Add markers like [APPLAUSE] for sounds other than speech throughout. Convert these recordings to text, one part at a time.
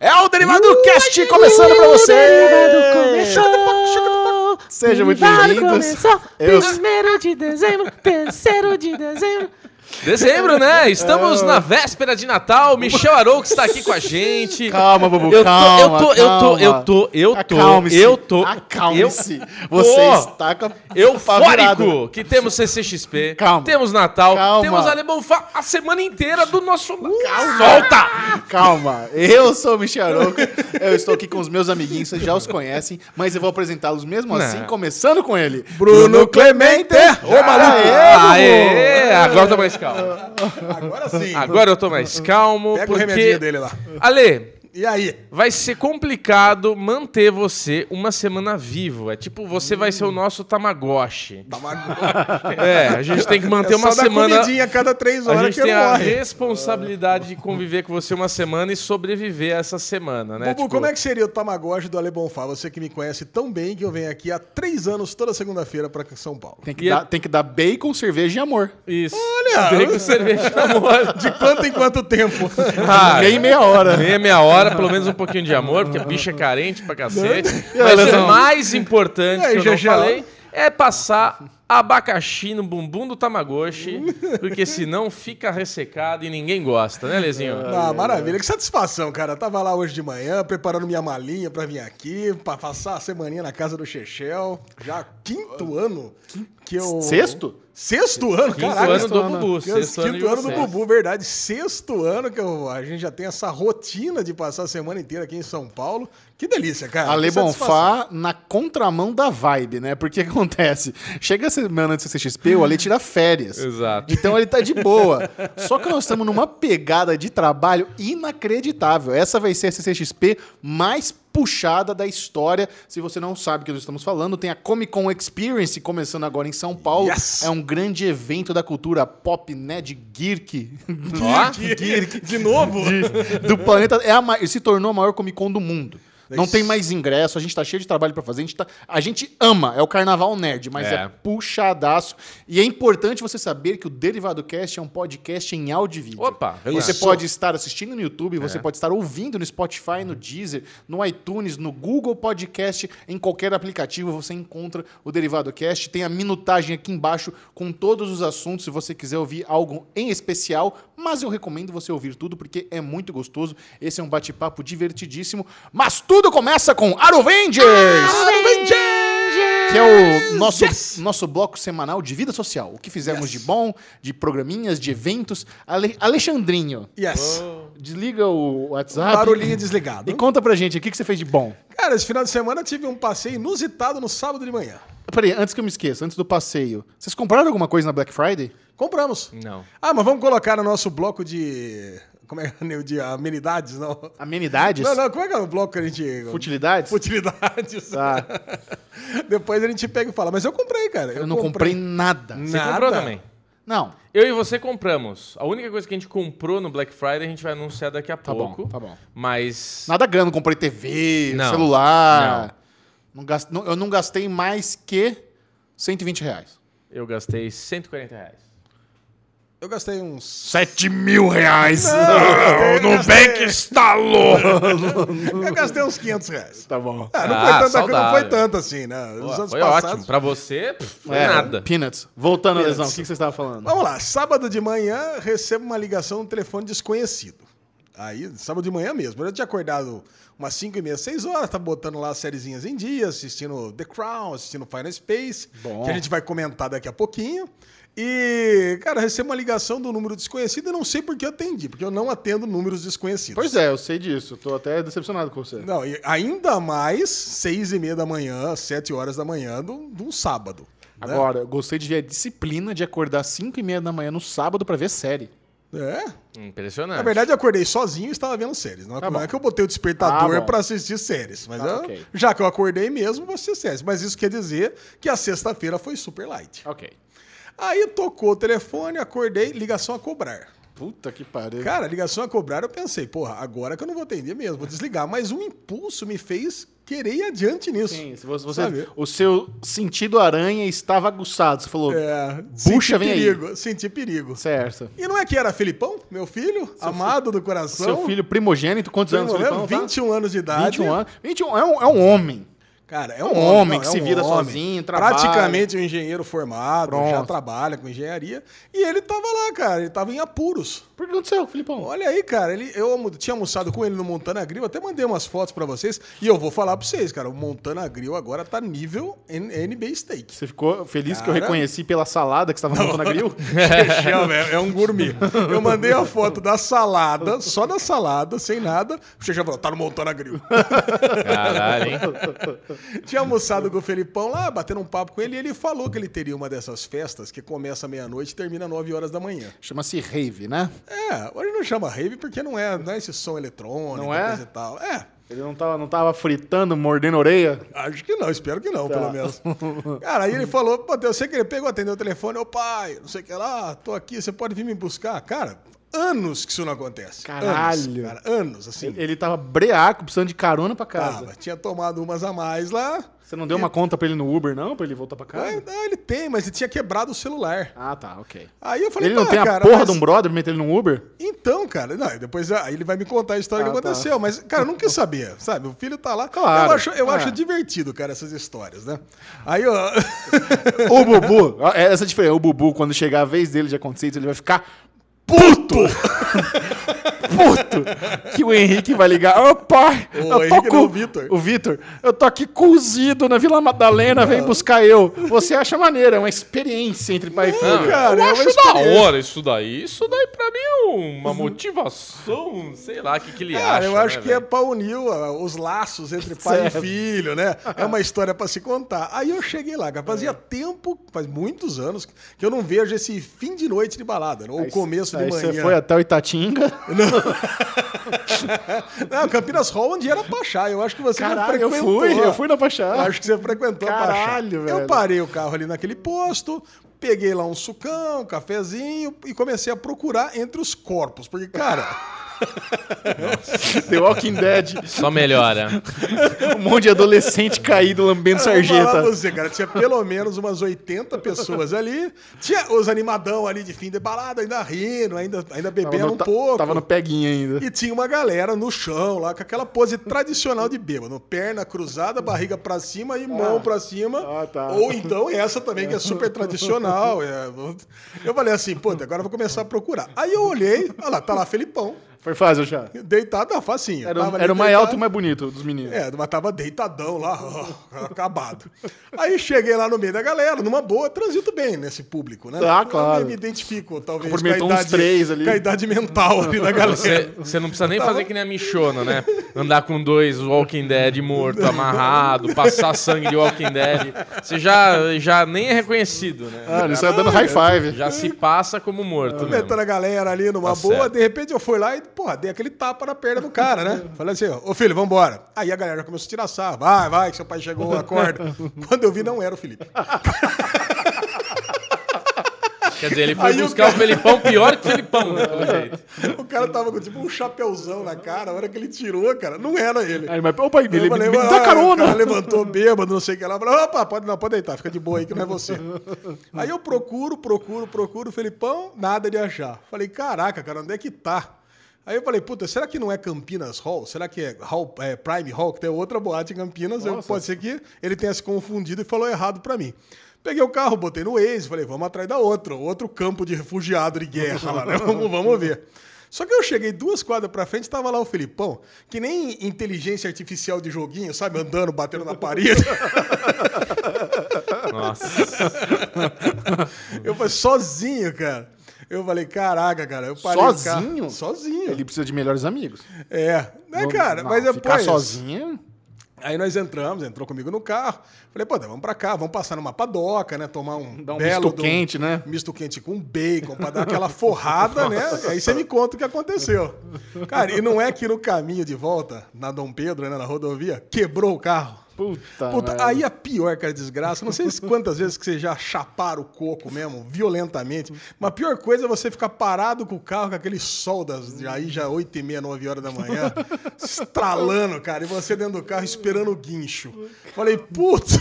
É Podcast começando pra você! Começou. Sejam muito Derivado bem-vindos. começou. Eu- Primeiro de dezembro, terceiro de dezembro. Dezembro, né? Estamos É. na véspera de Natal. Michel Arouca está aqui com a gente. Calma, Bubu, Eu tô, calma. eu tô, calma. eu tô, eu tô, Acalme-se. eu tô, eu Acalme-se. tô Você está com a- eufórico virado. que temos CCXP, Calma. temos Natal, Calma. Uh, temos Alemão Fá a semana inteira do nosso... Solta! Calma, eu sou o Michel Arouca, eu estou aqui com os meus amiguinhos, vocês já os conhecem, mas eu vou apresentá-los mesmo assim, começando com ele. Bruno Clemente! Ô, maluco! Aê, agora eu tô mais [LAUGHS] calmo. Agora sim. Agora eu tô mais calmo Pega o porque... remedinho dele lá. Ale, E aí? vai ser complicado manter você uma semana vivo. É tipo, você vai ser o nosso [LAUGHS] Tamagotchi. Dá uma... É, a gente tem que manter É uma só dar semana. comidinha a cada três A horas gente que ele tem a morre. responsabilidade de conviver com você uma semana e sobreviver a essa semana, né? Bubu, como é que seria o Tamagotchi do Ale Bonfá? Você que me conhece tão bem que eu venho aqui há três anos, toda segunda-feira, pra São Paulo. Tem que, E dar, é- tem que dar bacon, cerveja e amor. Isso. Olha! com cerveja de amor. [LAUGHS] De quanto em [LAUGHS] quanto tempo? Ah, Meia e meia hora. meia, meia hora, pelo menos um pouquinho de amor, porque a bicha é carente pra cacete. Mas o Lesão? mais importante E aí, que eu não Gegel? falei é passar abacaxi no bumbum do Tamagotchi, porque senão fica ressecado e ninguém gosta, né, Lezinho? Ah, maravilha. Que satisfação, cara. Eu tava lá hoje de manhã, preparando minha malinha pra vir aqui, pra passar a semaninha na casa do Chechel. Já quinto ano que eu... Sexto? Sexto ano, Quinto caralho. ano do ano. Bubu, Que é o sexto ano de quinto ano do vocês. Bubu, verdade. Sexto ano que eu- a gente já tem essa rotina de passar a semana inteira aqui em São Paulo. Que delícia, cara. Ale Que satisfação. Bonfá na contramão da vibe, né? Porque [LAUGHS] acontece, chega a semana de CCXP, o Ale tira férias. Exato. Então ele tá de boa. Só que nós estamos numa pegada de trabalho inacreditável. Essa vai ser a CCXP mais puxada da história. Se você não sabe o que nós estamos falando, tem a Comic Con Experience começando agora em São Paulo. Yes! É um grande evento da cultura pop, nerd, geek, [LAUGHS] Ó. é De novo? [LAUGHS] do planeta. É a ma- se tornou a maior Comic Con do mundo. Não tem mais ingresso, a gente tá cheio de trabalho pra fazer, a gente, tá- a gente ama, é o carnaval nerd, mas é. É. puxadaço. E é importante você saber que o Derivado Cast é um podcast em áudio e vídeo. Opa, Você relaxa. pode estar assistindo no YouTube, você pode estar ouvindo no Spotify, no Deezer, no iTunes, no Google Podcast, em qualquer aplicativo você encontra o Derivado Cast. Tem a minutagem aqui embaixo com todos os assuntos se você quiser ouvir algo em especial, mas eu recomendo você ouvir tudo porque é muito gostoso. Esse é um bate-papo divertidíssimo, mas tudo começa com Aruvengers! Que é o nosso, nosso bloco semanal de vida social. O que fizemos de bom, de programinhas, de eventos. Ale- Alexandrinho, Yes. Desliga o WhatsApp. Um Barulhinho E desligado. conta pra gente, o que, que você fez de bom? Cara, esse final de semana eu tive um passeio inusitado no sábado de manhã. Peraí, antes que eu me esqueça, antes do passeio. Vocês compraram alguma coisa na Black Friday? Compramos. Não. Ah, mas vamos colocar no nosso bloco de... Como é que é? De amenidades, não? Amenidades? Não, não. Como é que é o bloco que a gente... Futilidades? Futilidades. Tá. Depois a gente pega e fala. Mas eu comprei, cara. Eu não comprei, nada. Você Nada. comprou também. Não. Eu e você compramos. A única coisa que a gente comprou no Black Friday a gente vai anunciar daqui a Tá pouco. bom, tá bom. Mas. Nada grana, não comprei TV, Não. celular. Não gas- não- eu não gastei mais que 120 reais. Eu gastei 140 reais. Eu gastei uns... 7 mil reais! eu gastei- É, estalou! Eu gastei uns 500 reais. Tá bom. Ah, não, Ah, foi tanta, coisa- não saudável. foi tanto assim, né? Os anos Foi passados. ótimo. Pra você, pff, foi É, nada. Peanuts. Voltando, Peanuts. Lesão, o que, que você estava falando? Vamos lá, sábado de manhã recebo uma ligação no telefone desconhecido. Aí, sábado de manhã mesmo. Eu já tinha acordado umas 5 e meia, 6 horas, tá botando lá as sériezinhas em dia, assistindo The Crown, assistindo Final Space, Bom. que a gente vai comentar daqui a pouquinho. E, cara, recebo uma ligação do número desconhecido e não sei por que eu atendi, porque eu não atendo números desconhecidos. Pois é, eu sei disso. Tô até decepcionado com você. Não, e ainda mais seis e meia da manhã, sete horas da manhã de um de um sábado. né? Agora, eu gostei de ver a disciplina de acordar às 5 e meia da manhã no sábado pra ver série. É. Impressionante. Na verdade, eu acordei sozinho e estava vendo séries. Não, é- Tá não é bom. que eu botei o despertador Tá pra bom. para assistir séries. Mas Tá, eu- ok. já que eu acordei mesmo, vou assistir séries. Mas isso quer dizer que a sexta-feira foi super light. Ok. Aí tocou o telefone, acordei, ligação a cobrar. Puta que pariu. Cara, a ligação a cobrar, eu pensei, porra, agora que eu não vou atender mesmo, vou desligar. Mas um impulso me fez querer ir adiante nisso. Sim, se você, você- Sabe? o seu sentido aranha estava aguçado. Você falou, É, Bucha, senti vem aí. perigo, senti perigo. certo. E não é que era Felipão, meu filho, amado do coração. Seu filho primogênito, quantos Tem um anos o problema, Filipão? tá? 21 anos de idade. 21 anos. 21 é um, é um homem. Cara, é um um, homem não, que é se um vira homem. sozinho, trabalha. Praticamente um engenheiro formado, Pronto. já trabalha com engenharia. E ele tava lá, cara, ele tava em apuros. Por que aconteceu, Filipão? Olha aí, cara, ele, eu almo- tinha almoçado com ele no Montana Grill, até mandei umas fotos pra vocês. E eu vou falar pra vocês, cara, o Montana Grill agora tá nível N- NBA Steak. Você ficou feliz que eu Cara. reconheci pela salada que você estava montando na [LAUGHS] grill? Chechel, é, é um gourmet. Eu mandei a foto da salada, só da salada, sem nada. O Chechel falou, tá no Montana Grill. Caralho, hein? Tinha almoçado com o Felipão lá, batendo um papo com ele, e ele falou que ele teria uma dessas festas que começa meia-noite e termina 9 horas da manhã. Chama-se rave, né? É, hoje não chama rave porque não é, não é esse som eletrônico Não é? coisa e tal. É, Ele não tava, não tava fritando, mordendo a orelha? acho que não, espero que não, pelo [LAUGHS] menos. Cara, aí ele falou, pô, eu sei que ele pegou, atendeu o telefone, ô pai, não sei o que lá, tô aqui, você pode vir me buscar. Cara, anos que isso não acontece. Caralho. Anos, cara, anos assim. Ele tava breaco, precisando de carona pra casa. Tava, tinha tomado umas a mais lá. Você não deu uma conta pra ele no Uber, não? Pra ele voltar pra casa? Aí, não, ele tem, mas ele tinha quebrado o celular. Ah, tá, ok. Aí eu falei, ele não "Pá, tem a cara, porra mas- de um brother pra meter ele num Uber? Então, cara, não, depois ah, ele vai me contar a história Ah, que tá. aconteceu, mas, cara, eu não quis saber, sabe? O filho tá lá. Claro. Eu acho, eu Ah. acho divertido, cara, essas histórias, né? Aí, ó. [LAUGHS] O Bubu, [LAUGHS] ó, é essa a diferença. O Bubu, quando chegar a vez dele de acontecer isso, ele vai ficar puto! puto! Que o Henrique vai ligar. Ô pai, O eu tô Henrique com... não, o Vitor. O Vitor, eu tô aqui cozido na Vila Madalena, vem buscar eu. Você acha maneiro, é uma experiência entre pai e filho. cara, eu é uma acho da experiência. hora isso daí. Isso daí pra mim é uma motivação, sei lá, o que, que ele acha. Cara, eu acho né, que é velho? pra unir ó, os laços entre pai Certo. e [LAUGHS] filho, né? É uma história pra se contar. Aí eu cheguei lá, cara. É. Fazia tempo, faz muitos anos, que eu não vejo esse fim de noite de balada, né? ou começo de Aí manhã. você foi até o Itatinga. Não, Campinas Hall, onde era Pachá. Eu acho que você não Caralho, eu frequentou. fui, eu fui na Baixada. Acho que você frequentou a Pachá. Caralho, velho. Eu parei o carro ali naquele posto, peguei lá um sucão, um cafezinho e comecei a procurar entre os corpos. Porque, [LAUGHS] cara, The Walking [LAUGHS] Dead, Só melhora. um monte de adolescente caído lambendo eu vou falar pra sarjeta. você, cara, tinha pelo menos umas 80 pessoas ali. Tinha os animadão ali de fim de balada, ainda rindo, ainda, ainda bebendo um ta- pouco. tava no peguinho ainda. E tinha uma galera no chão lá, com aquela pose tradicional de bêbado. Perna cruzada, barriga pra cima e mão pra cima. Ah, tá. Ou então essa também, que é [LAUGHS] super tradicional. é. Eu falei assim, pô, agora eu vou começar a procurar. Aí eu olhei, olha lá, tá lá Felipão. Foi fácil já. Deitado, ah, facinho. Era, um- Tava ali era o mais deitado. alto e o mais bonito dos meninos. É, mas tava deitadão lá, acabado. Aí cheguei lá no meio da galera, numa boa, transito bem nesse público, né? Ah, claro. Eu me identifico, talvez, Cumprimentou uns três ali. com a idade mental ali [LAUGHS] da galera. Você você não precisa nem Tá fazer que nem a Michona, né? Andar com dois Walking Dead morto, amarrado, passar sangue de Walking Dead. Você já, já nem é reconhecido, né? Ah, ele saiu dando é. high five. Já se passa como morto. mesmo. Metendo a galera ali numa Tá boa, certo. de repente eu fui lá e, porra, dei aquele tapa na perna do cara, né? [LAUGHS] Falei assim, ô filho, vambora. Aí a galera começou a tirar sarro. Vai, vai, que seu pai chegou, [LAUGHS] acorda. Quando eu vi, não era o Felipe. Quer dizer, ele foi Aí o buscar o, cara- Felipão pior que o Felipão, né, pelo jeito. O cara tava com tipo um chapéuzão na cara, a hora que ele tirou, cara, não era ele. Aí, mas, opa, ele Eu falei, me "Ah, dá O cara carona. levantou bêbado, não sei o que lá. Falei, opa, pode, não, pode deitar, fica de boa aí que não [LAUGHS] é você. Aí eu procuro, procuro, procuro, Felipão, nada de achar. Falei, caraca, cara, onde é que tá? Aí eu falei, puta, será que não é Campinas Hall? Será que é, Hall- é Prime Hall, que tem outra boate em Campinas? Eu, pode ser que ele tenha se confundido e falou errado pra mim. Peguei o carro, botei no Waze, falei, vamos atrás da outra, outro campo de refugiado de guerra lá, né? Vamos, vamos ver. Só que eu cheguei duas quadras pra frente, tava lá o Felipão, que nem inteligência artificial de joguinho, sabe? Andando, batendo na parede. Nossa. Eu falei, sozinho, cara. Eu falei, caraca, cara. Eu parei o carro- Sozinho? Sozinho. Ele precisa de melhores amigos. É. Né, cara? Não, mas depois... Ficar sozinho... Aí nós entramos, entrou comigo no carro. Falei, pô, vamos pra cá, vamos passar numa padoca, né? Tomar um, Dar um belo misto de quente, né? Misto quente com bacon, pra dar aquela [LAUGHS] forrada, né? Aí você me conta o que aconteceu. Cara, e não é que no caminho de volta, na Dom Pedro, né, na rodovia, quebrou o carro. Puta. Puta, merda. aí a pior, cara, desgraça. Não sei se quantas vezes que você já chaparam o coco mesmo, violentamente. Mas a pior coisa é você ficar parado com o carro, com aquele sol das, aí já 8 e meia, 9 horas da manhã, estralando, cara, e você dentro do carro esperando o guincho. Falei, puta,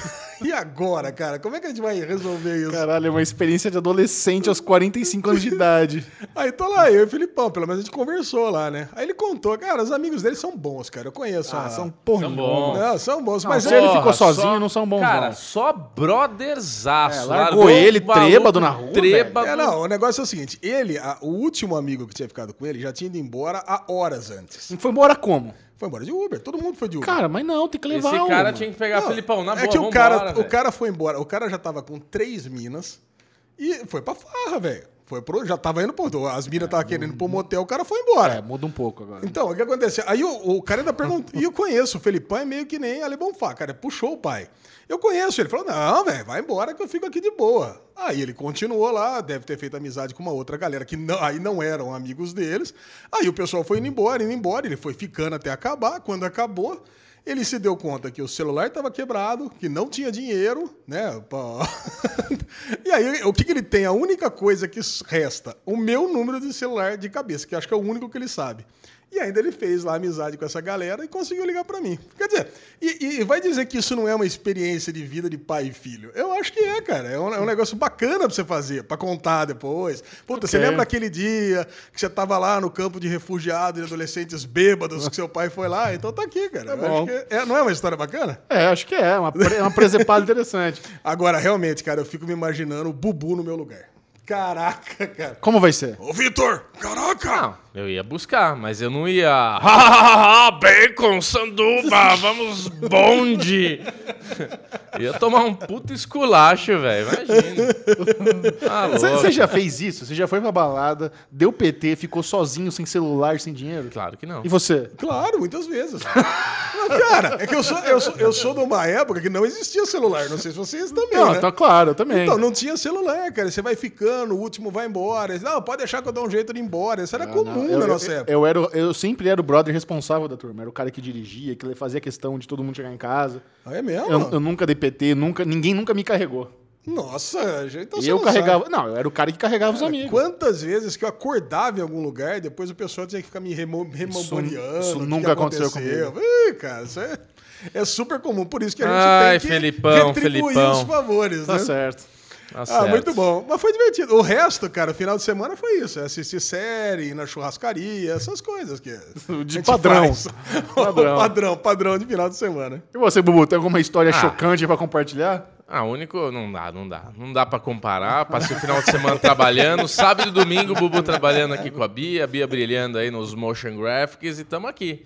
e agora, cara? Como é que a gente vai resolver isso? Caralho, é uma experiência de adolescente aos 45 anos de idade. Aí tô lá, eu e o Filipão, pelo menos a gente conversou lá, né? Aí ele contou, cara, os amigos dele são bons, cara, eu conheço. Ah, a- são porra. São nenhuma. bons. Não, são bons, [LAUGHS] mas é- se ele ele... ficou sozinho, não são bons, Cara, não. só brotherzaço. É, largou ele o maluco trêbado na rua, Trêbado. É, não, o negócio é o seguinte, ele, a- o último amigo que tinha ficado com ele, já tinha ido embora há horas antes. Foi embora como? Foi embora de Uber, todo mundo foi de Uber. Cara, mas não, tem que levar Esse uma. cara tinha que pegar Não, Filipão na é boa, que o vambora, cara, o velho. cara foi embora, o cara já tava com três minas e foi pra farra, velho. Foi pro, já tava indo pro, as minas tava querendo pro motel, o cara foi embora. É, muda um pouco agora. Então, o que aconteceu? Aí o, o cara ainda perguntou. E eu conheço, o Felipão é meio que nem Ale Bonfá, cara. Puxou o pai. Eu conheço ele. Falou: não, velho, vai embora que eu fico aqui de boa. Aí ele continuou lá, deve ter feito amizade com uma outra galera que não- aí não eram amigos deles. Aí o pessoal foi indo embora, indo embora. Ele foi ficando até acabar. Quando acabou, ele se deu conta que o celular estava quebrado, que não tinha dinheiro, né? pra- [LAUGHS] e aí, o que, que ele tem? A única coisa que resta, o meu número de celular de cabeça, que eu acho que é o único que ele sabe. E ainda ele fez lá amizade com essa galera e conseguiu ligar pra mim. Quer dizer, e, e vai dizer que isso não é uma experiência de vida de pai e filho? Eu acho que é, cara. É um, é um negócio bacana pra você fazer, pra contar depois. Puta, você Ok. lembra aquele dia que você tava lá no campo de refugiados e adolescentes bêbados que seu pai foi lá? Então tá aqui, cara. Eu bom. acho que é- não é uma história bacana? É, acho que é. Uma, pre- uma presepada [LAUGHS] interessante. Agora, realmente, cara, eu fico me imaginando o Bubu no meu lugar. Caraca, cara. Como vai ser? Ô, Vitor! Caraca! Não, eu ia buscar, mas eu não ia. [LAUGHS] "Ha, ha, ha, ha, Bacon, [LAUGHS] sanduba, vamos bonde. ia tomar um puto esculacho, velho. [LAUGHS] Imagina. Tá Você louco. você já fez isso? Você já foi pra balada, deu PT, ficou sozinho, sem celular, sem dinheiro? Claro que não. E você? Claro, muitas vezes. Não, cara, é que eu sou, eu, sou, eu sou de uma época que não existia celular. Não sei se vocês também, Não, né? tá claro, eu também. Então, não tinha celular, cara. Você vai ficando, o último vai embora. Não, pode deixar que eu dou um jeito de ir embora. Isso era comum eu, na eu- nossa época. eu era, o- eu sempre era o brother responsável da turma. Era o cara que dirigia, que fazia questão de todo mundo chegar em casa. Ah, é mesmo? Eu, eu nunca dei PT, nunca, ninguém nunca me carregou. Nossa, gente, então você eu não carregava. Não, eu era o cara que carregava os sabe. amigos. Quantas vezes que eu acordava em algum lugar e depois o pessoal tinha que ficar me remo- remamboreando. isso o que nunca que aconteceu Ih, cara, isso é, é super comum. Por isso que a gente Ai, tem que Felipão, retribuir Felipão. os favores, Tá né? certo. Tá Ah, certo. muito bom. Mas foi divertido. O resto, cara, o final de semana foi isso. é Assistir série, ir na churrascaria, essas coisas [LAUGHS] que. De a gente [LAUGHS] padrão. faz. Padrão. O padrão, padrão de final de semana. E você, Bubu, tem alguma história Ah. chocante pra compartilhar? Ah, único. Não dá, não dá. Não dá pra comparar. Passei o final de semana trabalhando. Sábado e domingo, o Bubu trabalhando aqui com a Bia. A Bia brilhando aí nos motion graphics e tamo aqui.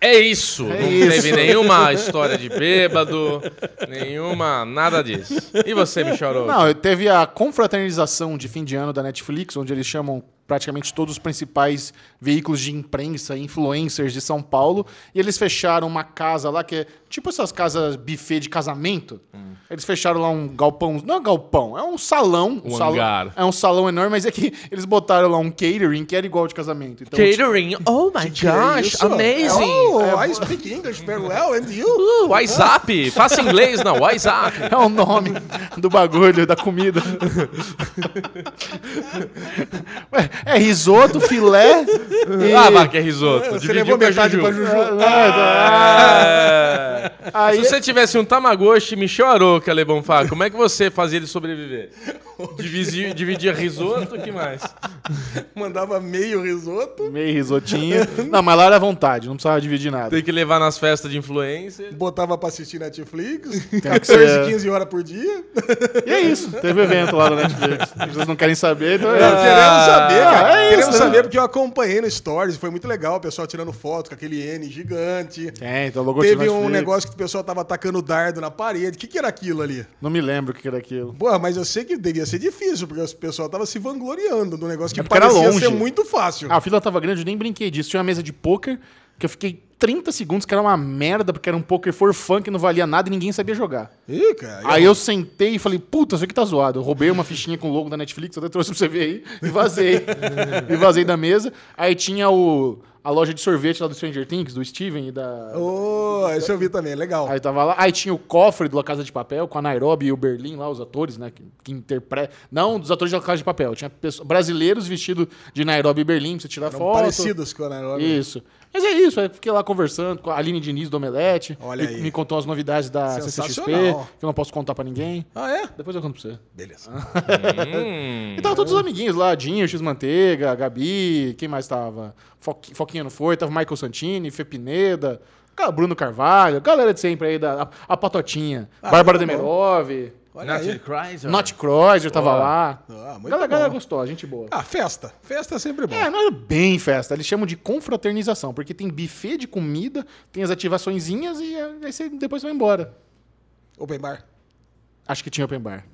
É isso. não teve isso. nenhuma história de bêbado, nenhuma. nada disso. E você, Michel? Arouca? Não, teve a confraternização de fim de ano da Netflix, onde eles chamam praticamente todos os principais veículos de imprensa e influencers de São Paulo. E eles fecharam uma casa lá, que é tipo essas casas buffet de casamento. Hum. Eles fecharam lá um galpão. Não é galpão, é um salão. Um salão- hangar. É um salão enorme, mas é que eles botaram lá um catering que era igual ao de casamento. Então, Catering. Oh my gosh, É Isso. amazing. Oh, É I speak English very well, and you? [LAUGHS] Uh, WhatsApp. Faça inglês, não. WhatsApp. É o nome do bagulho, [LAUGHS] da comida. Ué, é risoto, filé e... Ah, vai, que é risoto. Você Dividiu levou com a metade Juju. pra Juju. Ah, [LAUGHS] Ah, É. então, Aí- Se você tivesse um Tamagotchi, Michel Aroca, Lebonfá, como é que você fazia ele sobreviver? Dividir, dividir risoto, o que mais? Mandava meio risoto, é Meio risotinho. [LAUGHS] Não, mas lá era à vontade, não precisava dividir nada. Tem que levar nas festas de influencer. botava pra assistir Netflix, que ser- 14, 15 horas [LAUGHS] por dia. E é isso, teve evento lá no [LAUGHS] Netflix. Vocês não querem saber, então Não, é. queremos saber, cara. é isso, queremos né? saber porque eu acompanhei no Stories, foi muito legal, o pessoal tirando foto com aquele N gigante. É, então logo Teve um negócio que o pessoal tava atacando dardo na parede. O que, que era aquilo ali? Não me lembro o que era aquilo. Porra, mas eu sei que devia ser difícil, porque o pessoal tava se vangloriando do negócio que É porque era parecia longe. ser muito fácil. Ah, a fila tava grande, eu nem brinquei disso. Tinha uma mesa de pôquer que eu fiquei 30 segundos, que era uma merda, porque era um pôquer for fun que não valia nada e ninguém sabia jogar. Ih, cara. Aí eu sentei e falei, puta, isso aqui tá zoado. Eu roubei uma fichinha com o logo da Netflix, eu até trouxe pra você ver aí, e vazei. e vazei da mesa. Aí tinha o, a a loja de sorvete lá do Stranger Things, do Steven e da. Ô, esse eu vi também, legal. Aí tava lá. Aí tinha o cofre do La Casa de Papel, com a Nairobi e o Berlim lá, os atores, né? Que, que interpretam. Não dos atores de La Casa de Papel. Tinha pessoas- brasileiros vestidos de Nairobi e Berlim pra você tirar Eram foto. parecidos com a Nairobi. Isso. Mas é isso, aí fiquei lá conversando com a Aline Diniz do Omelete. Olha me, aí. me contou as novidades da CCXP, Sensacional. que eu não posso contar pra ninguém. Ah, é? Depois eu conto pra você. Beleza. Ah. Hum, E tava todos os amiguinhos lá, Dinho, X-Manteiga, Gabi, quem mais tava? Foqui- Foquinha não foi, tava Michael Santini, Fê Pineda, cara, Bruno Carvalho, galera de sempre aí, da, a, a Patotinha, Ah, Bárbara tá bom. Demerov, Olha Nath aí. Chrysler. Not Croiser tava lá. Ah, muito Galera, galera bom. gostou, gente boa. Ah, festa. Festa é sempre bom. É, não é bem festa. Eles chamam de confraternização, porque tem buffet de comida, tem as ativaçõezinhas e é, aí você depois vai embora. Open bar. Acho que tinha open bar.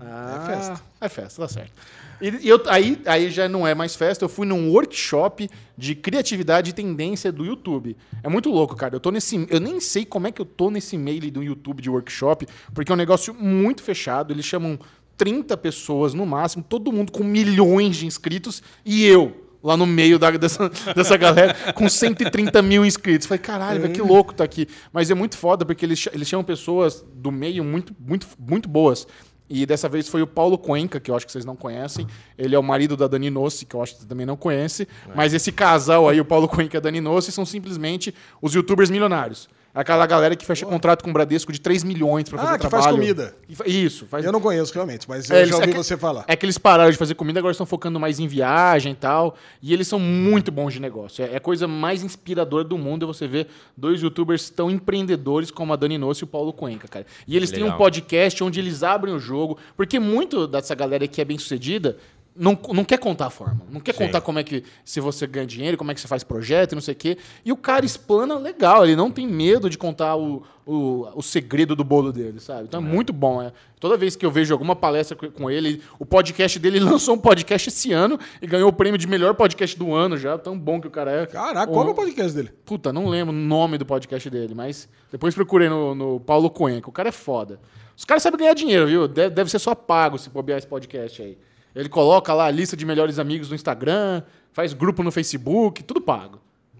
é festa. É festa, tá certo. E, e eu, aí, aí já não é mais festa, eu fui num workshop de criatividade e tendência do YouTube. É muito louco, cara. Eu tô nesse. Eu nem sei como é que eu tô nesse mail do YouTube de workshop, porque é um negócio muito fechado. Eles chamam 30 pessoas no máximo, todo mundo com milhões de inscritos, e eu. Lá no meio da- dessa, [LAUGHS] dessa galera, com 130 mil inscritos. Falei, caralho, velho, que Uhum. louco tá aqui. Mas é muito foda, porque eles, cha- eles chamam pessoas do meio muito, muito, muito boas. E dessa vez foi o Paulo Cuenca, que eu acho que vocês não conhecem. Ele é o marido da Dani Nossi, que eu acho que você também não conhece. É. Mas esse casal aí, o Paulo Cuenca e a Dani Nossi, são simplesmente os youtubers milionários. Aquela galera que fecha contrato com o Bradesco de 3 milhões pra Ah, fazer que trabalho. faz comida. E fa- Isso, faz Eu não conheço realmente, mas eu é, eles- já ouvi é que- você falar. É que eles pararam de fazer comida, agora estão focando mais em viagem e tal. E eles são muito bons de negócio. É é a coisa mais inspiradora do mundo é você ver dois youtubers tão empreendedores como a Dani Noce e o Paulo Cuenca, cara. E eles têm um Legal. podcast onde eles abrem o jogo, porque muito dessa galera que é bem sucedida. Não, não quer contar a forma, não quer Sim. contar como é que se você ganha dinheiro, como é que você faz projeto e não sei o quê. E o cara explana legal, ele não tem medo de contar o, o, o segredo do bolo dele, sabe? Então é, muito bom. É. Toda vez que eu vejo alguma palestra co- com ele, o podcast dele [LAUGHS] ele lançou um podcast esse ano e ganhou o prêmio de melhor podcast do ano já. Tão bom que o cara é. Caraca, Um- qual é o podcast dele? Puta, não lembro o nome do podcast dele, mas depois procurei no, no Paulo Cuenca. O cara é foda. Os caras sabem ganhar dinheiro, viu? Deve, deve ser só pago se bobear esse podcast aí. Ele coloca lá a lista de melhores amigos no Instagram, faz grupo no Facebook, tudo pago.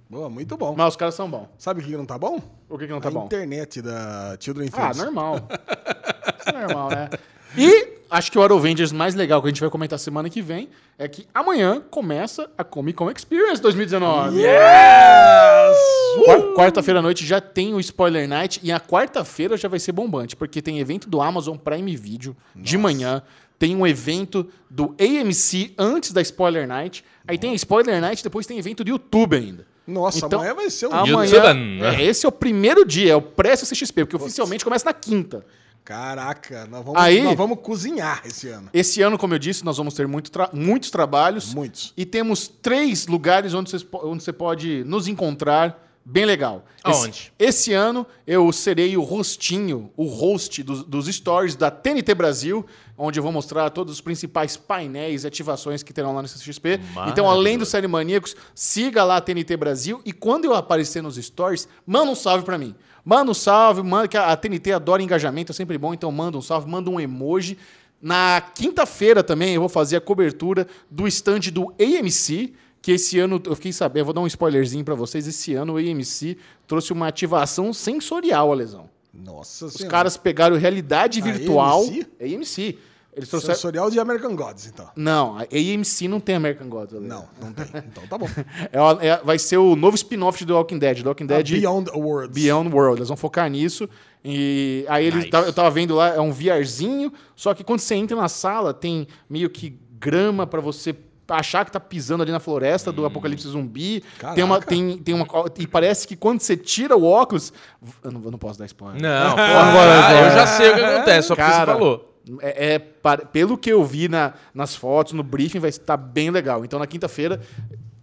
Boa, muito bom. Mas os caras são bons. Sabe o que não tá bom? O que, que não tá a bom? internet da Children Ah, Films. normal. Isso é normal, né? E acho que o Arovengers mais legal que a gente vai comentar semana que vem é que amanhã começa a Comic Con Experience 2019. Quar- Quarta-feira à noite já tem o Spoiler Night e a quarta-feira já vai ser bombante, porque tem evento do Amazon Prime Video de manhã, tem um evento do AMC antes da Spoiler Night, aí tem a Spoiler Night, depois tem evento do YouTube ainda. Nossa, Então, amanhã vai ser um... amanhã- Amanhã, é, esse é o primeiro dia, é o pré-CCXP, porque oficialmente começa na quinta. Caraca, nós vamos, Aí- nós vamos cozinhar esse ano. Esse ano, como eu disse, nós vamos ter muito tra- muitos trabalhos. Muitos. E temos três lugares onde vocês po- onde você pode nos encontrar. Bem legal. Esse- Aonde? Esse, ano eu serei o rostinho, o host dos, dos stories da TNT Brasil, onde eu vou mostrar todos os principais painéis e ativações que terão lá no CCXP. Então, além do Série Maníacos, siga lá a TNT Brasil e quando eu aparecer nos stories, manda um salve pra mim. Manda um salve, manda, que a a TNT adora engajamento, é sempre bom, então manda um salve, manda um emoji. Na quinta-feira também eu vou fazer a cobertura do stand do AMC, que esse ano, eu fiquei sabendo, eu vou dar um spoilerzinho pra vocês, esse ano o AMC trouxe uma ativação sensorial à lesão. Nossa Os caras pegaram realidade A virtual. AMC? AMC. Eles trouxeram... Sensorial de American Gods, então. Não, a AMC não tem American Gods. Ale. Não, não tem. [LAUGHS] Então tá bom. É uma- é- vai ser o novo spin-off do Walking Dead. Do Walking A Dead... Ah, Beyond Awards. Beyond World, eles vão focar nisso. E aí eles Nice. ta- eu tava vendo lá, é um VRzinho, só que quando você entra na sala, tem meio que grama pra você achar que tá pisando ali na floresta do apocalipse zumbi. Tem uma Caraca. tem, tem uma co- e parece que quando você tira o óculos, eu não, eu não posso dar spoiler. Não, pô, agora, ah, agora. eu já sei o que acontece, só porque você Cara, falou. É, é par- pelo que eu vi na- nas fotos, no briefing, vai estar bem legal. Então, na quinta-feira,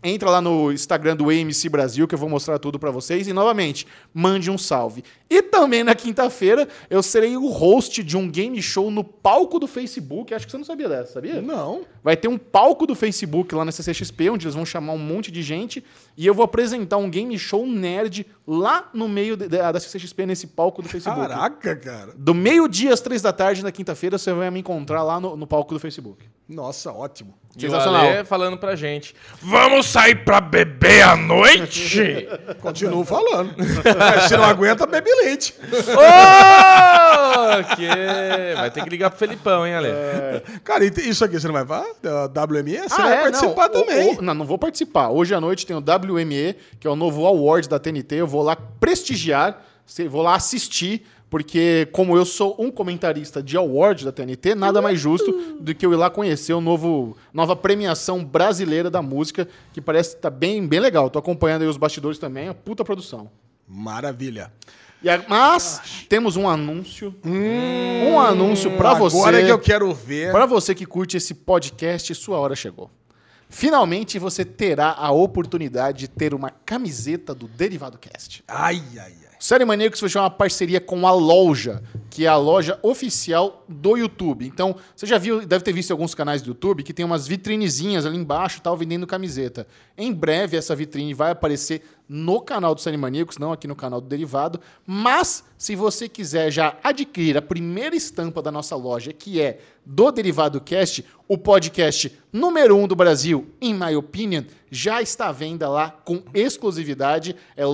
entra lá no Instagram do AMC Brasil, que eu vou mostrar tudo pra vocês. E, novamente, mande um salve. E também, na quinta-feira, eu serei o host de um game show no palco do Facebook. Acho que você não sabia dessa, sabia? Não. Vai ter um palco do Facebook lá na CCXP, onde eles vão chamar um monte de gente. E eu vou apresentar um game show nerd lá no meio de- da da CCXP, nesse palco [LAUGHS] do Facebook. Caraca, cara. Do meio-dia às três da tarde na quinta-feira, você vai me encontrar lá no, no palco do Facebook. Nossa, ótimo. E o Sensacional. Ale falando pra gente. Vamos sair pra beber à noite? Continuo falando. [LAUGHS] Mas Se não aguenta, bebe leite. Ô, que... Vai ter que ligar pro Felipão, hein, Ale? É. Cara, e te- isso aqui você não vai falar? Da WMS? Você Ah, vai é? participar Não, o- também. o- não, não vou participar. Hoje à noite tem o WME, que é o novo award da TNT. Eu vou lá prestigiar, se- vou lá assistir, porque como eu sou um comentarista de award da TNT, nada mais justo do que eu ir lá conhecer o novo nova premiação brasileira da música, que parece que tá bem, bem legal. Tô acompanhando aí os bastidores também, a puta produção. Maravilha. E a- mas temos um anúncio. um anúncio pra você. Hum, Agora é que eu quero ver. Para você que curte esse podcast, sua hora chegou. Finalmente você terá a oportunidade de ter uma camiseta do Derivado Cast. Ai, ai, ai. O Série Maníacos fechou uma parceria com a Loja, que é a loja oficial do YouTube. Então, você já viu, deve ter visto em alguns canais do YouTube que tem umas vitrinezinhas ali embaixo, tal, vendendo camiseta. Em breve essa vitrine vai aparecer no canal do Série Maníacos, não aqui no canal do Derivado, mas se você quiser já adquirir a primeira estampa da nossa loja, que é do Derivado Cast, o podcast número um do Brasil, in my opinion, já está à venda lá com exclusividade. É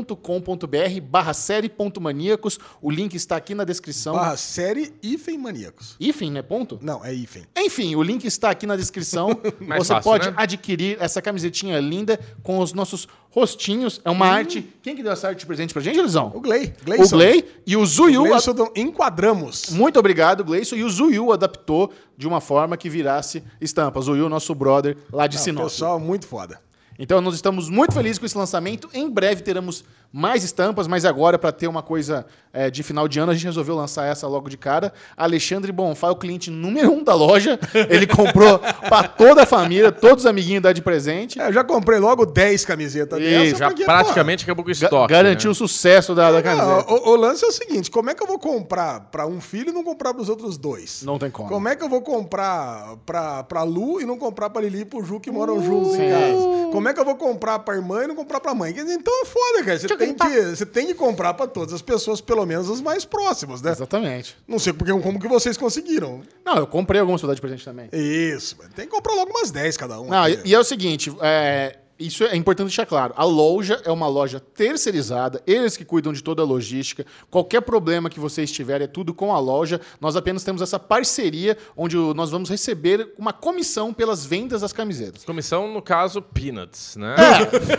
loja.com.br barra série.maníacos. O link está aqui na descrição. Barra série Ifem Maníacos. Enfim, né? Ponto? Não, é Ifem. Enfim, o link está aqui na descrição. Mais Você fácil, pode né? adquirir essa camisetinha linda com os nossos rostinhos. É uma arte. Quem que deu essa arte de presente pra gente, O Elisão? Gley. O Gley e o Zuyu. um a- Gleison, do- enquadramos. Muito obrigado, Gleison. E o Zuyu adaptou de uma forma que virasse estampa. Zuyu, nosso brother lá de Sinop. Pessoal, muito foda. Então nós estamos muito felizes com esse lançamento. Em breve teremos mais estampas, mas agora, para ter uma coisa eh, de final de ano, a gente resolveu lançar essa logo de cara. Alexandre Bonfá, o cliente número um da loja. Ele [LAUGHS] comprou para toda a família, todos os amiguinhos dá de presente. É, eu já comprei logo 10 camisetas Ih, dessa. Já porque, pô, praticamente acabou com o Ga- estoque. garantiu né? o sucesso da, da não, camiseta. o, o lance é o seguinte: como é que eu vou comprar pra um filho e não comprar pros outros dois? Não tem como. Como é que eu vou comprar pra, pra Lu e não comprar pra Lili e pro Ju que Uh. moram juntos em casa? Como é que eu vou comprar pra irmã e não comprar pra mãe? Quer dizer, Então é foda, cara. Você tem, que, você tem que comprar pra todas as pessoas, pelo menos as mais próximas, né? Exatamente. Não sei porque, como que vocês conseguiram. Não, eu comprei algumas pra dar de presente também. Isso, mano. Tem que comprar logo umas 10 cada um. Não, aqui. e e é o seguinte, é, isso é importante deixar claro. A loja é uma loja terceirizada, eles que cuidam de toda a logística. Qualquer problema que vocês tiverem é tudo com a loja. Nós apenas temos essa parceria onde o- nós vamos receber uma comissão pelas vendas das camisetas. Comissão, no caso, Peanuts, né?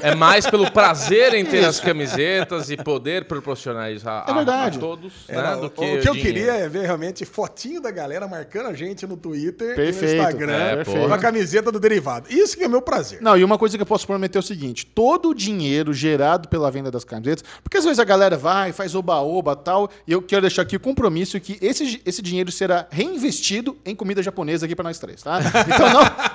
É, mais pelo prazer em ter as camisetas e poder proporcionar isso a, a- É verdade. a todos, Era- né? Do o- que o que eu dinheiro. queria é ver realmente fotinho da galera marcando a gente no Twitter e Perfeito. no Instagram É, com a perfeito. camiseta do derivado. Isso que é meu prazer. Não, e uma coisa que eu posso prometer é o seguinte: todo o dinheiro gerado pela venda das camisetas, porque às vezes a galera vai, faz oba-oba tal, e eu quero deixar aqui o compromisso que esse, esse dinheiro será reinvestido em comida japonesa aqui pra nós três, tá? Então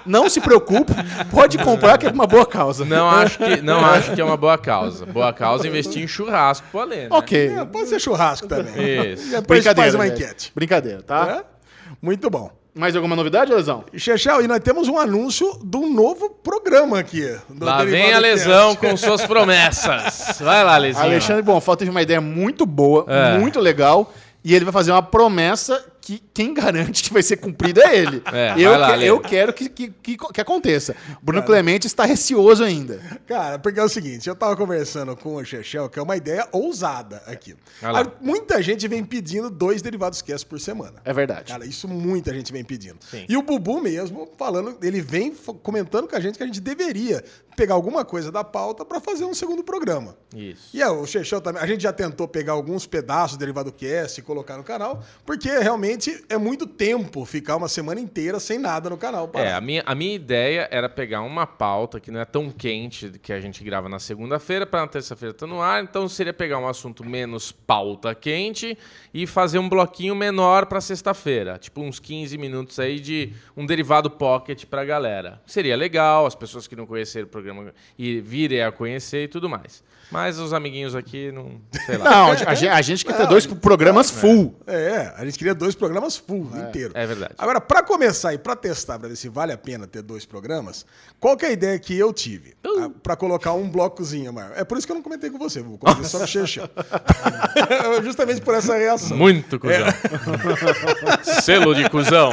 não, não se preocupe, pode comprar que é uma boa causa. Não acho, que, não acho que é uma boa causa. Boa causa é investir em churrasco pro Alê, né? Ok. É, pode ser churrasco também. [LAUGHS] Isso. Depois faz uma gente. enquete. Brincadeira, tá? É? Muito bom. Mais alguma novidade, Lesão? Chechel, e nós temos um anúncio de um novo programa aqui. do Lá Derivado vem a Cast. lesão com suas promessas. Vai lá, Lezinho. Alexandre Bonfá teve uma ideia muito boa, É. muito legal, e ele vai fazer uma promessa que quem garante que vai ser cumprida é ele. [LAUGHS] É, eu, vai lá, que- Ale. eu quero que, que, que, que aconteça. Bruno Clemente está receoso ainda. Cara, porque é o seguinte, eu tava conversando com o Chechel, que é uma ideia ousada aqui. Vai lá. Ah, Muita gente vem pedindo dois derivados cast por semana. É verdade. Cara, isso muita gente vem pedindo. E o Bubu mesmo falando, ele vem f- comentando com a gente que a gente deveria pegar alguma coisa da pauta pra fazer um segundo programa. Isso. E é, o Chechel também, a gente já tentou pegar alguns pedaços do Derivado Cast e colocar no canal, porque realmente é muito tempo ficar uma semana inteira sem nada no canal. É, parado. a minha, a minha ideia era pegar uma pauta que não é tão quente que a gente grava na segunda-feira, para na terça-feira tá no ar, então seria pegar um assunto menos pauta quente e fazer um bloquinho menor para sexta-feira, tipo uns 15 minutos aí de um derivado pocket pra galera. Seria legal, as pessoas que não conheceram o programa e virem a conhecer e tudo mais. Mas os amiguinhos aqui não, sei [LAUGHS] lá. Não, a, ge- a gente, quer ter dois programas full. É, a gente queria dois programas full, inteiro. é verdade. Agora, pra começar e pra testar, pra ver se vale a pena ter dois programas, qual que é a ideia que eu tive? Ah, Pra colocar um blocozinho, Amar. É por isso que eu não comentei com você, vou comentar só [LAUGHS] no Xexão. [LAUGHS] Justamente por essa reação. Muito cuzão. Selo de cuzão.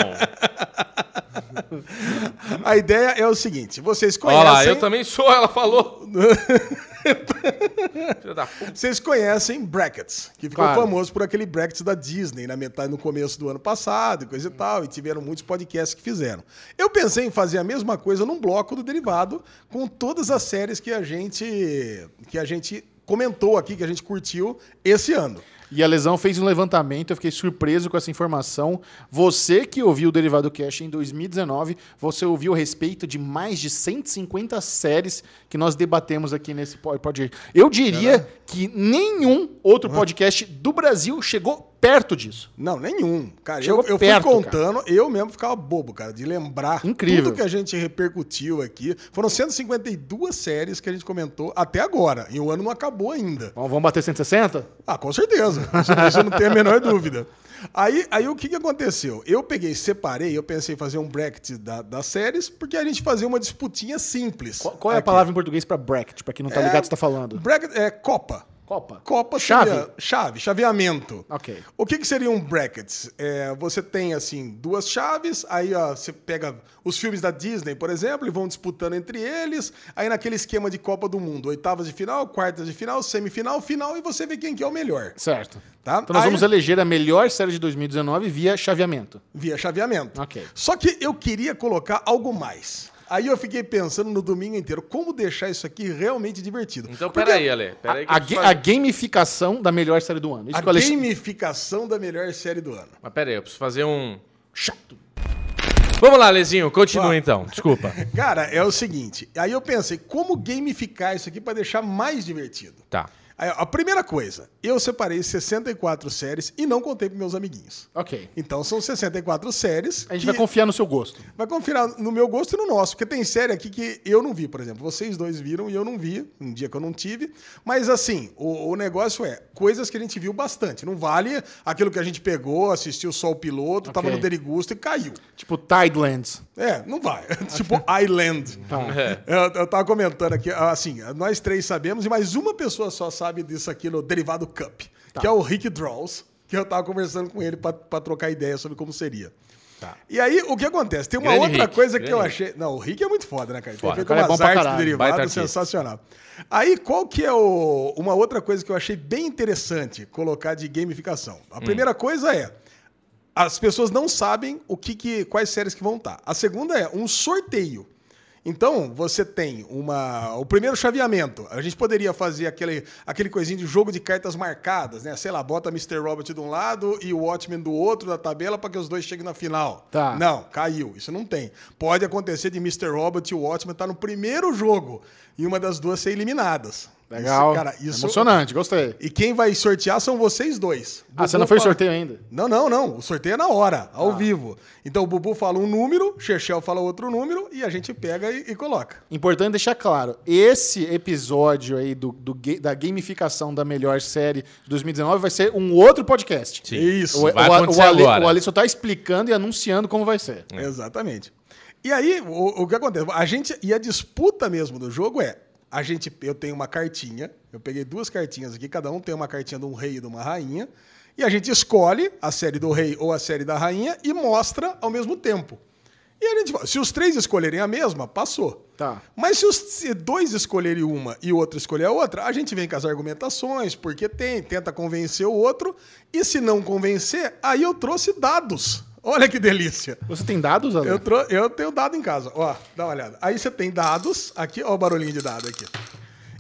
A ideia é o seguinte: vocês Olha conhecem. lá, eu também sou, ela falou. Filha da puta. Vocês conhecem Brackets, que ficou Claro. famoso por aquele Brackets da Disney na metade, no começo do ano passado e coisa e tal, e tiveram muitos podcasts que fizeram. Eu pensei em fazer a mesma coisa num bloco do Derivado, com todas as séries que a gente que a gente comentou aqui, que a gente curtiu esse ano. E a Lesão fez um levantamento, eu fiquei surpreso com essa informação. Você que ouviu o Derivado Cash em 2019, você ouviu a respeito de mais de 150 séries que nós debatemos aqui nesse po- podcast. Eu diria que nenhum outro podcast do Brasil chegou perto disso. Não, nenhum. Cara, Chegou eu, eu perto, fui contando, eu mesmo ficava bobo, cara, de lembrar Incrível. tudo que a gente repercutiu aqui. Foram 152 séries que a gente comentou até agora, e o ano não acabou ainda. Vamos vamos bater 160? Ah, com certeza. Isso, isso eu não tenho a menor dúvida. Aí, aí o que, que aconteceu? Eu peguei, separei, eu pensei em fazer um bracket da- das séries, porque a gente fazia uma disputinha simples. Qual, qual é a Aqui. palavra em português para bracket, para quem não tá ligado o que você tá falando? Bracket é Copa. Copa. Copa Chave. seria chave, chaveamento. Ok. O que, que seriam brackets? É, você tem, assim, duas chaves, aí ó, você pega os filmes da Disney, por exemplo, e vão disputando entre eles, aí naquele esquema de Copa do Mundo, oitavas de final, quartas de final, semifinal, final, e você vê quem que é o melhor, Certo. tá? Então nós Aí- vamos eleger a melhor série de 2019 via chaveamento. Via chaveamento. Ok. Só que eu queria colocar algo mais. Aí eu fiquei pensando no domingo inteiro, como deixar isso aqui realmente divertido. Então, Porque peraí, Ale. Peraí que a, eu preciso ga- a fazer- gamificação da melhor série do ano. Isso A que o Alexandre- gamificação da melhor série do ano. Mas peraí, eu preciso fazer um... Vamos lá, Lezinho, continua Vá. então. Desculpa. Cara, é o seguinte, aí eu pensei, como gamificar isso aqui pra deixar mais divertido? Tá. Aí, a primeira coisa, eu separei 64 séries e não contei pros meus amiguinhos. Ok. Então são 64 séries. A gente que vai confiar no seu gosto. Vai confiar no meu gosto e no nosso, porque tem série aqui que eu não vi, por exemplo. Vocês dois viram e eu não vi, um dia que eu não tive. Mas assim, o, o negócio é coisas que a gente viu bastante. Não vale aquilo que a gente pegou, assistiu só o piloto, tava Ok. no Derigusto e caiu. Tipo, Tidelands. É, não vai. [LAUGHS] tipo Island. É. Eu, eu tava comentando aqui, assim, nós três sabemos, e mais uma pessoa só sabe disso aqui no Derivado Cup, que é o Rick Draws, que eu tava conversando com ele pra- pra trocar ideia sobre como seria. E aí, o que acontece? Tem uma Grande outra Rick, coisa que eu grande achei. Não, o Rick é muito foda, né, cara? Ele Foda, Tem o cara é feito bom umas pra artes do caralho, baita derivado artista. sensacional. Aí, qual que é o... uma outra coisa que eu achei bem interessante colocar de gamificação? Hum. A primeira coisa é. As pessoas não sabem o que, que quais séries que vão estar. A segunda é um sorteio. Então, você tem uma o primeiro chaveamento. A gente poderia fazer aquele, aquele coisinho de jogo de cartas marcadas, né? Sei lá, bota Mr. Robot de um lado e o Watchmen do outro da tabela para que os dois cheguem na final. Tá. Não, caiu. Isso não tem. Pode acontecer de Mr. Robot e o Watchmen estar no primeiro jogo e uma das duas ser eliminadas. Legal. Isso, cara, isso... Emocionante, gostei. E quem vai sortear são vocês dois. Ah, você Bubu não foi fala- sorteio ainda? não, não, não. O sorteio é na hora, ao vivo. Então o Bubu fala um número, o Chechel fala outro número e a gente pega e, e coloca. Importante deixar claro, esse episódio aí do, do ga- da gamificação da melhor série de 2019 vai ser um outro podcast. Sim. Isso. O, Vai o- acontecer o Ale, agora. o Ale só tá explicando e anunciando como vai ser. Exatamente. E aí, o, o que acontece? A gente. E a disputa mesmo do jogo é. A gente, eu tenho uma cartinha, eu peguei duas cartinhas aqui, cada um tem uma cartinha de um rei e de uma rainha, e a gente escolhe a série do rei ou a série da rainha e mostra ao mesmo tempo. E a gente fala, se os três escolherem a mesma, passou. Tá. Mas se os se dois escolherem uma e o outro escolher a outra, a gente vem com as argumentações, porque tem, tenta convencer o outro, e se não convencer, aí eu trouxe dados. Olha que delícia. Você tem dados, Ale? Eu, trou- eu tenho dado em casa. Ó, dá uma olhada. Aí você tem dados. Aqui, ó, o barulhinho de dado aqui.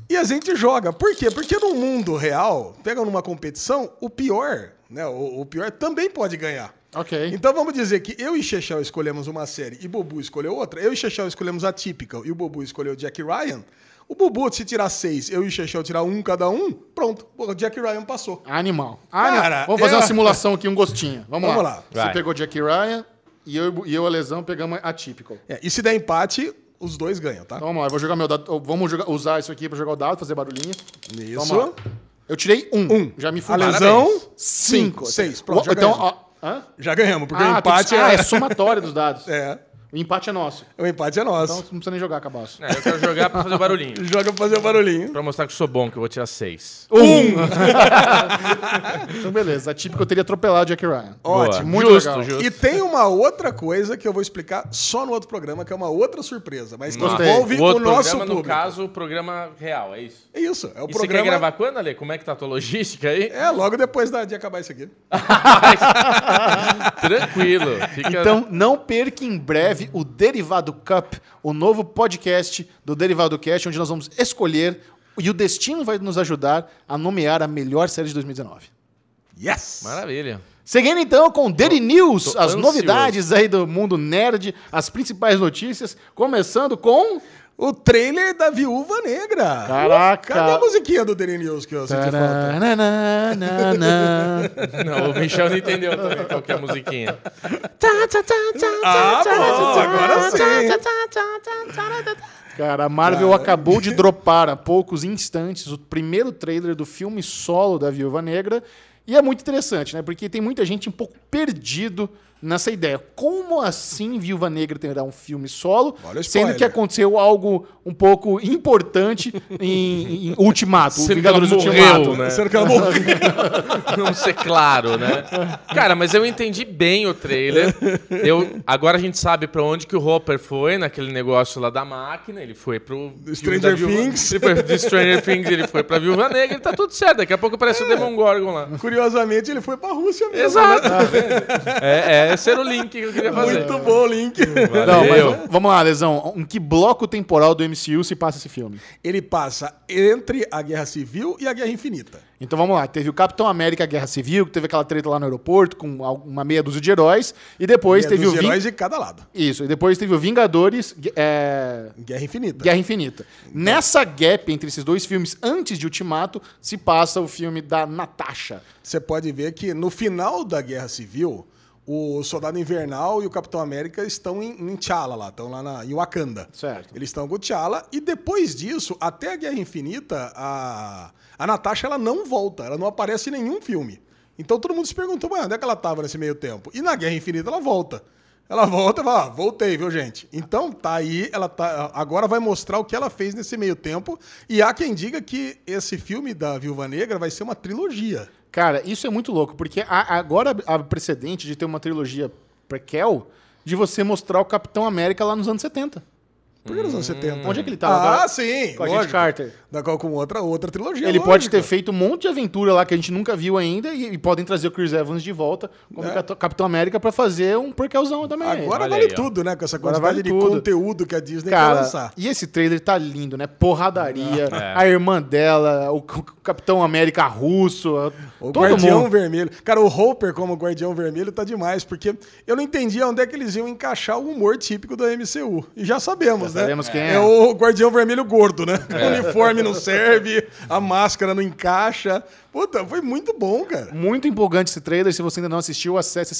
E a gente joga. Por quê? Porque no mundo real, pega numa competição, o pior, né? O, o pior também pode ganhar. Ok. Então vamos dizer que eu e Chechel escolhemos uma série e Bobu escolheu outra. Eu e Chechel escolhemos a Typical e o Bobu escolheu Jack Ryan. O Bobu, se tirar seis, eu e o Chechel tirar um cada um, pronto. O Jack Ryan passou. Animal. Animal. Cara, Ah, Vamos fazer eu- uma simulação aqui, um gostinho. Vamos, Vamos lá. lá. Você Vai. pegou Jack Ryan e eu, e eu a lesão pegamos a Typical. É, e se der empate, os dois ganham, tá? Então vamos lá, eu vou jogar meu dado. Vamos jogar- usar isso aqui pra jogar o dado, fazer barulhinho. Isso. Vamos lá. Eu tirei um. Um. Já me A fui lesão, Cinco. Seis. Pronto, Pronto, já então, ganhamos. ó, hã? Já ganhamos, porque o Ah, empate tem que- ah, [LAUGHS] é... é somatória dos dados. É. O empate é nosso. O empate é Então nosso. você não precisa nem jogar, cabaço. É, eu quero jogar pra fazer barulhinho. Joga pra fazer o barulhinho. Pra mostrar que eu sou bom, que eu vou tirar seis. Então, beleza. A típica eu teria atropelado o Jack Ryan. Ótimo, Boa. muito Justo, legal. justo. E tem uma outra coisa que eu vou explicar só no outro programa, que é uma outra surpresa, mas que Gostei. envolve o, Tá. outro nosso programa, público. no caso, o programa real, é isso. É isso, é o E você quer programa. gravar quando, Ale? Como é que tá a tua logística aí? [LAUGHS] É, logo depois da- de acabar isso aqui. Tranquilo. Fica... Então, não perca em breve o Derivado Cup, o novo podcast do Derivado Cast, onde nós vamos escolher e o destino vai nos ajudar a nomear a melhor série de 2019. Yes! Maravilha. Seguindo então com Daily News, tô as ansioso. novidades aí do mundo nerd, as principais notícias, começando com. O trailer da Viúva Negra. Caraca. Cadê a musiquinha do Daily News que eu senti falta? Tarananana. [LAUGHS] Não, o Michel não entendeu também qual que é a musiquinha. Ah, bom, agora sim. Cara, a Marvel acabou [LAUGHS] de dropar há poucos instantes o primeiro trailer do filme solo da Viúva Negra. E é muito interessante, né? Porque tem muita gente um pouco perdido nessa ideia. Como assim Viúva Negra terá um filme solo, Olha o sendo spoiler. que aconteceu algo um pouco importante em, em Ultimato, o Sendo que Vingadores ela morreu, Ultimato. né? Será que [LAUGHS] ela morreu? Não ser claro, né? Cara, mas eu entendi bem o trailer. Eu, agora a gente sabe pra onde que o Hopper foi naquele negócio lá da máquina. Ele foi pro. filme Stranger da Viúva- Things. Ele foi do Stranger Things, ele foi pra Viúva Negra e tá tudo certo. Daqui a pouco aparece o Demon Gorgon lá. Curiosamente, ele foi pra Rússia mesmo. Exato. É, é, esse era o link que eu queria né? fazer. Tá Muito bom o link. Não, mas Valeu. v- vamos lá, Lesão. Em que bloco temporal do MCU se passa esse filme? Ele passa entre a Guerra Civil e a Guerra Infinita. Então vamos lá, teve o Capitão América Guerra Civil, que teve aquela treta lá no aeroporto com al- uma meia dúzia de heróis, e depois É teve dos o Vin- heróis de cada lado. Isso, e depois teve o Vingadores gue- é, Guerra Infinita. Guerra Infinita. Nessa gap entre esses dois filmes, antes de Ultimato, se passa o filme da Natasha. Você pode ver que no final da Guerra Civil, o Soldado Invernal e o Capitão América estão em, em T'Challa lá, estão lá na, em Wakanda. Certo. Eles estão com o T'Challa e depois disso, até a Guerra Infinita, a, a Natasha ela não volta, ela não aparece em nenhum filme. Então todo mundo se perguntou, "Ué, onde é que ela estava nesse meio tempo? E na Guerra Infinita ela volta. Ela volta e fala, ah, voltei, viu, gente? Então tá aí, ela tá. Agora vai mostrar o que ela fez nesse meio tempo. E há quem diga que esse filme da Viúva Negra vai ser uma trilogia. Cara, isso é muito louco, porque a- agora há precedente de ter uma trilogia prequel de você mostrar o Capitão América lá nos anos 70. Por que nos anos 70? Onde é que ele tava? Ah, sim. Com a gente lógico. Carter. Da qual com outra, outra trilogia. Ele lógico. pode ter feito um monte de aventura lá que a gente nunca viu ainda e, e podem trazer o Chris Evans de volta como Capitão- Capitão América pra fazer um porquelzão também. É. Agora Olha vale aí, ó. tudo, né? Com essa Agora quantidade vale de tudo. conteúdo que a Disney quer Cara, lançar. e esse trailer tá lindo, né? Porradaria, É. a irmã dela, o, c- o Capitão América russo, O todo Guardião mundo. Vermelho. Cara, o Hopper como Guardião Vermelho tá demais, porque eu não entendi onde é que eles iam encaixar o humor típico da MCU. E já sabemos, Já né? sabemos quem é. o Guardião Vermelho gordo, né? O uniforme não serve, a máscara não encaixa. Puta, foi muito bom, cara. Muito empolgante esse trailer. Se você ainda não assistiu, acesse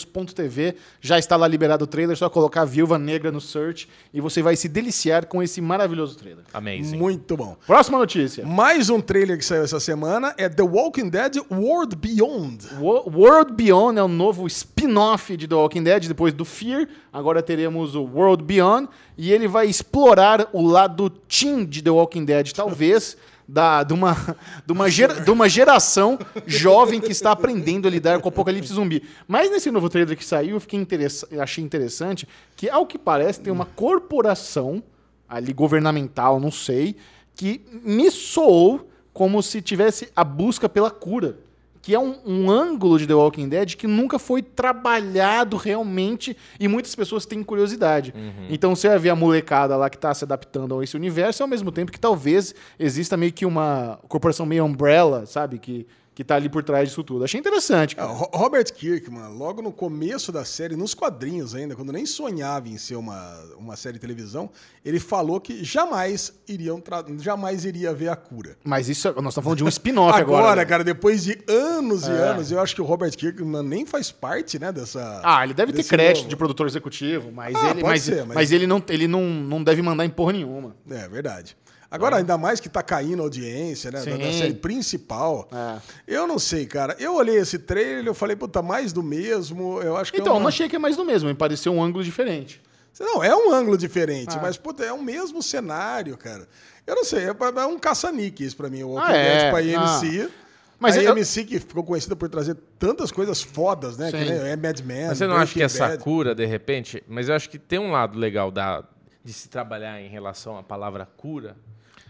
sériemaníacos.tv. Já está lá liberado o trailer. É só colocar Viúva Negra no search e você vai se deliciar com esse maravilhoso trailer. Amazing. Muito bom. Próxima notícia. Mais um trailer que saiu essa semana é The Walking Dead World Beyond. Wo- World Beyond é o novo spin-off de The Walking Dead, depois do Fear. Agora teremos o World Beyond. E ele vai explorar o lado teen de The Walking Dead, talvez. Da, de, uma, [LAUGHS] de, uma gera- de uma geração jovem que está aprendendo a lidar com o apocalipse zumbi. Mas nesse novo trailer que saiu, eu fiquei interessa- eu achei interessante que, ao que parece, tem uma corporação ali governamental, não sei, que me soou como se tivesse a busca pela cura que é um, um ângulo de The Walking Dead que nunca foi trabalhado realmente e muitas pessoas têm curiosidade. Então você vai ver a molecada lá que tá se adaptando a esse universo, ao mesmo tempo que talvez exista meio que uma corporação meio umbrella, sabe? Que, que tá ali por trás disso tudo. Achei interessante, É, cara. Ro- Robert Kirkman, logo no começo da série, nos quadrinhos ainda, quando nem sonhava em ser uma, uma série de televisão, ele falou que jamais iriam tra- jamais iria haver a cura. Mas isso, é- nós estamos falando de um spin-off agora. né? É. cara, depois de anos e anos, eu acho que o Robert Kirkman nem faz parte, né, dessa. Ah, ele deve ter desse crédito novo. de produtor executivo, mas, Ah, ele, pode mas, ser, mas... mas- ele, não, ele não, não deve mandar em porra nenhuma. É verdade. Agora, ainda mais que tá caindo a audiência, né? Da, da Sim. série principal. É. Eu não sei, cara. Eu olhei esse trailer, eu falei, puta, mais do mesmo. Eu acho que é Então, eu uma- não achei que é mais do mesmo, me pareceu um ângulo diferente. Não, é um ângulo diferente, mas puta, é o mesmo cenário, cara. Eu não sei, é, pra- é um caça-nique isso pra mim, o Walking Ah, é. Dead tipo, pra IMC. Mas Mas é, a eu- IMC que ficou conhecida por trazer tantas coisas fodas, né? Que, Sim. né, é Mad Men, Mas você não acha Breaking que é Bad. Sakura, de repente? Mas eu acho que tem um lado legal da, de se trabalhar em relação à palavra cura.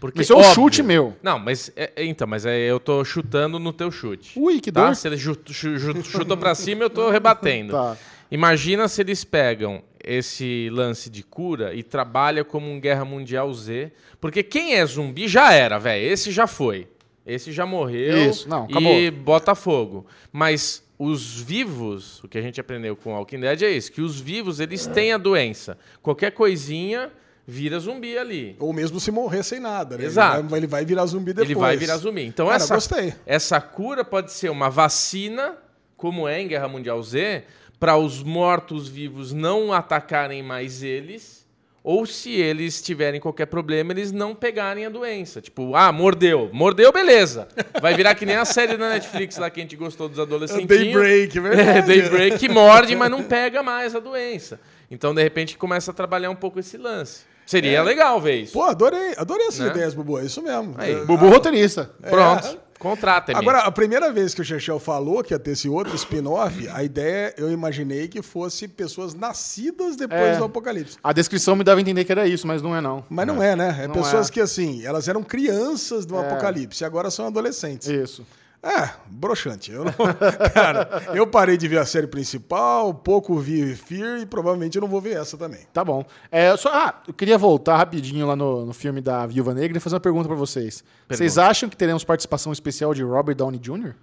Porque, Isso é um óbvio- chute meu. Não, mas. é- é, então, mas é, eu tô chutando no teu chute. Ui, que tá? dor. Se ele ju- chu- ju- chutou pra cima, eu tô rebatendo. [LAUGHS] Tá. Imagina se eles pegam esse lance de cura e trabalha como um Guerra Mundial Z. Porque quem é zumbi já era, velho. Esse já foi. Esse já morreu. Isso, não, E acabou. bota fogo. Mas os vivos, o que a gente aprendeu com Walking Dead é isso, que os vivos, eles têm a doença. Qualquer coisinha vira zumbi ali. Ou mesmo se morrer sem nada, né? Exato. Ele vai, ele vai virar zumbi depois. Ele vai virar zumbi. Então Cara, essa, gostei. essa cura pode ser uma vacina, como é em Guerra Mundial Z, para os mortos-vivos não atacarem mais eles, ou se eles tiverem qualquer problema, eles não pegarem a doença. Tipo, ah, mordeu. Mordeu, beleza. Vai virar que nem a série da Netflix lá que a gente gostou dos adolescentes. É Daybreak, verdade. [LAUGHS] É, Daybreak, que morde, mas não pega mais a doença. Então, de repente, começa a trabalhar um pouco esse lance. Seria legal ver isso. É. Pô, adorei, adorei essas Né? ideias, Bubu, é isso mesmo. Aí. é É, Bubu roteirista. Pronto, contrata Agora, a primeira vez que o Chechel falou que ia ter esse outro spin-off, a ideia eu imaginei que fosse pessoas nascidas depois É. do apocalipse. A descrição me dava a entender que era isso, mas não é não. Mas não é, né? É Não pessoas é. que, assim, elas eram crianças do apocalipse e agora são adolescentes. Isso. É, broxante. Eu não- [LAUGHS] Cara, eu parei de ver a série principal, pouco vi Fear e provavelmente eu não vou ver essa também. Tá bom. É, só, ah, eu queria voltar rapidinho lá no, no filme da Viúva Negra e fazer uma pergunta pra vocês. Vocês acham que teremos participação especial de Robert Downey Jr.?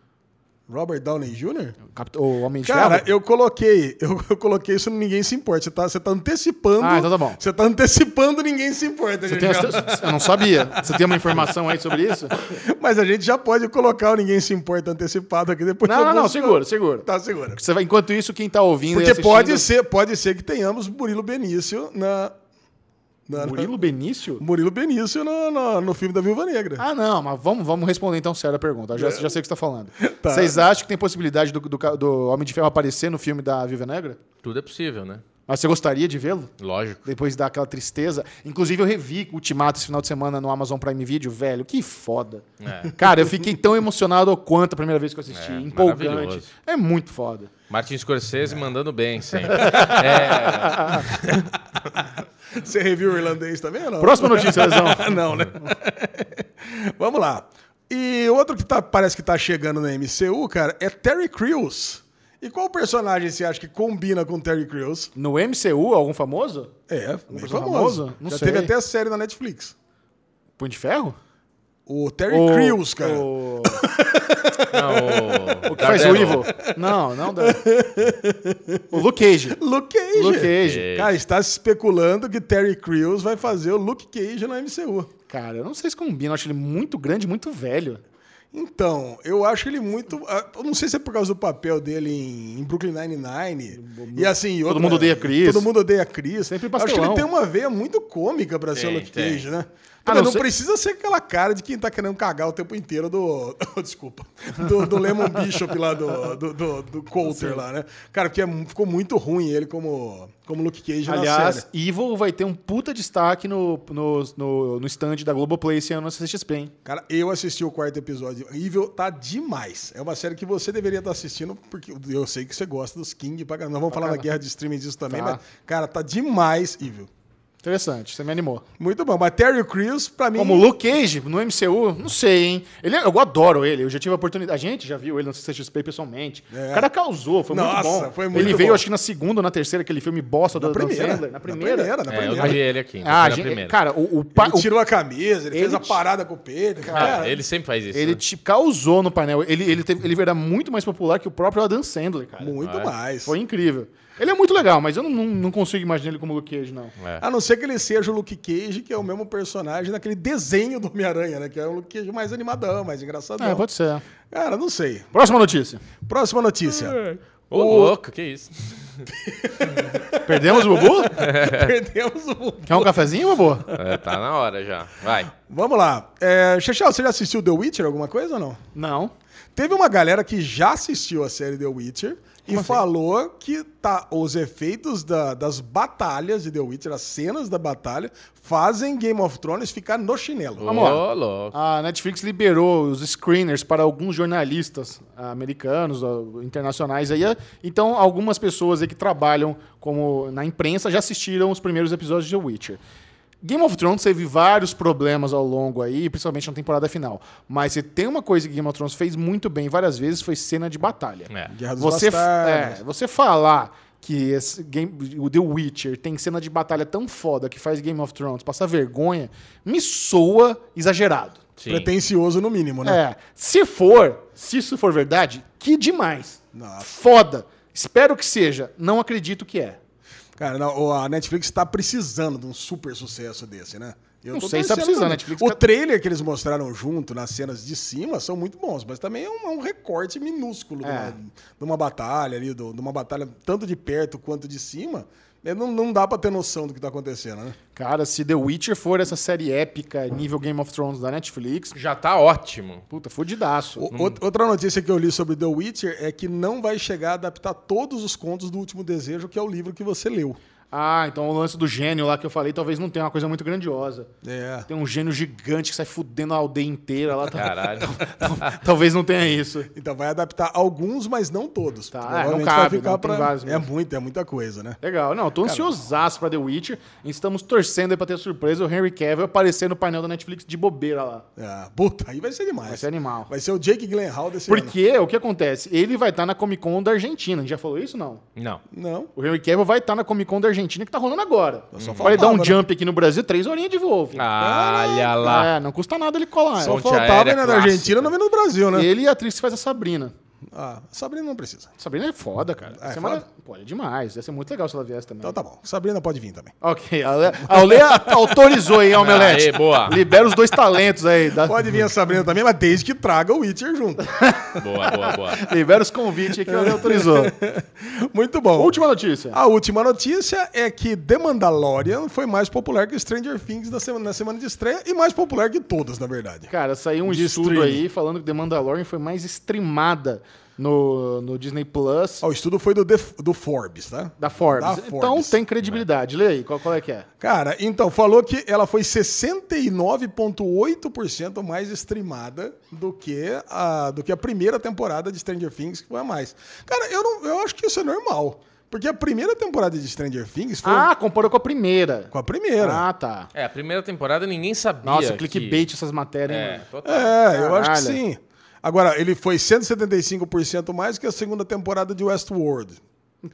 Robert Downey Jr.? Capit- O Homem de Cara, Ferro? eu coloquei, eu, eu coloquei isso no Ninguém Se Importa. Você tá, você tá antecipando. Ah, então tá bom. Você tá antecipando Ninguém Se Importa. tá Você gente. tem [LAUGHS] as- eu não sabia. Você tem uma informação aí sobre isso? Mas a gente já pode colocar o Ninguém Se Importa antecipado aqui depois. Não, eu não, vou- não. Segura, segura. Tá, segura. Você vai- enquanto isso, quem tá ouvindo e Porque assistindo- pode ser, pode ser que tenhamos Murilo Benício na... na- na- Murilo Benício? Murilo Benício no, no, no filme da Viúva Negra. Ah, não, mas vamos, vamos responder então sério a pergunta. Eu É. já, já sei o que você tá falando. Vocês acham que tem possibilidade do, do ca- do Homem de Ferro aparecer no filme da Viúva Negra? Tudo é possível, né? Mas você gostaria de vê-lo? Lógico. Depois daquela tristeza. Inclusive, eu revi Ultimato esse final de semana no Amazon Prime Video, velho. Que foda. É. Cara, eu fiquei tão emocionado quanto a primeira vez que eu assisti. É, Empolgante. maravilhoso. É muito foda. Martin Scorsese mandando bem [LAUGHS] sempre. É, Você reviu o irlandês também ou não? Próxima notícia, Lesão. [LAUGHS] não, né? Vamos lá. E outro que tá- parece que tá chegando na MCU, cara, é Terry Crews. E qual personagem você acha que combina com Terry Crews? No MCU, algum famoso? É, bem Um personagem famoso. famoso? Não Já sei. teve até a série na Netflix. Punho de Ferro? O Terry Crews, cara. O, não, o que faz o Gardner. Evil? Não, não dá. O Luke Cage. Luke Cage. Luke Cage. Cara, está se especulando que Terry Crews vai fazer o Luke Cage na MCU. Cara, eu não sei se combina. Eu acho ele muito grande, muito velho. Então, eu acho ele muito. ah, Eu não sei se é por causa do papel dele em, em Brooklyn Nine-Nine. E assim. e outra- mundo odeia Chris. Todo mundo odeia Chris. Sempre acho que ele pastelão. tem uma veia muito cômica pra ser o Tem, Luke tem. Cage, né? Ah, não não sei- precisa ser aquela cara de quem tá querendo cagar o tempo inteiro do. [LAUGHS] Desculpa. Do, do Lemon Bishop lá, do, do, do, do Coulter lá, né? Cara, porque é mu- ficou muito ruim ele como, como Luke Cage na série. Aliás, Evil vai ter um puta destaque no, no, no, no stand da Globoplay esse ano na CCXP, hein? Cara, eu assisti o quarto episódio. Evil tá demais. É uma série que você deveria estar assistindo, porque eu sei que você gosta dos King. pra caramba. Nós vamos falar da guerra de streaming disso também, Tá. mas, cara, tá demais, Evil. Interessante, você me animou. Muito bom. Mas Terry Crews, pra mim. Como o Luke Cage no MCU, não sei, hein? Ele, é- eu adoro ele, eu já tive a oportunidade. A gente já viu ele no CCXP pessoalmente. É. O cara causou, foi Nossa, muito bom. foi muito ele veio, bom. acho que na segunda ou na terceira, aquele filme bosta do na Adam primeira. Sandler. Na primeira. Na primeira, na É, eu primeira. vi ele aqui. Ah, na gente, primeira. cara, o, o, pa- Ele o- tirou a camisa, Ele ele, fez a ti- parada com o Pedro. Ah, Cara, ele sempre faz isso. ele né? te causou no painel. Ele, ele, teve- ele era muito mais popular que o próprio Adam Sandler, cara. Muito É. mais. Foi incrível. Ele é muito legal, mas eu não, não, não consigo imaginar ele como Luke Cage, não. É. A não ser que ele seja o Luke Cage, que é o mesmo personagem daquele desenho do Homem-Aranha, né? Que é o Luke Cage mais animadão, mais engraçadão. É, pode ser. Cara, não sei. Próxima notícia. Próxima É. notícia. tipo- Ô, louco, que isso. Perdemos o Bubu? Perdemos o [LAUGHS] Quer um cafezinho, Bubu? É, tá na hora já. Vai. Vamos lá. É, Chechel, você já assistiu The Witcher, alguma coisa ou não? Não. Teve uma galera que já assistiu a série The Witcher e falou que tá, os efeitos da- das batalhas de The Witcher, as cenas da batalha, fazem Game of Thrones ficar no chinelo. Ô, lá. louco. A Netflix liberou os screeners para alguns jornalistas ah, americanos, ó, internacionais aí. Então, algumas pessoas aí que trabalham como na imprensa já assistiram os primeiros episódios de The Witcher. Game of Thrones teve vários problemas ao longo aí, principalmente na temporada final. Mas se tem uma coisa que Game of Thrones fez muito bem várias vezes foi cena de batalha. É. Guerra dos Você, Bastardos. é, você falar que esse game, o The Witcher tem cena de batalha tão foda que faz Game of Thrones passar vergonha, me soa exagerado. Sim. Pretencioso no mínimo, né? É, se for, se isso for verdade, que demais. Nossa. Foda. Espero que seja. Não acredito que é. Cara, não, a Netflix tá precisando de um super sucesso desse, né? Eu Não tô sei se tá torcendo precisando, também. a Netflix O tá- trailer que eles mostraram junto nas cenas de cima são muito bons, mas também é um, é um recorte minúsculo de, É. uma, de uma batalha ali, do- de uma batalha tanto de perto quanto de cima. É, Não, não dá pra ter noção do que tá acontecendo, né? Cara, se The Witcher for essa série épica nível Game of Thrones da Netflix, Já tá ótimo. puta, fodidaço. O- out- Outra notícia que eu li sobre The Witcher é que não vai chegar a adaptar todos os contos do Último Desejo, que é o livro que você leu. Ah, então o lance do gênio lá que eu falei talvez não tenha uma coisa muito grandiosa. É. Tem um gênio gigante que sai fudendo a aldeia inteira lá. Tá, Caralho. Talvez não tenha isso. Então vai adaptar alguns, mas não todos. Tá, Provavelmente é, não cabe, vai ficar não, tem pra... vários É mesmo. muito, é muita coisa, né? Legal. Não, eu tô ansiosaço pra The Witcher. Estamos torcendo aí pra ter surpresa o Henry Cavill aparecer no painel da Netflix de bobeira lá. Ah, puta, aí vai ser demais. Vai ser animal. Vai ser o Jake Gyllenhaal desse ano. Porque o que acontece? Ele vai estar na Comic Con da Argentina. A gente já falou isso não? Não. Não. O Henry Cavill vai estar na Comic Con da Argentina que tá rolando agora. Só Vai faltava, dar um né? Ah jump aqui no Brasil, três horinhas de voo. filho. Olha lá. É, não custa nada ele colar. é. Só Ponte faltava aérea ir na clássica. Argentina, não vem no Brasil, né? Ele e a atriz que faz a Sabrina. Ah, Sabrina não precisa. Sabrina é foda, cara. Ah, é Semana... foda? Pô, ela é demais. Ia ser muito legal se ela viesse também. Então tá bom. Sabrina pode vir também. Ok, a Ale- a Olê autorizou aí, Omelete. Aê, boa. Libera os dois talentos aí. dá- Pode vir a Sabrina também, mas desde que traga o Witcher junto. [LAUGHS] Boa, boa, boa. Libera os convites aí que a Olê [LAUGHS] autorizou. muito bom. Última notícia. A última notícia é que The Mandalorian foi mais popular que Stranger Things na semana, na semana de estreia e mais popular que todas, na verdade. Cara, saiu um De estudo streaming. aí falando que The Mandalorian foi mais streamada no, no Disney Plus Ó, o estudo foi do, The- do Forbes, tá? da, Forbes. da Forbes. Então tem credibilidade. Lê aí, qual, qual é que é? Cara, então, falou que ela foi 69,8% mais streamada do que, a, do que a primeira temporada de Stranger Things, que foi a mais. Cara, eu, não, eu acho que isso é normal. Porque a primeira temporada de Stranger Things foi um Ah, comparou com a primeira. com a primeira. Ah, tá. É, a primeira temporada ninguém sabia. Nossa, que- clickbait essas matérias. hein, É, mano? total. é, eu acho que Caralho. sim. Agora, ele foi 175% mais que a segunda temporada de Westworld.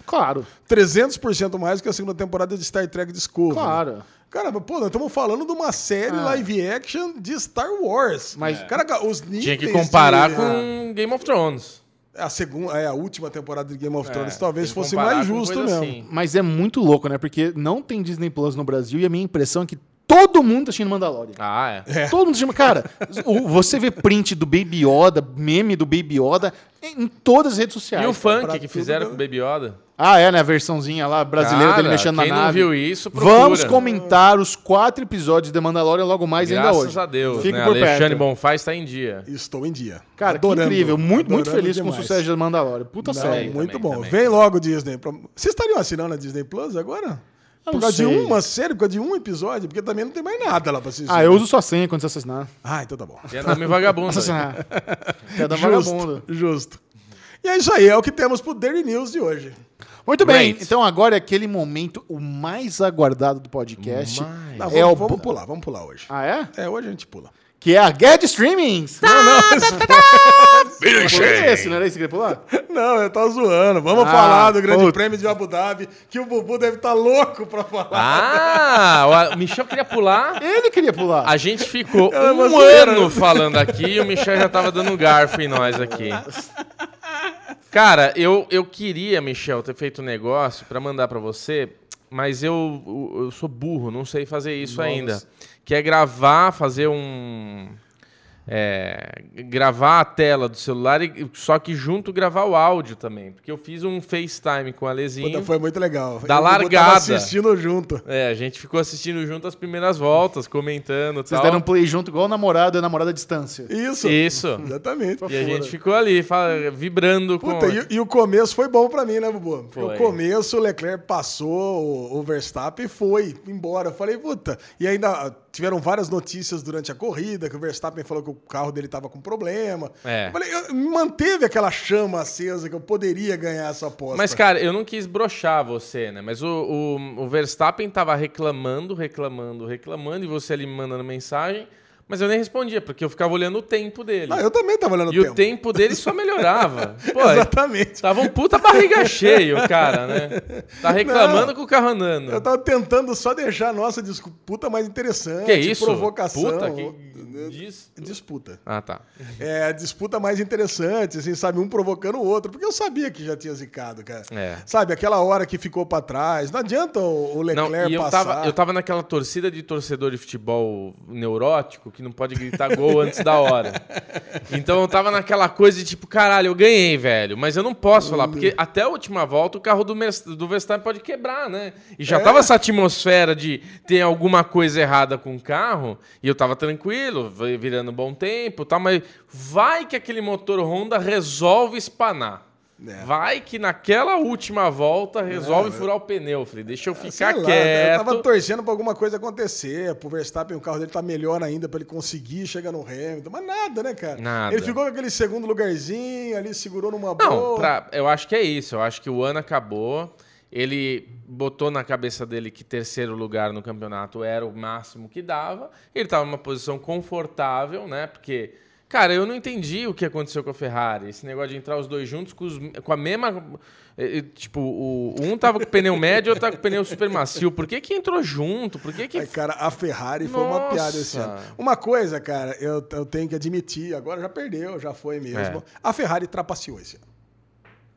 Claro, 300% mais que a segunda temporada de Star Trek Discovery. claro. Cara, mas, pô, nós estamos falando de uma série live action de Star Wars. Ah. Mas- cara, os níveis Tinha que comparar de- ah. com Game of Thrones. a segunda, é a última temporada de Game of Thrones, É, talvez tem que fosse comparar mais com justo coisa mesmo. assim. Mas é muito louco, né? Porque não tem Disney Plus no Brasil e a minha impressão é que todo mundo tá assistindo Mandalorian. Ah, é. Todo mundo chama. Cara, o- você vê print do Baby Yoda, meme do Baby Yoda em, em todas as redes sociais. E o pra funk que tudo, fizeram né? com o Baby Yoda? Ah, é, né? A versãozinha lá brasileira Cara, dele mexendo na quem não nave. viu isso, procura. Vamos comentar os quatro episódios de The Mandalorian logo mais ainda hoje. Graças a Deus, Fique né? por Alexandre perto. Bonfá está em dia. Estou em dia. Cara, que Adorando. incrível. Muito, muito Adorando feliz com o demais. sucesso de The Mandalorian. Puta Não, série. muito também, bom. também. Vem logo, Disney. Pra- Vocês estariam assinando a Disney Plus agora? Eu Por não causa de sei. uma série, por causa de um episódio? Porque também não tem mais nada lá pra assistir. Ah, eu uso sua senha quando você [LAUGHS] assassinar. Ah, então tá bom. Tem nome é um vagabundo. [LAUGHS] Assassinar. Piada vagabunda. Justo, justo. E é isso aí, é o que temos pro Daily News de hoje. Muito bem, Great. então agora é aquele momento, o mais aguardado do podcast. Mais. Tá, É vamos, o- vamos pular, vamos pular hoje. Ah, é? É, hoje a gente pula. Que é a guerra de streamings. Tá, [LAUGHS] esse, não era esse que ia pular? [LAUGHS] Não, eu tô zoando. Vamos Ah, falar do Grande puta. Prêmio de Abu Dhabi, que o Bubu deve estar louco pra falar. Ah, o a- o Michel queria pular. Ele queria pular. A gente ficou É uma um zoeira, ano né? falando aqui e o Michel já tava dando um garfo em nós aqui. Cara, eu, eu queria, Michel, ter feito um negócio pra mandar pra você, mas eu, eu, eu sou burro, não sei fazer isso ainda. Que é gravar, fazer um. é, gravar a tela do celular, e, só que junto gravar o áudio também. Porque eu fiz um FaceTime com a Lezinho. Puta, foi muito legal. Da Eu tava largada. assistindo junto. É, a gente ficou assistindo junto as primeiras voltas, comentando e Vocês tá. tal. um deram um play junto igual o namorado e a namorada à distância. Isso. [LAUGHS] Isso. Exatamente. E a gente ficou ali, fala- vibrando com. Puta, e, e o começo foi bom pra mim, né, Bubu? Porque Foi. o começo, o Leclerc passou o, o Verstappen e foi embora. Eu falei, puta. E ainda ah, tiveram várias notícias durante a corrida, que o Verstappen falou que o carro dele tava com problema. É. Eu falei, eu- manteve aquela chama acesa que eu poderia ganhar essa aposta. Mas, cara, eu não quis broxar você, né? Mas o, o, o Verstappen tava reclamando, reclamando, reclamando, e você ali me mandando mensagem, mas eu nem respondia, porque eu ficava olhando o tempo dele. Ah, eu também tava olhando e o [LAUGHS] tempo dele só melhorava. Pô, Exatamente. tava um puta barriga cheio, o cara, né? Tá reclamando com o carro andando. Eu tava tentando só deixar a nossa disputa mais interessante. Que isso? Provocação. Puta, que... Diz... Disputa. Ah, tá. É, a disputa mais interessante, assim, sabe? Um provocando o outro, porque eu sabia que já tinha zicado, cara. É. Sabe, aquela hora que ficou pra trás. Não adianta o o Não, Leclerc e eu passar. tava, eu tava naquela torcida de torcedor de futebol neurótico que não pode gritar [LAUGHS] gol antes da hora. Então eu tava naquela coisa de tipo, caralho, eu ganhei, velho. Mas eu não posso falar, Hum. porque até a última volta o carro do, Mer- do Verstappen pode quebrar, né? E É. já tava essa atmosfera de ter alguma coisa errada com o carro, e eu tava tranquilo, vi- virando bom tempo e tal, mas vai que aquele motor Honda resolve espanar. É. Vai que naquela última volta resolve furar o pneu. Eu Falei, deixa eu ficar Sei ficar lá, né? quieto. Eu tava torcendo pra alguma coisa acontecer. Pro Verstappen, o carro dele tá melhor ainda pra ele conseguir chegar no Hamilton. Mas nada, né, cara? Nada. Ele ficou com aquele segundo lugarzinho ali, segurou Não, numa boa. pra- eu acho que é isso. Eu acho que o ano acabou. Ele botou na cabeça dele que terceiro lugar no campeonato era o máximo que dava. Ele tava numa posição confortável, né? Porque, cara, eu não entendi o que aconteceu com a Ferrari. Esse negócio de entrar os dois juntos com, os- com a mesma. eh, eh, Tipo, o, um tava com o pneu médio e outro tava com o pneu super macio. Por que que entrou junto? Por que que. Ai, cara, a Ferrari foi uma Nossa! piada esse ano. Uma coisa, cara, eu, eu tenho que admitir, agora já perdeu, já foi mesmo. É. A Ferrari trapaceou esse ano.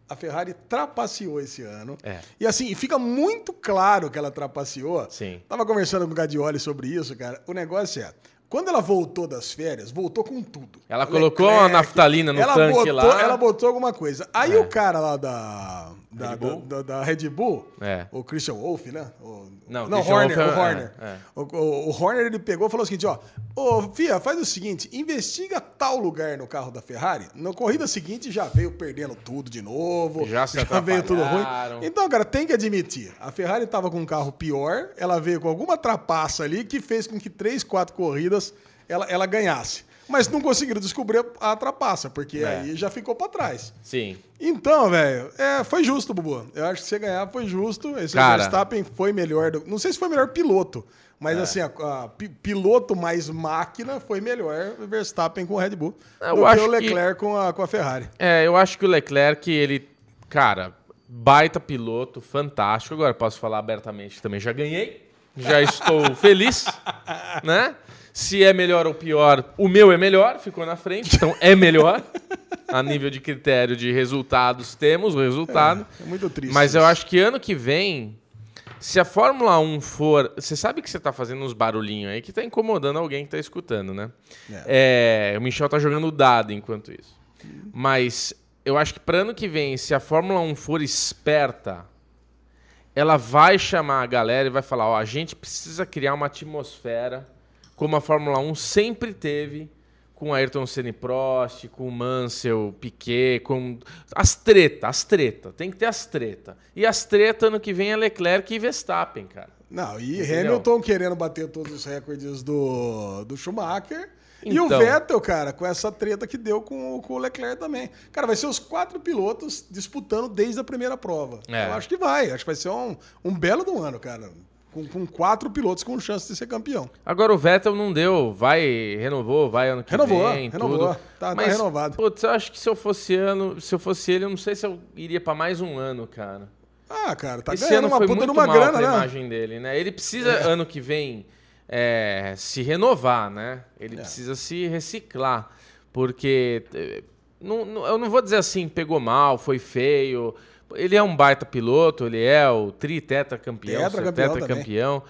A Ferrari trapaceou esse ano. É. E assim, fica muito claro que ela trapaceou. Sim. Tava conversando com o Gadioli sobre isso, cara. O negócio é, quando ela voltou das férias, voltou com tudo. Ela colocou a naftalina no ela tanque botou, lá. Ela botou alguma coisa. Aí É. o cara lá da da, Red da, Bull? da- da Red Bull, É. o Christian Wolff, né? O- Não, o não Christian Horner, Wolff é- o Horner. é, é. O, o- o Horner ele pegou e falou o seguinte: ó, ô Fia, faz o seguinte, investiga tal lugar no carro da Ferrari. Na corrida seguinte já veio perdendo tudo de novo. Já se veio tudo ruim. atrapalharam. Então, cara, tem que admitir: a Ferrari tava com um carro pior, ela veio com alguma trapaça ali que fez com que três, quatro corridas ela, ela ganhasse. Mas não conseguiram descobrir a trapaça, É. porque aí já ficou pra trás. Sim. Então, velho, é, foi justo, Bubu. Eu acho que você ganhar foi justo. Esse Cara. É. Verstappen foi melhor. do- não sei se foi melhor piloto, mas assim, a, a pi- piloto mais máquina foi melhor o Verstappen com o Red Bull É, Eu do que acho o que- Leclerc com, a, com a Ferrari. É, eu acho que o Leclerc, ele, cara, baita piloto, fantástico. Agora posso falar abertamente também, já ganhei, [LAUGHS] já estou feliz, né? Se é melhor ou pior, o meu é melhor, ficou na frente, então é [LAUGHS] melhor. A nível de critério de resultados, temos o resultado. É muito triste. Mas eu isso. acho que ano que vem, se a Fórmula 1 for. Você sabe que você tá fazendo uns barulhinhos aí que tá incomodando alguém que tá escutando, né? É, o Michel tá jogando dado enquanto isso. Mas eu acho que para ano que vem, se a Fórmula 1 for esperta, ela vai chamar a galera e vai falar: ó, a gente precisa criar uma atmosfera como a Fórmula 1 sempre teve com Ayrton Senna e Prost, com Mansell, Piquet, com as treta, as treta, tem que ter as treta. E as treta ano que vem é Leclerc e Verstappen, cara. Não, e Entendeu? Hamilton querendo bater todos os recordes do, do Schumacher. E o Então. Vettel, cara, com essa treta que deu com, o- com o Leclerc também. Cara, vai ser os quatro pilotos disputando desde a primeira prova. É. Eu acho que vai. Acho que vai ser um, um belo do ano, cara. Com, com quatro pilotos com chance de ser campeão. Agora o Vettel não deu, vai, renovou, vai ano que Renovou, vem, renovou. tudo. Tá- tá renovado. Putz, eu acho que se eu fosse ano, se eu fosse ele, eu não sei se eu iria pra mais um ano, cara. Ah, cara, tá Esse ganhando ano uma foi puta muito numa mal grana, pra né? imagem dele, né? Ele precisa, ano que vem, é, se renovar, né? Ele É. precisa se reciclar, porque eh, não- não- eu não vou dizer assim, pegou mal, foi feio. Ele é um baita piloto, ele é o tri-tetra campeão, Tetracampeão tetra campeão.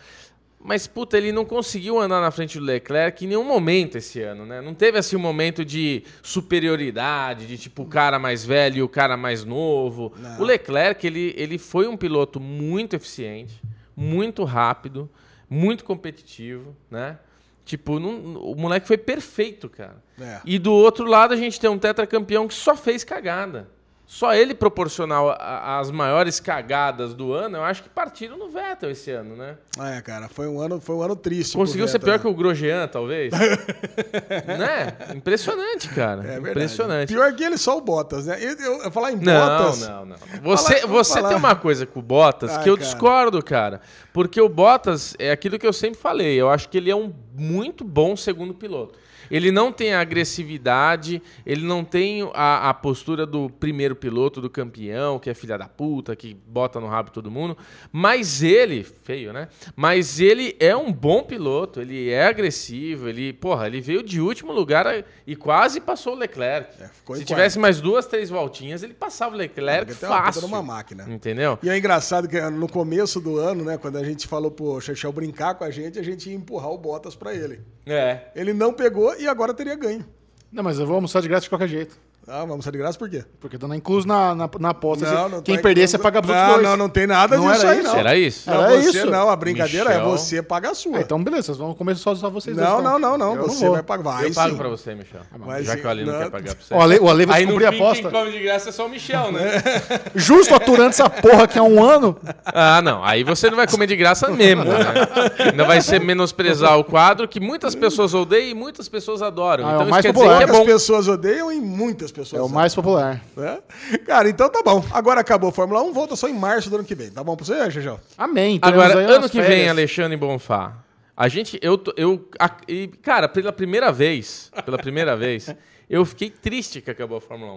Mas, puta, ele não conseguiu andar na frente do Leclerc em nenhum momento esse ano, né? Não teve, assim, um momento de superioridade, de tipo o cara mais velho e o cara mais novo. O Leclerc, ele, ele foi um piloto muito eficiente, muito rápido, muito competitivo, né? Tipo, não- o moleque foi perfeito, cara. É. E do outro lado, a gente tem um tetracampeão que só fez cagada. Só ele proporcional a- a- às maiores cagadas do ano, eu acho que partiram no Vettel esse ano, né? É, cara, foi um ano, foi um ano triste. pro Conseguiu ser Vettel, pior né? que o Grosjean, [LAUGHS] talvez? né? Impressionante, cara. É verdade. Impressionante. Pior que ele, só o Bottas, né? Eu, eu- eu falar em Não, Bottas. não, não. Você, Falar- você falar- tem uma coisa com o Bottas Ai, que eu cara. discordo, cara. Porque o Bottas é aquilo que eu sempre falei. Eu acho que ele é um muito bom segundo piloto. Ele não tem a agressividade, ele não tem a, a postura do primeiro piloto, do campeão, que é filha da puta, que bota no rabo todo mundo. Mas ele, feio, né? Mas ele é um bom piloto, ele é agressivo, ele, porra, ele veio de último lugar e quase passou o Leclerc. É, ficou Se em tivesse mais duas, três voltinhas, ele passava o Leclerc Porque tem é uma puta É fácil. numa máquina. Entendeu? E é engraçado que no começo do ano, né, quando a gente falou pro Chechel brincar com a gente, a gente ia empurrar o Bottas pra ele. É. Ele não pegou e agora teria ganho. Não, mas eu vou almoçar de graça de qualquer jeito. Ah, vamos sair de graça por quê? Porque eu não é incluso na, na, na aposta. Não, assim, não quem tá perder, você incluso. paga pros Não, outros dois. não, não tem nada Não disso era aí, isso? não. Será isso? Era Não, você isso? não, a brincadeira Michel. é você paga a sua. Ah, então, beleza, vocês vão comer só, só vocês dois, não, então. não, não, não, Eu você é vou. vai pagar. Vai eu pago sim. pra você, Michel. Mas Já que o Ale Tá não, não- quer pagar pra você. Ó, O Ale, o Ale vai Aí no descobrir a fim, aposta. quem come de graça é só o Michel, né? Justo aturando essa porra que há um ano. [LAUGHS] ah, não. Aí você não vai comer de [LAUGHS] graça mesmo, né? Ainda vai ser menosprezar o quadro que muitas pessoas odeiam e muitas pessoas adoram. Ah, é o então isso mais quer popular. dizer que é Poucas bom. pessoas odeiam e muitas pessoas É o mais popular. amam, né? Cara, então tá bom. Agora acabou a Fórmula 1, volta só em março do ano que vem. Tá bom pra você, Chechel? Amém. teremos Agora, aí ano umas que vem, férias. Alexandre Bonfá. A gente, eu, tô- eu, a- e, cara, pela primeira vez, pela primeira vez, eu fiquei triste que acabou a Fórmula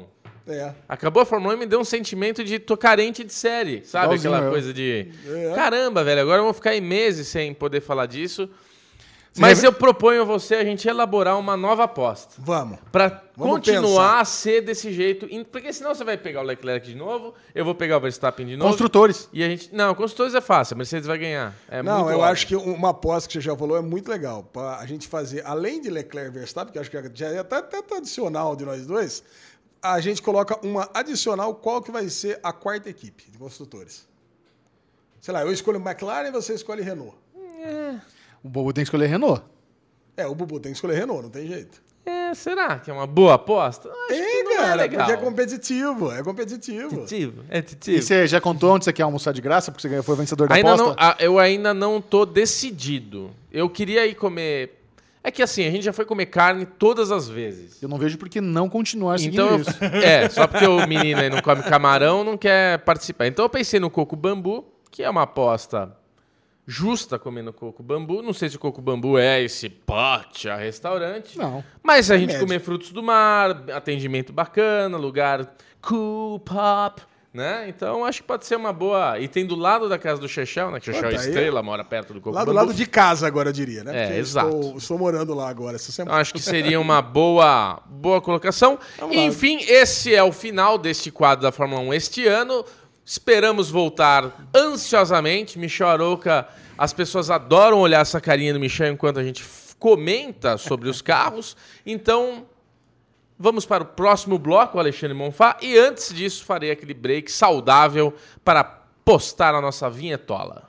1. É. Acabou a Fórmula 1 e me deu um sentimento de tô carente de série, sabe? Igualzinho Aquela eu. coisa de. É. Caramba, velho, agora eu vou ficar aí meses sem poder falar disso. Você Mas já- eu proponho a você a gente elaborar uma nova aposta. Vamos. Pra Vamos continuar a ser desse jeito. in- Porque senão você vai pegar o Leclerc de novo, eu vou pegar o Verstappen de novo. Construtores. E a gente. Não, construtores é fácil, a Mercedes vai ganhar. É Não, muito eu óbvio. acho que um, uma aposta que você já falou é muito legal. Pra a gente fazer, além de Leclerc e Verstappen, que eu acho que já é até, até tradicional de nós dois, a gente coloca uma adicional, qual que vai ser a quarta equipe de construtores. Sei lá, eu escolho McLaren e você escolhe Renault. O Bobo tem que escolher Renault. É, o Bubu tem que escolher Renault, não tem jeito. É, será que é uma boa aposta? Eu Acho que Tem, não é cara, legal. porque é competitivo, é competitivo. competitivo. É E competitivo. você já contou onde você quer almoçar de graça? Porque você ganhou- foi vencedor da Ainda aposta? não, ah, eu ainda não tô decidido. Eu queria ir comer. É que assim, a gente já foi comer carne todas as vezes. Eu não vejo por que não continuar Tá seguindo Então, eu- isso. [LAUGHS] é, só porque o menino aí não come camarão, não quer participar. Então eu pensei no coco bambu, que é uma aposta justa comendo coco bambu. Não sei se o coco bambu é esse pote a restaurante. Não. Mas se a gente É médio. comer frutos do mar, atendimento bacana, lugar cool, pop, né? Então acho que pode ser uma boa. E tem do lado da casa do Chechel, né? Que Chechel é Puta, aí- estrela, mora perto do Coco Lá do Bambu. lado de casa agora, eu diria, né? É, eu exato. Estou, estou morando lá agora essa semana. Então, acho que seria uma boa, boa colocação. Vamos lá. Enfim, esse é o final deste quadro da Fórmula 1 este ano. Esperamos voltar ansiosamente. Michel Aroca, as pessoas adoram olhar essa carinha do Michel enquanto a gente f- comenta sobre os carros. Então, Vamos para o próximo bloco, Alexandre Monfá. E antes disso, farei aquele break saudável para postar a nossa vinhetola.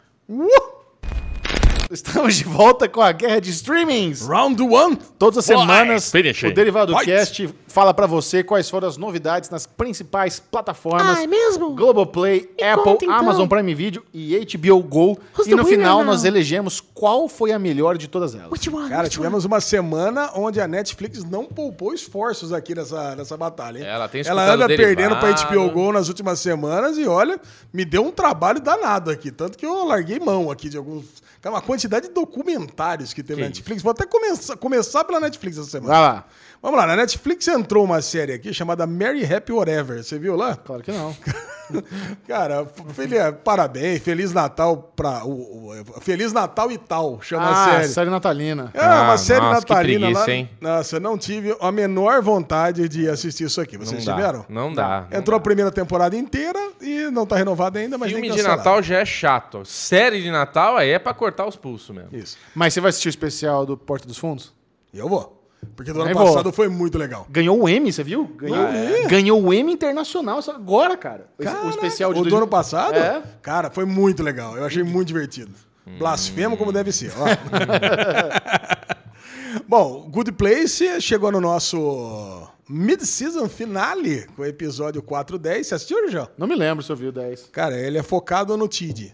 Estamos de volta com a guerra de streamings. Round one! Todas as Boys, semanas, finish o it. Derivado Fight. Cast fala pra você quais foram as novidades nas principais plataformas. Ah, é mesmo? Globoplay, Me Apple, conta, então. Amazon Prime Video e HBO Go. Who's e no the winner final now? nós elegemos qual foi a melhor de todas elas. Which one? Cara, Which one? tivemos uma semana onde a Netflix não poupou esforços aqui nessa, nessa batalha. hein? É, Ela tem Ela escutado anda derivado. perdendo pra HBO Go nas últimas semanas e olha, me deu um trabalho danado aqui. Tanto que eu larguei mão aqui de alguns. Cara, uma quantidade de documentários que teve na isso. Netflix. Vou até começar, começar pela Netflix essa semana. Ah. Vai lá. Vamos lá, na Netflix entrou uma série aqui chamada Mary Happy Whatever. Você viu lá? [LAUGHS] Claro que não. Cara, feliz, parabéns, Feliz Natal pra. O, o- Feliz Natal e tal, É chama a Ah, série. série natalina. É uma Ah, série nossa, que natalina preguiça, lá. né? hein? Nossa, eu não tive a menor vontade de assistir isso aqui. Não Vocês dá. tiveram? Não dá. não Entrou a dá. primeira temporada inteira e não tá renovada ainda, mas Filme nem de Natal já é chato. Série de Natal aí é pra cortar os pulsos mesmo. Isso. Mas você vai assistir o especial do Porta dos Fundos? E eu vou. Porque do ano Também passado vou. foi muito legal. Ganhou o M, você viu? Ganhou, Ah, é. ganhou o M internacional só agora, cara. O- o Cara, especial de o do dois- ano passado? É. Hum. Cara, foi muito legal. Eu achei muito divertido. Hum. Blasfemo como deve ser. ó. [LAUGHS] Bom, Good Place chegou no nosso mid-season finale com o episódio 410. Você assistiu, João? Não me lembro se eu vi o 10. Cara, ele é focado no TID.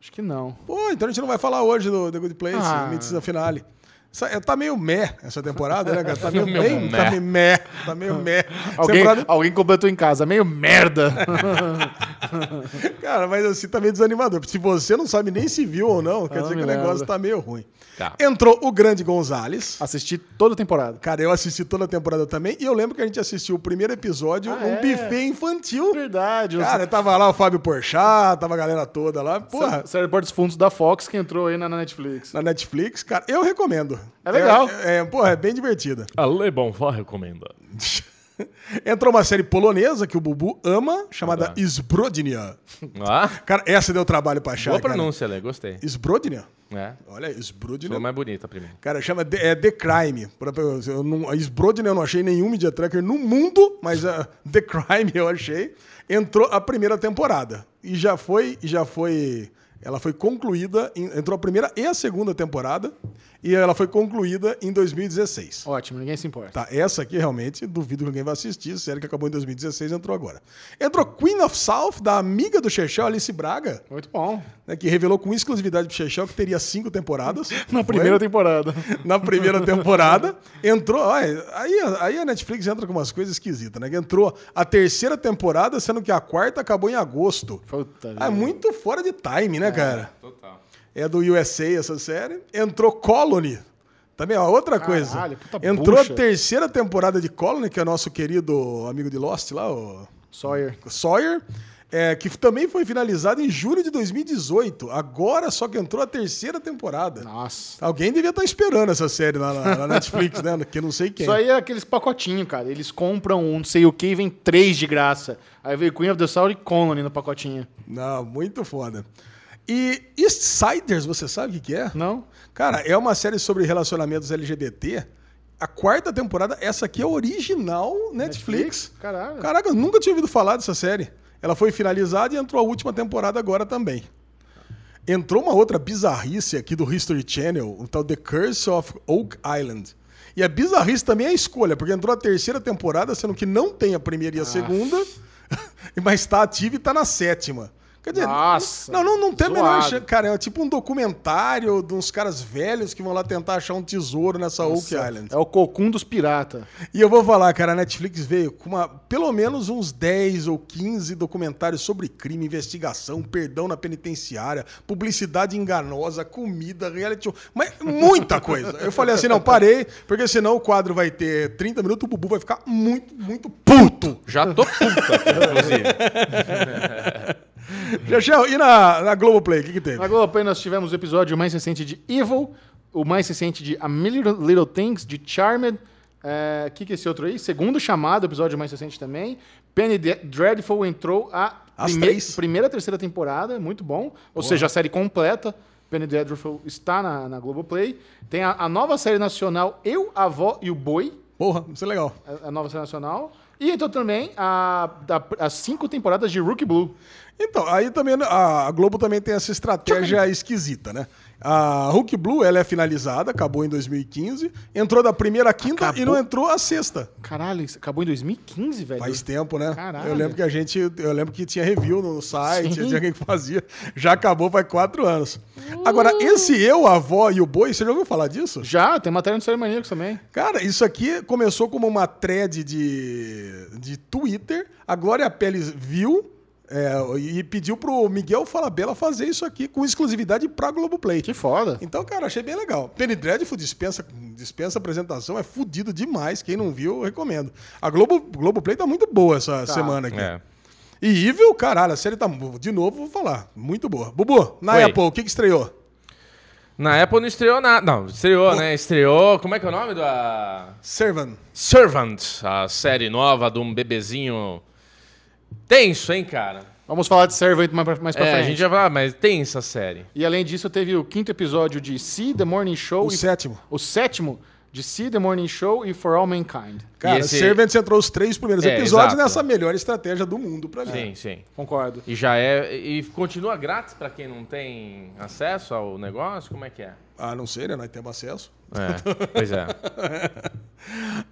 Acho que não. Pô, então a gente não vai falar hoje do The Good Place, Ah. mid-season finale. Essa- é, Tá meio meh essa temporada, né, cara? [LAUGHS] Tá meio Meu bem, tá meh. meio meh. Tá meio meh. Alguém, Temporada- alguém completou em casa. Meio merda. [LAUGHS] Cara, mas assim tá meio desanimador. Se você não sabe nem se viu ou não, quer Ah, dizer me que o negócio lembra. tá meio ruim. Tá. Entrou o grande Gonzalez. Assisti toda a temporada. Cara, eu assisti toda a temporada também. E eu lembro que a gente assistiu o primeiro episódio num é? buffet infantil. Verdade. Cara, tava lá o Fábio Porchat, tava a galera toda lá. Porra, Série Porta dos Fundos da Fox que entrou aí na na Netflix. na Netflix, cara, eu recomendo. É legal. É, é, porra, é bem divertida. A Le Bonfá recomenda. Entrou uma série polonesa que o Bubu ama, chamada Zbrodnia. Ah, Cara, essa deu trabalho pra achar, boa cara. pronúncia, Le. Gostei. Zbrodnia? É. Olha, Zbrodnia. Ficou mais bonita pra mim. Cara, chama The, é The Crime. Por exemplo, Eu não, a Sbrodin eu não achei nenhum Media Tracker no mundo, mas a [LAUGHS] The Crime eu achei. Entrou a primeira temporada. E já foi. E já foi ela foi concluída. em- entrou a primeira e a segunda temporada. E ela foi concluída em 2016. Ótimo, ninguém se importa. Tá, essa aqui realmente duvido que alguém vai assistir. Série que acabou em 2016 entrou agora. Entrou Queen of South, da amiga do Chechel, Alice Braga, Muito bom. né, que revelou com exclusividade pro Chechel que teria cinco temporadas. [LAUGHS] Na Foi? primeira temporada. na primeira temporada. Entrou. olha, aí, aí a Netflix entra com umas coisas esquisitas, né? Que entrou a terceira temporada, sendo que a quarta acabou em agosto. Puta Ah, vida. é muito fora de time, né, cara? Total. É do USA essa série. Entrou Colony. Também, ó, outra Caralho, coisa. puta Entrou bucha. a terceira temporada de Colony, que é o nosso querido amigo de Lost lá, o Sawyer. Sawyer. é, que também foi finalizada em julho de 2018. Agora só que entrou a terceira temporada. Nossa. Alguém devia estar esperando essa série lá na, na Netflix, né? Que eu não sei quem. Isso aí é aqueles pacotinhos, cara. Eles compram um não sei o que e vem três de graça. Aí veio Queen of the Sour e Colony no pacotinho. Não, muito foda. E Eastsiders, você sabe o que, que é? Não? Cara, é uma série sobre relacionamentos LGBT. A quarta temporada, essa aqui é original Netflix. Netflix? Caralho. Caraca, eu nunca tinha ouvido falar dessa série. Ela foi finalizada e entrou a última temporada agora também. Entrou uma outra bizarrice aqui do History Channel, o tal The Curse of Oak Island. E a bizarrice também é a escolha, porque entrou a terceira temporada, sendo que não tem a primeira e a segunda, [LAUGHS] mas está ativa e está na sétima. Quer dizer, Nossa, não, não, não tem a menor zoado. chance. Cara, é tipo um documentário de uns caras velhos que vão lá tentar achar um tesouro nessa Oak Island. É o cocum dos pirata. E eu vou falar, cara, a Netflix veio com uma, pelo menos uns 10 ou 15 documentários sobre crime, investigação, perdão na penitenciária, publicidade enganosa, comida, reality show, mas muita coisa. Eu falei assim, não, parei, porque senão o quadro vai ter 30 minutos, o Bubu vai ficar muito, muito puto. Já [LAUGHS] tô puta, inclusive. Jechel, e na, na Globoplay, o que que teve? Na Globoplay nós tivemos o episódio mais recente de Evil, o mais recente de A Million Little Things, de Charmed. O que, que é esse outro aí? Segundo chamado, episódio mais recente também. Penny De- Dreadful entrou a As prime- três. primeira e terceira temporada, muito bom. Ou seja, a série completa. Penny Dreadful está na, na Globoplay. Tem a, a nova série nacional Eu, a Avó e o Boi, Porra, isso é legal. a, a nova série nacional. E então também a, da- as cinco temporadas de Rookie Blue. Então, aí também a Globo também tem essa estratégia esquisita, né? A Hulk Blue, ela é finalizada, acabou em 2015, entrou da primeira à quinta e não entrou a sexta. Caralho, isso acabou em 2015, velho. Faz tempo, né? Caralho. Eu lembro que a gente, eu lembro que tinha review no Sim. site, tinha [LAUGHS] alguém que fazia. Já acabou faz quatro anos. Agora, Uh. esse eu, a avó e o boi, você já ouviu falar disso? Já, tem matéria no Série Maníacos também. Cara, isso aqui começou como uma thread de, de Twitter. A Glória Pérez viu é, e pediu pro Miguel Falabella fazer isso aqui com exclusividade pra Globoplay. Que foda. Então, cara, achei bem legal. Penny Dreadful dispensa, dispensa apresentação, é fudido demais. Quem não viu, eu recomendo. A Globo, Globoplay tá muito boa essa semana aqui. É. E Evil, caralho, a série tá. De novo, vou falar. Muito boa. Bubu, na Oi. Apple, o que, que estreou? Na Apple não estreou nada. Não, estreou, né? Estreou. Como é que é o nome da. Servant. Servant, a série nova de um bebezinho. Tenso, hein, cara? Vamos falar de Servant mais pra, mais pra É, a frente. gente já vai, mas tensa a série. E além disso, teve o quinto episódio de See the Morning Show. O e- sétimo. o sétimo de See the Morning Show e For All Mankind. Cara, E esse- Servant entrou os três primeiros É, episódios exato. nessa melhor estratégia do mundo pra mim. Sim, sim. Concordo. E já é. E continua grátis pra quem não tem acesso ao negócio? Como é que é? A não ser, né? Nós temos acesso. [LAUGHS] É, pois é.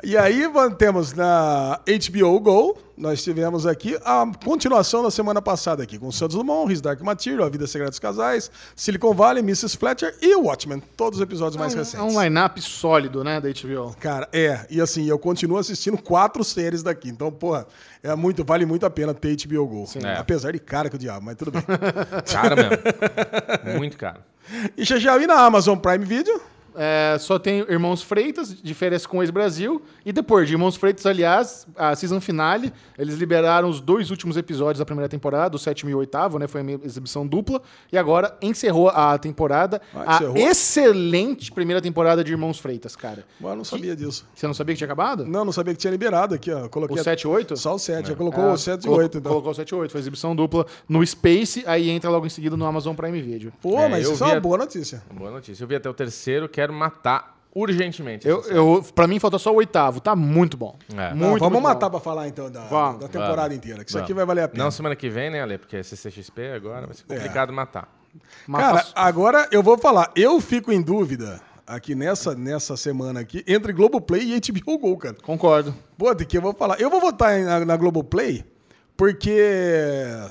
E aí van- temos na HBO Go, nós tivemos aqui a continuação da semana passada aqui, com Santos Dumont, His Dark Material, A Vida Secreta dos Casais, Silicon Valley, Mrs. Fletcher e Watchmen. Todos os episódios mais É recentes. um line-up sólido, né, da HBO. Cara, é. E assim, eu continuo assistindo quatro séries daqui. Então, porra, é muito, vale muito a pena ter HBO Go. É. Apesar de cara que o diabo, mas tudo bem. [LAUGHS] Caro mesmo. [LAUGHS] Muito caro. e já já vi na Amazon Prime Video. É, só tem Irmãos Freitas, de férias com o ex-Brasil. E depois de Irmãos Freitas, aliás, a season finale, eles liberaram os dois últimos episódios da primeira temporada, o sétimo e o oitavo, né? Foi uma exibição dupla. E agora encerrou a temporada. Ah, encerrou? A excelente primeira temporada de Irmãos Freitas, cara. Mas eu não sabia disso. Você não sabia que tinha acabado? Não, não sabia que tinha liberado aqui, ó. Coloquei O 7 e 8? Só o 7. Já colocou Ah, o 7 e colo- 8, então. Colocou o 7 e 8, foi exibição dupla no Space, aí entra logo em seguida no Amazon Prime Video. Pô, É, mas eu isso é uma vi a- boa notícia. Boa notícia. Eu vi até o terceiro, quero matar urgentemente. Eu, essa série. eu, pra mim falta só o oitavo, tá muito bom. É. Muito, Não, vamos muito matar bom. pra falar então da, Vamos, da temporada vamos. inteira, que isso Vamos. aqui vai valer a pena. É. Não semana que vem, né, Ale? Porque é CCXP agora, vai ser complicado matar. Mata Cara, agora eu vou falar. Eu fico em dúvida aqui nessa, nessa semana aqui entre Globoplay e HBO Go, cara. Concordo. Pô, de que eu vou falar. Eu vou votar em- na, na Globoplay porque.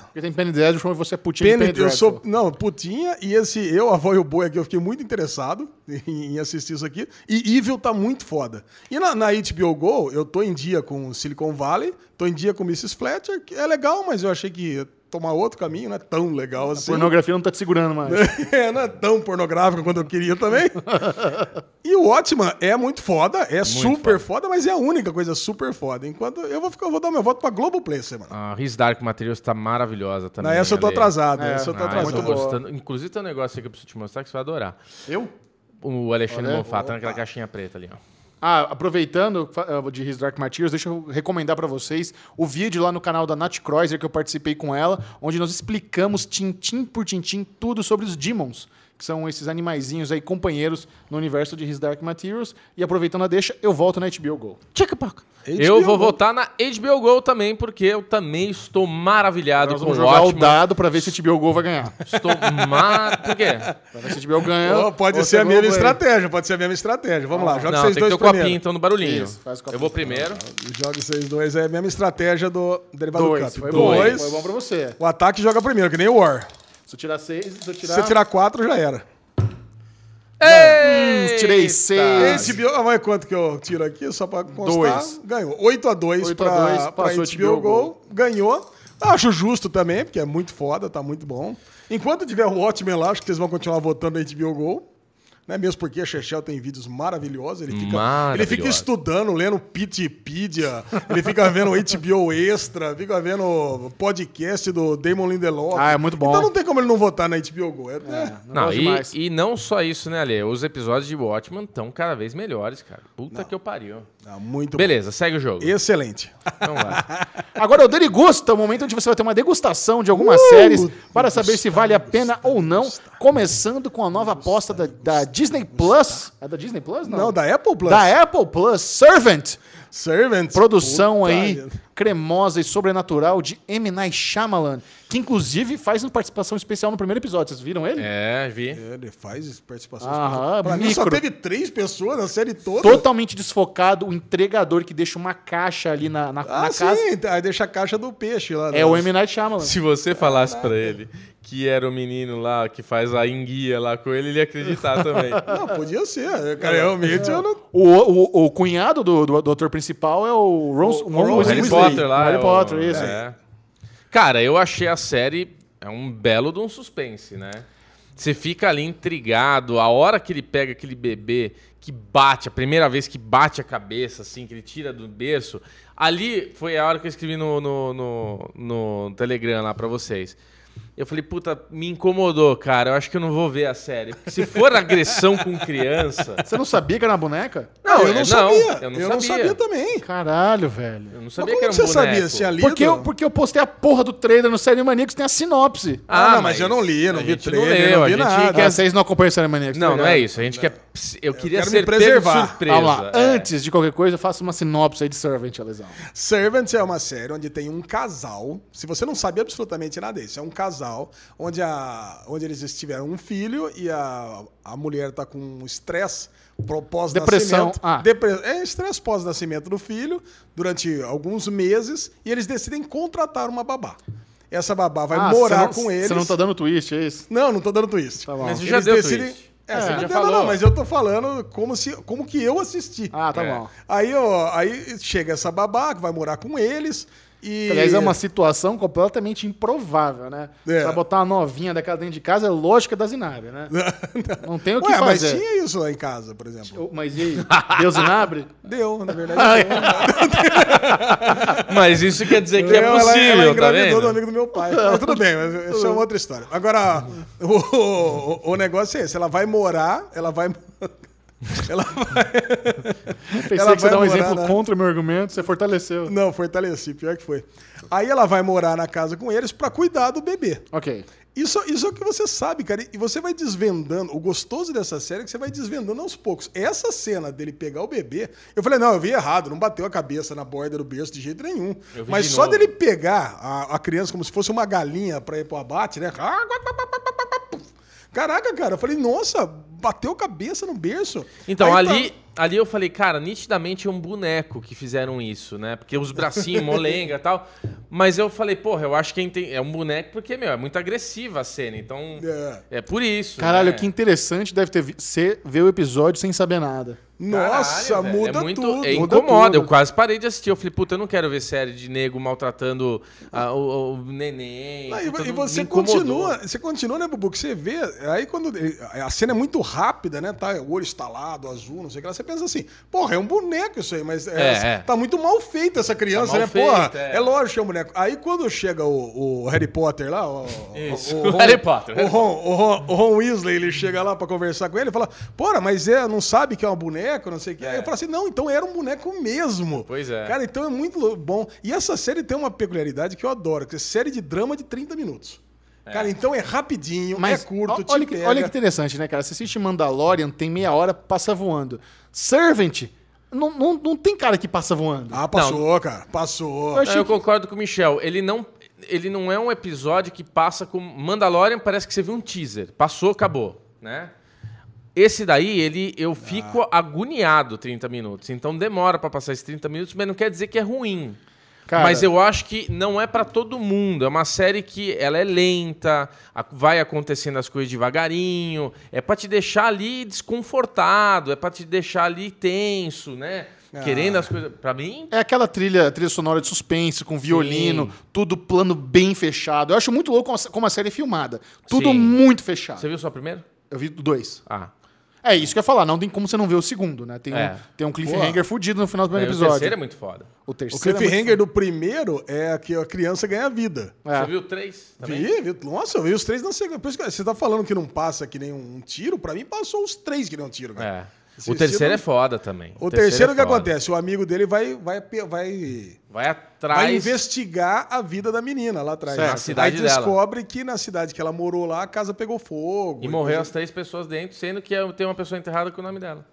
Porque tem Penny Dreadful e você é putinho de Penny, Penny eu Dreadful. sou. Não, putinha. E esse Eu, a Vó e o Boi aqui, eu fiquei muito interessado [LAUGHS] em, em assistir isso aqui. E Evil tá muito foda. E na, na HBO Go, eu tô em dia com Silicon Valley, tô em dia com Mrs. Fletcher, que é legal, mas eu achei que ia tomar outro caminho, não é tão legal assim. Pornografia não tá te segurando mais. [LAUGHS] É, não é tão pornográfico quanto eu queria também. e o Watchman é muito foda, é super foda. mas é a única coisa super foda. Enquanto eu vou ficar, eu vou dar meu voto pra Globoplay essa semana. A His Dark Materials tá maravilhosa também. né, Na essa eu tô Ale. atrasado, É, essa eu Ah, tô eu atrasado. tô Muito boa. gostando. Inclusive tem um negócio aí que eu preciso te mostrar que você vai adorar. Eu? O Alexandre Olha, Monfá tá naquela caixinha preta ali, ó. Ah, aproveitando fa- eh, de His Dark Materials, deixa eu recomendar pra vocês o vídeo lá no canal da Nat Kreuzer que eu participei com ela, onde nós explicamos tintim por tintim tudo sobre os Demons, que são esses animaizinhos aí companheiros no universo de His Dark Materials. E aproveitando a deixa, eu volto na HBO Go. Tchacapaca. eu HBO vou Go. votar na HBO Go também, porque eu também estou maravilhado Nós com vamos o jogar o Watchmen. dado pra ver se a HBO Go vai ganhar. Estou ma... Por quê? Pra ver se a HBO ganha. Ó, pode ou ser a Globo mesma aí. estratégia, pode ser a mesma estratégia. Vamos lá, [LAUGHS] joga Não, tem que vocês ter dois o copinho, primeiro. então, no barulhinho. Isso, faz o copinho. eu vou primeiro. Joga vocês dois, é a mesma estratégia do Derivado Dois, Cup. foi bom. dois. Foi bom pra você. O ataque joga primeiro, que nem o War. Se eu tirar seis, se eu tirar... Se você tirar quatro, já era. Ei! Tirei seis. Esse HBO, ah, mas quanto que eu tiro aqui, só pra constar, Dois. ganhou. 8 a 2 8 pra, a 2, pra passou HBO, HBO Gol, ganhou. Acho justo também, porque é muito foda, tá muito bom. Enquanto tiver o Watchmen lá, acho que vocês vão continuar votando na HBO Gol. Né? Mesmo porque a Chechel tem vídeos maravilhosos. Ele fica, Maravilhoso. ele fica estudando, lendo Pitpedia, ele fica vendo HBO Extra, fica vendo o podcast do Damon Lindelof. Ah, é muito bom. Então não tem como ele não votar na HBO Gol. É, né? Não, gosto e, demais. e não só isso, né, Ale? Os episódios de Watchmen estão cada vez melhores, cara. Puta que eu pariu. É. Ah, muito Beleza, segue o jogo. bom. Excelente. Ah, Então vai. Agora é o Derigusta, o momento onde você vai ter uma degustação de algumas Uh, séries para saber se vale a pena ou não. começando com a nova aposta da, da Disney Plus. É da Disney Plus? Não, Não, da Apple Plus. Da Apple Plus, Servant. Servants. Produção Puta aí vida. cremosa e sobrenatural de M. Night Shyamalan, que inclusive faz uma participação especial no primeiro episódio. Vocês viram ele? É, vi. Ele faz participações. Aham, pra mim só micro. teve três pessoas na série toda. Totalmente desfocado, o entregador que deixa uma caixa ali na, na, Ah, na sim. casa. Aí deixa a caixa do peixe lá. né? É o M. Night Shyamalan. Se você falasse pra ele que era o menino lá que faz a enguia lá com ele, ele ia acreditar também. Não, podia ser. Eu, Cara, realmente eu não... O, o, o cunhado do, do, do ator principal é o Ron, O- Ron, Ron Weasley. Harry Potter lá. O Harry é o- Potter, isso. é. Cara, eu achei a série é um belo de um suspense, né? Você fica ali intrigado. A hora que ele pega aquele bebê que bate, a primeira vez que bate a cabeça, assim, que ele tira do berço. Ali foi a hora que eu escrevi no, no, no, no Telegram lá pra vocês. Eu falei, puta, me incomodou, cara. Eu acho que eu não vou ver a série. Porque se for agressão com criança. Você não sabia que era boneca? Não, eu é- não sabia. eu não não sabia. sabia também. Caralho, velho. Eu não Mas sabia como que que era um você sabia boneco. se ali? Porque eu, porque eu postei a porra do trailer no Série Maníacos, tem a sinopse. Ah, não, mas eu não li, não a vi gente trailer, leu, não a vi gente nada. quer- Ah, vocês não acompanham Série Maníacos. Não, tá não ligado? é isso. A gente quer. Eu queria quero me ser pego de preservar. surpresa. Ah lá, É. antes de qualquer coisa, eu faço uma sinopse aí de Servant, Alesão. Servant é uma série onde tem um casal. Se você não sabe absolutamente nada disso, é um casal onde, a, onde eles tiveram um filho e a, a mulher tá com estresse pro Depressão, pós-nascimento. ah. Depre- É estresse pós-nascimento do filho durante alguns meses e eles decidem contratar uma babá. Essa babá vai Ah, você morar não- com eles. Você não tá dando twist, é isso? Não, não tô dando twist. Tá bom. Mas Mas você já Eles deu decidem- twist. Ah, É, você Você não já deu, falou. não, mas eu tô falando como, se, como que eu assisti. Ah, tá É. bom. Aí, ó, aí chega essa babá que vai morar com eles e. Aliás, [LAUGHS] é uma situação completamente improvável, né? É. Pra botar uma novinha daquela dentro de casa é lógica da Zinabre, né? Não tem o que Ué, mas fazer. tinha isso lá em casa, por exemplo. Oh, Mas e aí? Deu Zinabre? Deu, na Ah, verdade. deu. Mas isso quer dizer é que é Ela- possível, ela, tá engravidou do vendo? amigo do [LAUGHS] meu pai. Mas tudo bem, mas isso é uma outra história. Agora, o, o- o negócio é esse: ela vai morar, ela vai. [LAUGHS] Ela vai. Pensei Ela que você vai dá um morar, exemplo né? contra o meu argumento, você fortaleceu. Não, fortaleci, pior que foi. Aí ela vai morar na casa com eles pra cuidar do bebê. Ok. Isso, isso é o que você sabe, cara. E você vai desvendando. O gostoso dessa série é que você vai desvendando aos poucos. Essa cena dele pegar o bebê, eu falei, não, eu vi errado, não bateu a cabeça na borda do berço de jeito nenhum. Eu vi Mas de só novo. dele pegar a, a criança como se fosse uma galinha pra ir pro abate, né? Caraca, cara, eu falei, nossa, bateu cabeça no berço. Então, Aí tá- ali, ali eu falei, cara, nitidamente é um boneco que fizeram isso, né? Porque os [LAUGHS] bracinhos, molenga e tal. Mas eu falei, porra, eu acho que é inte- é um boneco porque, meu, é muito agressiva a cena. Então, é, por isso. Caralho, né? que interessante deve ter vi- ser ver o episódio sem saber nada. Nossa, Caralho, velho, muda é muito, tudo. é, muda incomoda, eu tudo. quase parei de assistir. Eu falei, puta, eu não quero ver série de nego maltratando ah, o, o neném. Ah, e, puta, vo- não- e me você incomodou. continua, você continua, né, Bubu? Que você vê, aí quando. ele- A cena é muito rápida, né? Tá o olho estalado, azul, não sei o que lá. Você pensa assim, porra, é um boneco isso aí, mas é, é. tá muito mal feita essa criança, mal né? porra, feita, é. é. lógico que é um boneco. Aí quando chega o, o Harry Potter lá, o, Isso, o [LAUGHS] Harry Potter, O Harry Ron, o, Ron, o Ron Weasley, ele chega lá pra conversar com ele e fala, porra, mas é, não sabe que é um boneco, não sei o que. Aí eu falo assim, não, então era um boneco mesmo. Pois é. Cara, então é muito lou- bom. E essa série tem uma peculiaridade que eu adoro, que é série de drama de 30 minutos. Cara, então é rapidinho, Mas é curto, ó- te olha, que, pega. olha que interessante, né, cara? Você assiste Mandalorian, tem meia hora, passa voando. Servant, não, não, não tem cara que passa voando. Ah, passou, cara, passou. Eu Não, achei eu que- concordo com o Michel. Ele não, ele não é um episódio que passa com. Mandalorian parece que você viu um teaser. Passou, acabou, né? Esse daí, ele, eu fico agoniado 30 minutos. Então demora pra passar esses 30 minutos, mas não quer dizer que é ruim. Cara- mas eu acho que não é pra todo mundo. É uma série que ela é lenta, a- vai acontecendo as coisas devagarinho. É pra te deixar ali desconfortado, é pra te deixar ali tenso, né? Querendo as coisas. Pra mim, É aquela trilha, trilha sonora de suspense, com violino, tudo plano bem fechado. Eu acho muito louco como a- como a série é filmada. Tudo Sim. muito fechado. você viu só primeiro? Eu vi dois. Ah. É isso que eu ia falar, não tem como você não ver o segundo, né? Tem, um, É. tem um cliffhanger fudido no final do primeiro É, O episódio. terceiro é muito foda. O O terceiro. é muito- cliffhanger do primeiro é que a criança ganha vida. É. Você viu o três? Também? Vi, vi, nossa, eu vi os três na sequência. Por isso que você tá falando que não passa que nem um tiro, pra mim passou os três que nem um tiro, cara. É. Esse- O terceiro é esse foda também. O terceiro, é que foda. acontece? O amigo dele vai, vai, pe- vai, Vai atrás. vai investigar a vida da menina lá atrás. Certo. né? Na cidade Aí dela. descobre que na cidade que ela morou lá, a casa pegou fogo. E morreu as três pessoas dentro, sendo que é- tem uma pessoa enterrada com o nome dela.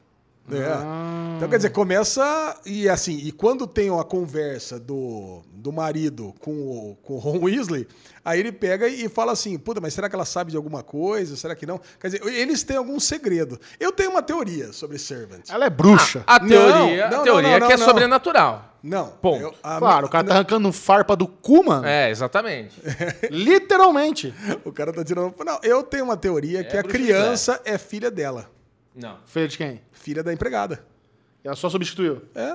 É. Ah. Então, quer dizer, começa. E assim, e quando tem uma conversa do, do marido com o, com o Ron Weasley, aí ele pega e fala assim: puta, mas será que ela sabe de alguma coisa? Será que não? Quer dizer, eles têm algum segredo. Eu tenho uma teoria sobre Servant. Ela é bruxa. A Não, teoria, não, a teoria não, é não, que é não. sobrenatural. ah, Não. Ponto. a claro, mi- o cara tá arrancando um farpa do cu, mano. É, exatamente. Literalmente. O cara tá tirando. Não, eu tenho uma teoria que a bruxa de criança é filha dela. Não. Filha de quem? Filha da empregada. Ela só substituiu. É.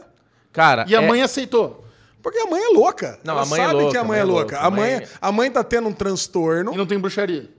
Cara, E a é- mãe aceitou. Porque a mãe é louca. Não, Ela a mãe é sabe louca, que a mãe é louca. A mãe, é- a mãe tá tendo um transtorno. E não tem bruxaria.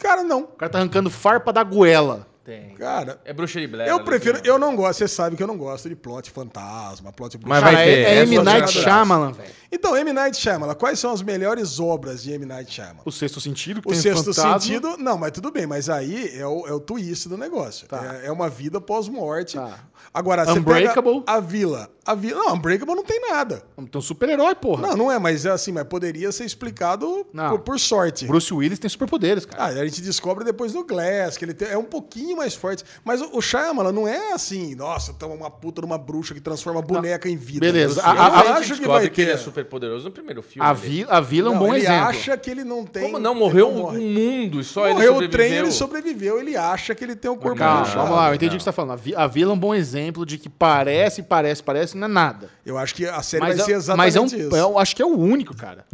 Cara, não. O cara tá arrancando farpa da goela. Tem. Cara, É bruxa de Blair. eu ali, prefiro. né? Eu não gosto, você sabe que eu não gosto de plot fantasma, plot Mas Cara, vai é- ter, é, é M. só Night jogador. Shyamalan, velho. Então, M. Night Shyamalan, quais são as melhores obras de M. Night Shyamalan? O sexto sentido, que O tem sexto fantasma. sentido, não, mas tudo bem, mas aí é o, é o twist do negócio. É, é uma vida pós-morte. Tá. Agora, você Unbreakable? pega a vila. A vila. Não, Unbreakable não tem nada. Tem um super-herói, porra. Não, não é, mas é assim, mas poderia ser explicado Não. por, por sorte. Bruce Willis tem superpoderes, cara. Ah, a gente descobre depois no Glass, que ele tem- é um pouquinho mais forte. Mas o, o Shyamalan não é assim, nossa, tamo uma puta numa bruxa que transforma a boneca em vida. Beleza. Eu A- a- Mas a- a gente descobre que, ele é super poderoso no primeiro filme. A, ali. vi, a vila é um Não, bom ele exemplo. acha que ele não tem. Como não? ele Morreu um morre. mundo e só Morreu ele o trem, sobreviveu. ele sobreviveu, ele acha que ele tem o corpo Calma, Não, vamos lá, eu não. entendi o que você tá falando. A, vi, a vila é um bom exemplo de que parece, parece, parece, não é nada. Eu acho que a série Mas, vai ser é, exatamente mas é um. isso. é um- acho que é o único, cara.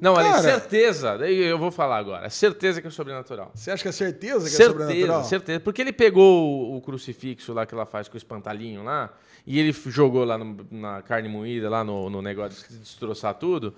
Não, olha, Cara. certeza. Daí eu vou falar agora. Certeza que é sobrenatural. Você acha que é certeza que é Certeza, sobrenatural? certeza. Porque ele pegou o, o crucifixo lá que ela faz com o espantalhinho lá, e ele f- jogou lá no- na carne moída, lá no, no negócio de destroçar tudo.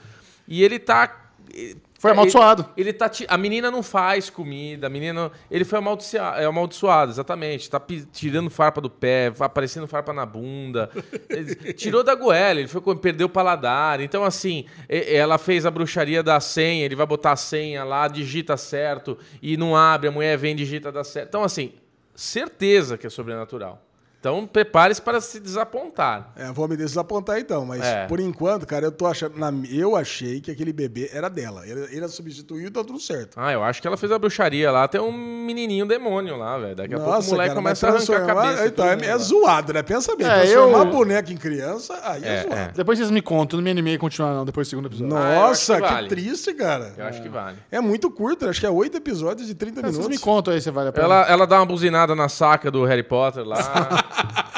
E ele tá. e- Foi ele- amaldiçoado. Ele, tá. ti- A menina não faz comida, a menina. Ele foi amaldiçoado, é amaldiçoado, exatamente. Tá pi- tirando farpa do pé, aparecendo farpa na bunda. [LAUGHS] Ele tirou da goela, ele foi, com- perdeu o paladar. Então, assim, e- ela fez a bruxaria da senha, ele vai botar a senha lá, digita certo, e não abre, a mulher vem, digita dá certo. Então, assim, certeza que é sobrenatural. Então, prepare-se para se desapontar. É, vou me desapontar então, mas É. por enquanto, cara, eu tô achando. na- eu achei que aquele bebê era dela. Ele, ele a substituiu e tá tudo certo. Ah, eu acho que ela fez a bruxaria lá. Tem um menininho demônio lá, velho. Daqui a pouco o moleque cara, mas começa a arrancar a transformar- cabeça. e Então, tudo, é, é né? zoado, né? Pensa bem, É, transformar eu- boneca em criança, aí é, É, zoado. é. Depois vocês me contam, eu não me animei a continuar, não, depois do segundo episódio. Ah, eu acho Nossa, que que, vale. triste, cara. Eu acho que vale. É muito curto, acho que é oito episódios de 30 É, vocês me minutos. contam aí se vale a pena. Ela, ela dá uma buzinada na saca do Harry Potter lá.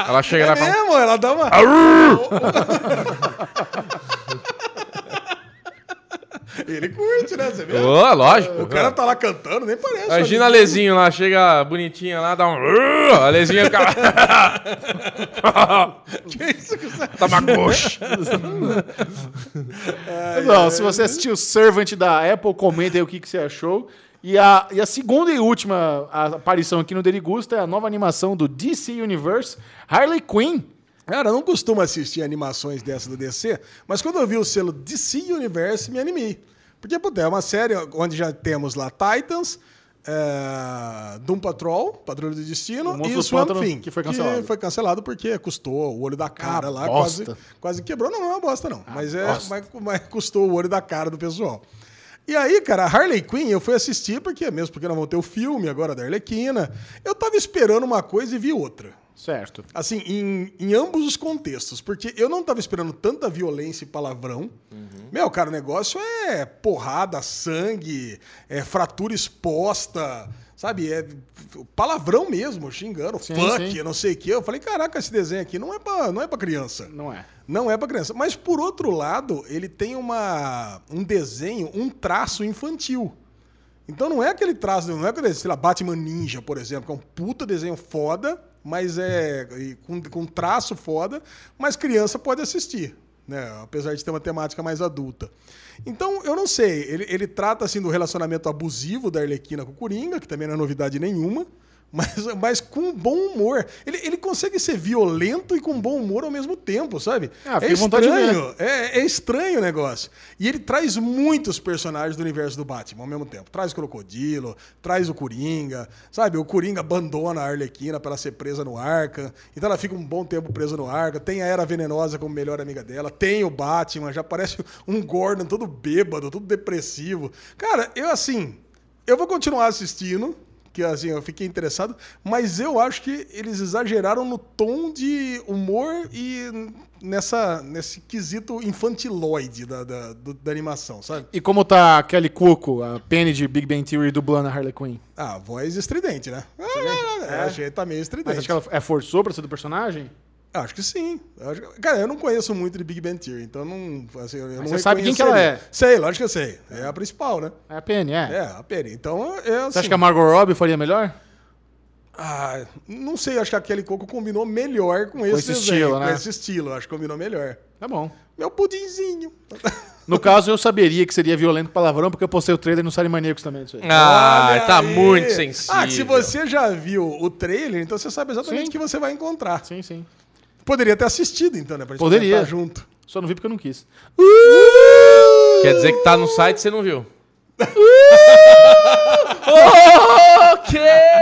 ela chega É lá e fala. mesmo, ela dá uma. [LAUGHS] Ele curte, né? Você vê? Ô, lógico. O cara tá lá cantando, nem parece. Imagina a Lezinho lá, chega bonitinha lá, dá um. A Lezinha fica. [LAUGHS] Que isso que você- Tamagotchi. Não, é- se você assistiu o Servant da Apple, comenta aí o que, que você achou. E a, e a segunda e última a- aparição aqui no Derigusta é a nova animação do DC Universe, Harley Quinn. Cara, eu não costumo assistir animações dessa do DC, mas quando eu vi o selo DC Universe, me animei. Porque, puta, é uma série onde já temos lá Titans, é, Doom Patrol, Patrulha do O Destino, Monstro e do Swamp Pântano, Thing. que foi cancelado. Ah, foi cancelado porque custou o olho da cara lá, bosta. Ah, quase, quase quebrou. Não, não é uma bosta, não. mas, é, bosta. mas, mas custou o olho da cara do pessoal. E aí, cara, a Harley Quinn, eu fui assistir, porque mesmo porque não vão ter o filme agora da Arlequina, eu tava esperando uma coisa e vi outra Certo. assim, em, em ambos os contextos. Porque eu não tava esperando tanta violência e palavrão. Meu, cara, o negócio é porrada, sangue, é fratura exposta, sabe? É palavrão mesmo, xingando, Sim, fuck, sim. não sei o quê. Eu falei, caraca, esse desenho aqui não é pra, não é pra criança. Não é. Não é pra criança. Mas, por outro lado, ele tem uma, um desenho, um traço infantil. Então não é aquele traço, não é aquele, sei lá, Batman Ninja, por exemplo, que é um puta desenho foda, mas é e com, com traço foda, mas criança pode assistir, né? Apesar de ter uma temática mais adulta. Então, eu não sei, ele, ele trata assim do relacionamento abusivo da Arlequina com o Coringa, que também não é novidade nenhuma, mas, mas com bom humor. Ele, ele consegue ser violento e com bom humor ao mesmo tempo, sabe? Ah, é fiquei com vontade de ver. estranho, é, é estranho o negócio. E ele traz muitos personagens do universo do Batman ao mesmo tempo. Traz o Crocodilo, traz o Coringa, sabe? O Coringa abandona a Arlequina para ser presa no Arca. Então ela fica um bom tempo presa no Arca. Tem a Era Venenosa como melhor amiga dela. Tem o Batman, já parece um Gordon todo bêbado, todo depressivo. Cara, eu assim, eu vou continuar assistindo. Que assim, eu fiquei interessado, mas eu acho que eles exageraram no tom de humor e nessa, nesse quesito infantiloide da, da, do- da animação, sabe? E como tá a Kelly Cuoco, a Penny de Big Bang Theory dublando a Harley Quinn? Ah, a voz estridente, né? Ah, é, achei que tá meio estridente. Mas acho que ela é forçou pra ser do personagem? Acho que sim. Acho que- Cara, eu não conheço muito de Big Bang Theory, então não. Assim, eu não você sabe quem que ela reconheceria. é? Sei, lógico que eu sei. É a principal, né? É a Penny, é. É, a Penny. Então, é assim. Você acha que a Margot Robbie faria melhor? Ah, não sei, acho que a Kelly Coco combinou melhor com, esse, esse desenho, estilo, né? Com esse estilo, acho que combinou melhor. Tá bom. Meu pudinzinho. No caso, eu saberia que seria violento palavrão, porque eu postei o trailer no Sarimaníacos também disso aí. Ah, Olha tá aí. muito sensível. Ah, se você já viu o trailer, então você sabe exatamente o que você vai encontrar. Sim, sim. Poderia ter assistido, então, né? Pra gente Poderia. Uh! comentar junto. Só não vi porque eu não quis. Quer dizer que tá no site e você não viu. ok!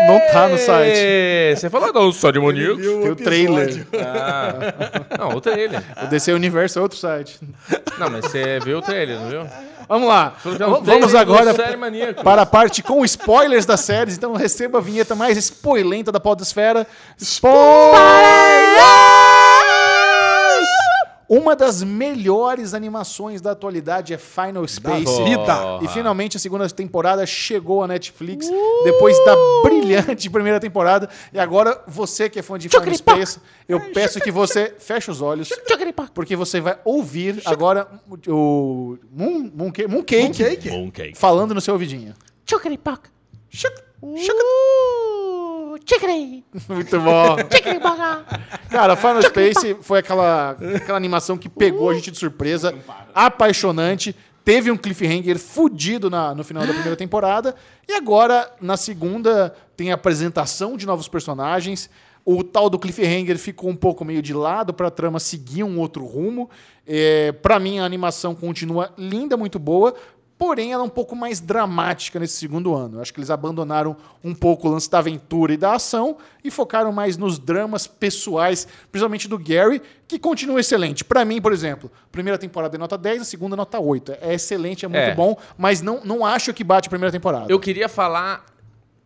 Não tá no site. Você falou não, só de Monix. Viu Tem o episódio. trailer. Não, o trailer. O DC Universo é outro site. Não, mas você viu o trailer, não viu? Vamos lá. Então, Vamos trailer agora do Série Maníaco. para a parte com spoilers das séries. Então receba a vinheta mais spoilenta da podosfera. Spoilers! Uma das melhores animações da atualidade é Final Space. Porra. E finalmente a segunda temporada chegou à Netflix, depois da brilhante primeira temporada. E agora, você que é fã de Final Chucripoca. Space, eu peço que você feche os olhos, Chucripoca. porque você vai ouvir agora o Moon, Mooncake, Mooncake Cake? Bom cake. falando no seu ouvidinho. Chucripoca. Uh, Chicri. Muito bom. [LAUGHS] Chicripoca. Cara, Final Space foi aquela, aquela animação que pegou a gente de surpresa, apaixonante. Teve um cliffhanger fudido na- no final da primeira temporada. E agora, na segunda, tem a apresentação de novos personagens. O tal do cliffhanger ficou um pouco meio de lado pra trama seguir um outro rumo. É, para mim, a animação continua linda, muito boa. Porém, ela é um pouco mais dramática nesse segundo ano. Eu acho que eles abandonaram um pouco o lance da aventura e da ação e focaram mais nos dramas pessoais, principalmente do Gary, que continua excelente. Pra mim, por exemplo, primeira temporada é nota 10, a segunda é nota 8. É excelente, é muito É. bom, mas não, não acho que bate a primeira temporada. Eu queria falar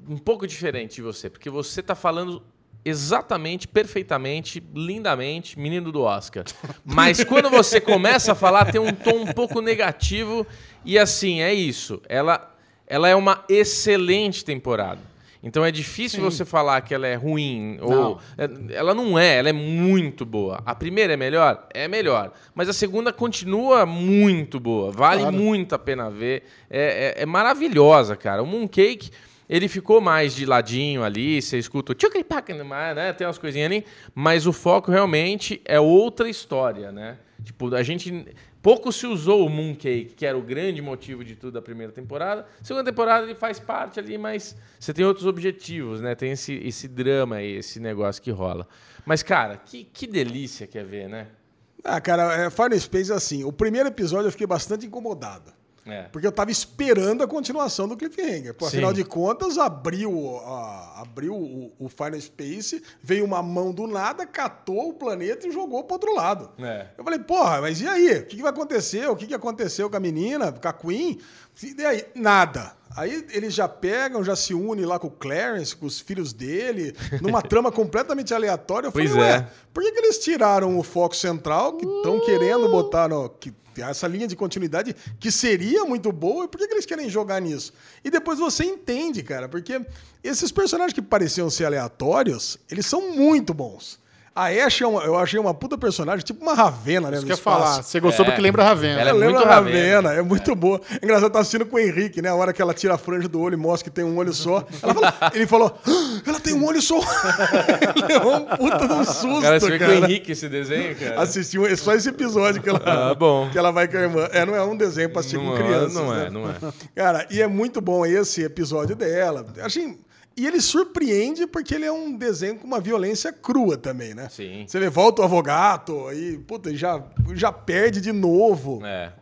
um pouco diferente de você, porque você tá falando exatamente, perfeitamente, lindamente, menino do Oscar. Mas quando você começa a falar, tem um tom um pouco negativo e assim, é isso. Ela ela é uma excelente temporada. Então é difícil você falar que ela é ruim ou é, ela não é, ela é muito boa. A primeira é melhor? É melhor. Mas a segunda continua muito boa. Vale Claro. muito a pena ver. É, é- é maravilhosa, cara. O Mooncake, ele ficou mais de ladinho ali, você escuta o tchucripac, né? Tem umas coisinhas ali, mas o foco realmente é outra história, né? Tipo, a gente. Pouco se usou o Mooncake, que era o grande motivo de tudo da primeira temporada. Segunda temporada ele faz parte ali, mas você tem outros objetivos, né? Tem esse, esse drama aí, esse negócio que rola. Mas, cara, que, que delícia que é ver, né? Ah, cara, é, Final Space é assim. O primeiro episódio eu fiquei bastante incomodado. É. Porque eu tava esperando a continuação do Cliffhanger. Pô, Sim. afinal de contas, abriu, a- abriu o, o Final Space, veio uma mão do nada, catou o planeta e jogou pro outro lado. É. Eu falei, porra, mas e aí? O que, que vai acontecer? O que, que aconteceu com a menina, com a Queen? E daí? Nada. Aí eles já pegam, já se unem lá com o Clarence, com os filhos dele, [LAUGHS] numa trama completamente aleatória. Eu Pois falei, é. ué, por que, que eles tiraram o foco central, que estão querendo botar no, que, essa linha de continuidade, que seria muito boa, e por que, que eles querem jogar nisso? E depois você entende, cara, porque esses personagens que pareciam ser aleatórios, eles são muito bons. A Ash, é uma- eu achei uma puta personagem, tipo uma Ravena, né? Isso no que eu ia espaço. falar. Você gostou É. porque lembra Ravena. Ela é Eu lembro muito a Ravena. Ravena, é muito boa. É Engraçado, tá assistindo com o Henrique, né? A hora que ela tira a franja do olho e mostra que tem um olho só. Ela falou, ele falou, "Ah, ela tem um olho só. [LAUGHS] Levou um puta de um susto, Cara, cara. você vê com o Henrique esse desenho, [LAUGHS] cara? Assistiu é só esse episódio que ela, Ah, bom. que ela vai com a irmã. É, não é um desenho pra assistir não, com é, crianças, não né? é, [LAUGHS] não é. Cara, e é muito bom esse episódio dela. Achei... E ele surpreende porque ele é um desenho com uma violência crua também, né? Sim. Você vê, volta o avogato e, puta, já, já perde de novo. É.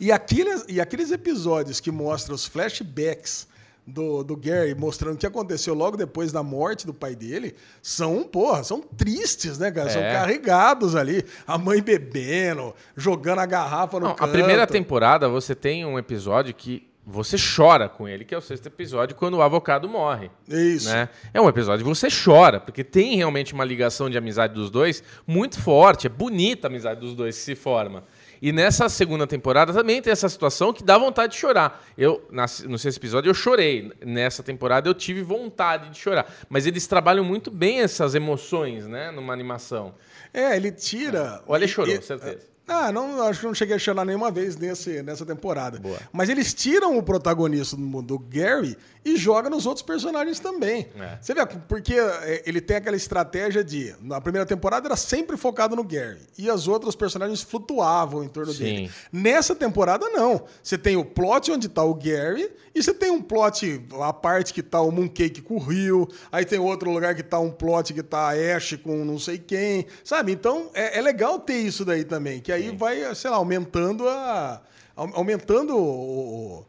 E aqueles, e aqueles episódios que mostram os flashbacks do, do Gary mostrando o que aconteceu logo depois da morte do pai dele são, porra, são tristes, né, cara? São É. carregados ali. A mãe bebendo, jogando a garrafa no Não, a canto. primeira temporada você tem um episódio que você chora com ele, que é o sexto episódio, quando o avocado morre. Isso. né? É um episódio que você chora, porque tem realmente uma ligação de amizade dos dois muito forte. É bonita a amizade dos dois que se forma. E nessa segunda temporada também tem essa situação que dá vontade de chorar. Eu, na- no sexto episódio, eu chorei. Nessa temporada eu tive vontade de chorar. Mas eles trabalham muito bem essas emoções, né? Numa animação. É, ele tira. O Ale e- chorou, e- certeza. Ah, não, acho que não cheguei a chorar nenhuma vez nesse, nessa temporada. Mas eles tiram o protagonista do, do Gary e jogam nos outros personagens também. É. Você vê, porque é, ele tem aquela estratégia de. Na primeira temporada era sempre focado no Gary. E as outras personagens flutuavam em torno Sim. dele. Nessa temporada, não. Você tem o plot onde tá o Gary, e você tem um plot, a parte que tá o Mooncake com o Rio, aí tem outro lugar que tá um plot que tá a Ash com não sei quem, sabe? Então é, é legal ter isso daí também, que aí vai, sei lá, aumentando a. au- aumentando o. o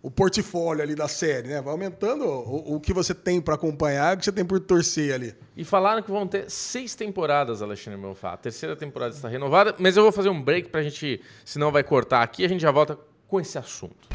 o portfólio ali da série, né? Vai aumentando o, o que você tem pra acompanhar, o que você tem por torcer ali. E falaram que vão ter seis temporadas, Alexandre Bonfá. A terceira temporada está renovada, mas eu vou fazer um break pra gente, senão vai cortar aqui, a gente já volta com esse assunto.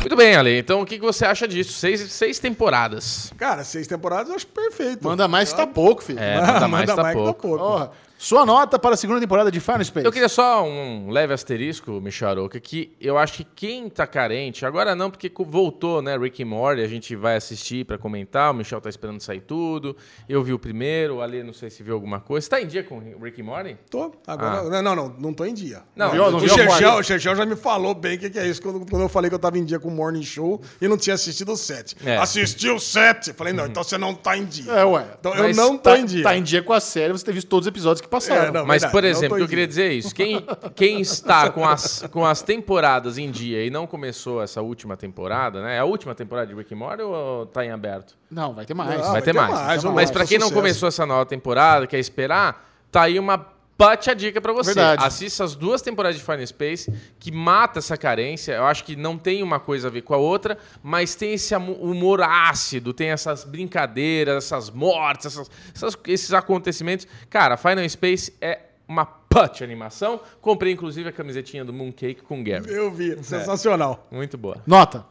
Muito bem, Ale. Então, o que que você acha disso? Seis, seis temporadas. Cara, seis temporadas eu acho perfeito. [LAUGHS] Manda mais que tá pouco, filho. Ah, É, nada mais, tá que pouco. Ó, sua nota para a segunda temporada de Final Space. Eu queria só um leve asterisco, Micharoca, que eu acho que quem tá carente, agora não, porque co- voltou, né, Rick and Morty, a gente vai assistir pra comentar, o Michel tá esperando sair tudo, eu vi o primeiro, o Ale não sei se viu alguma coisa. Você tá em dia com o Rick and Morty? Tô. Agora, não, não, não, não tô em dia. Não, viu? Não o viu a Xerxel, boa? o Xerxel já me falou bem o que, que é isso quando, quando eu falei que eu tava em dia com o Morning Show e não tinha assistido o set. É. Assistiu o set! Falei, não, então você não tá em dia. É, ué. Então eu Mas não tô tá, em dia. tá em dia com a série, você ter visto todos os episódios que passaram. É, não. Mas, verdade, por não exemplo, tô em eu queria dizer isso. Quem, quem está com as, com as temporadas em dia e não começou essa última temporada, né? É a última temporada de Rick and Morty ou tá em aberto? Não, vai ter mais. Não, vai, ter mais. Ah, vai Mas ter pra mais, quem não sucesso. começou essa nova temporada, quer esperar, tá aí uma bate a dica pra você. Verdade. Assista as duas temporadas de Final Space que mata essa carência. Eu acho que não tem uma coisa a ver com a outra, mas tem esse amu- humor ácido, tem essas brincadeiras, essas mortes, essas- essas- esses acontecimentos. Cara, Final Space é uma put animação. Comprei inclusive a camisetinha do Mooncake com o Gary. Eu vi, sensacional. Muito boa. Nota.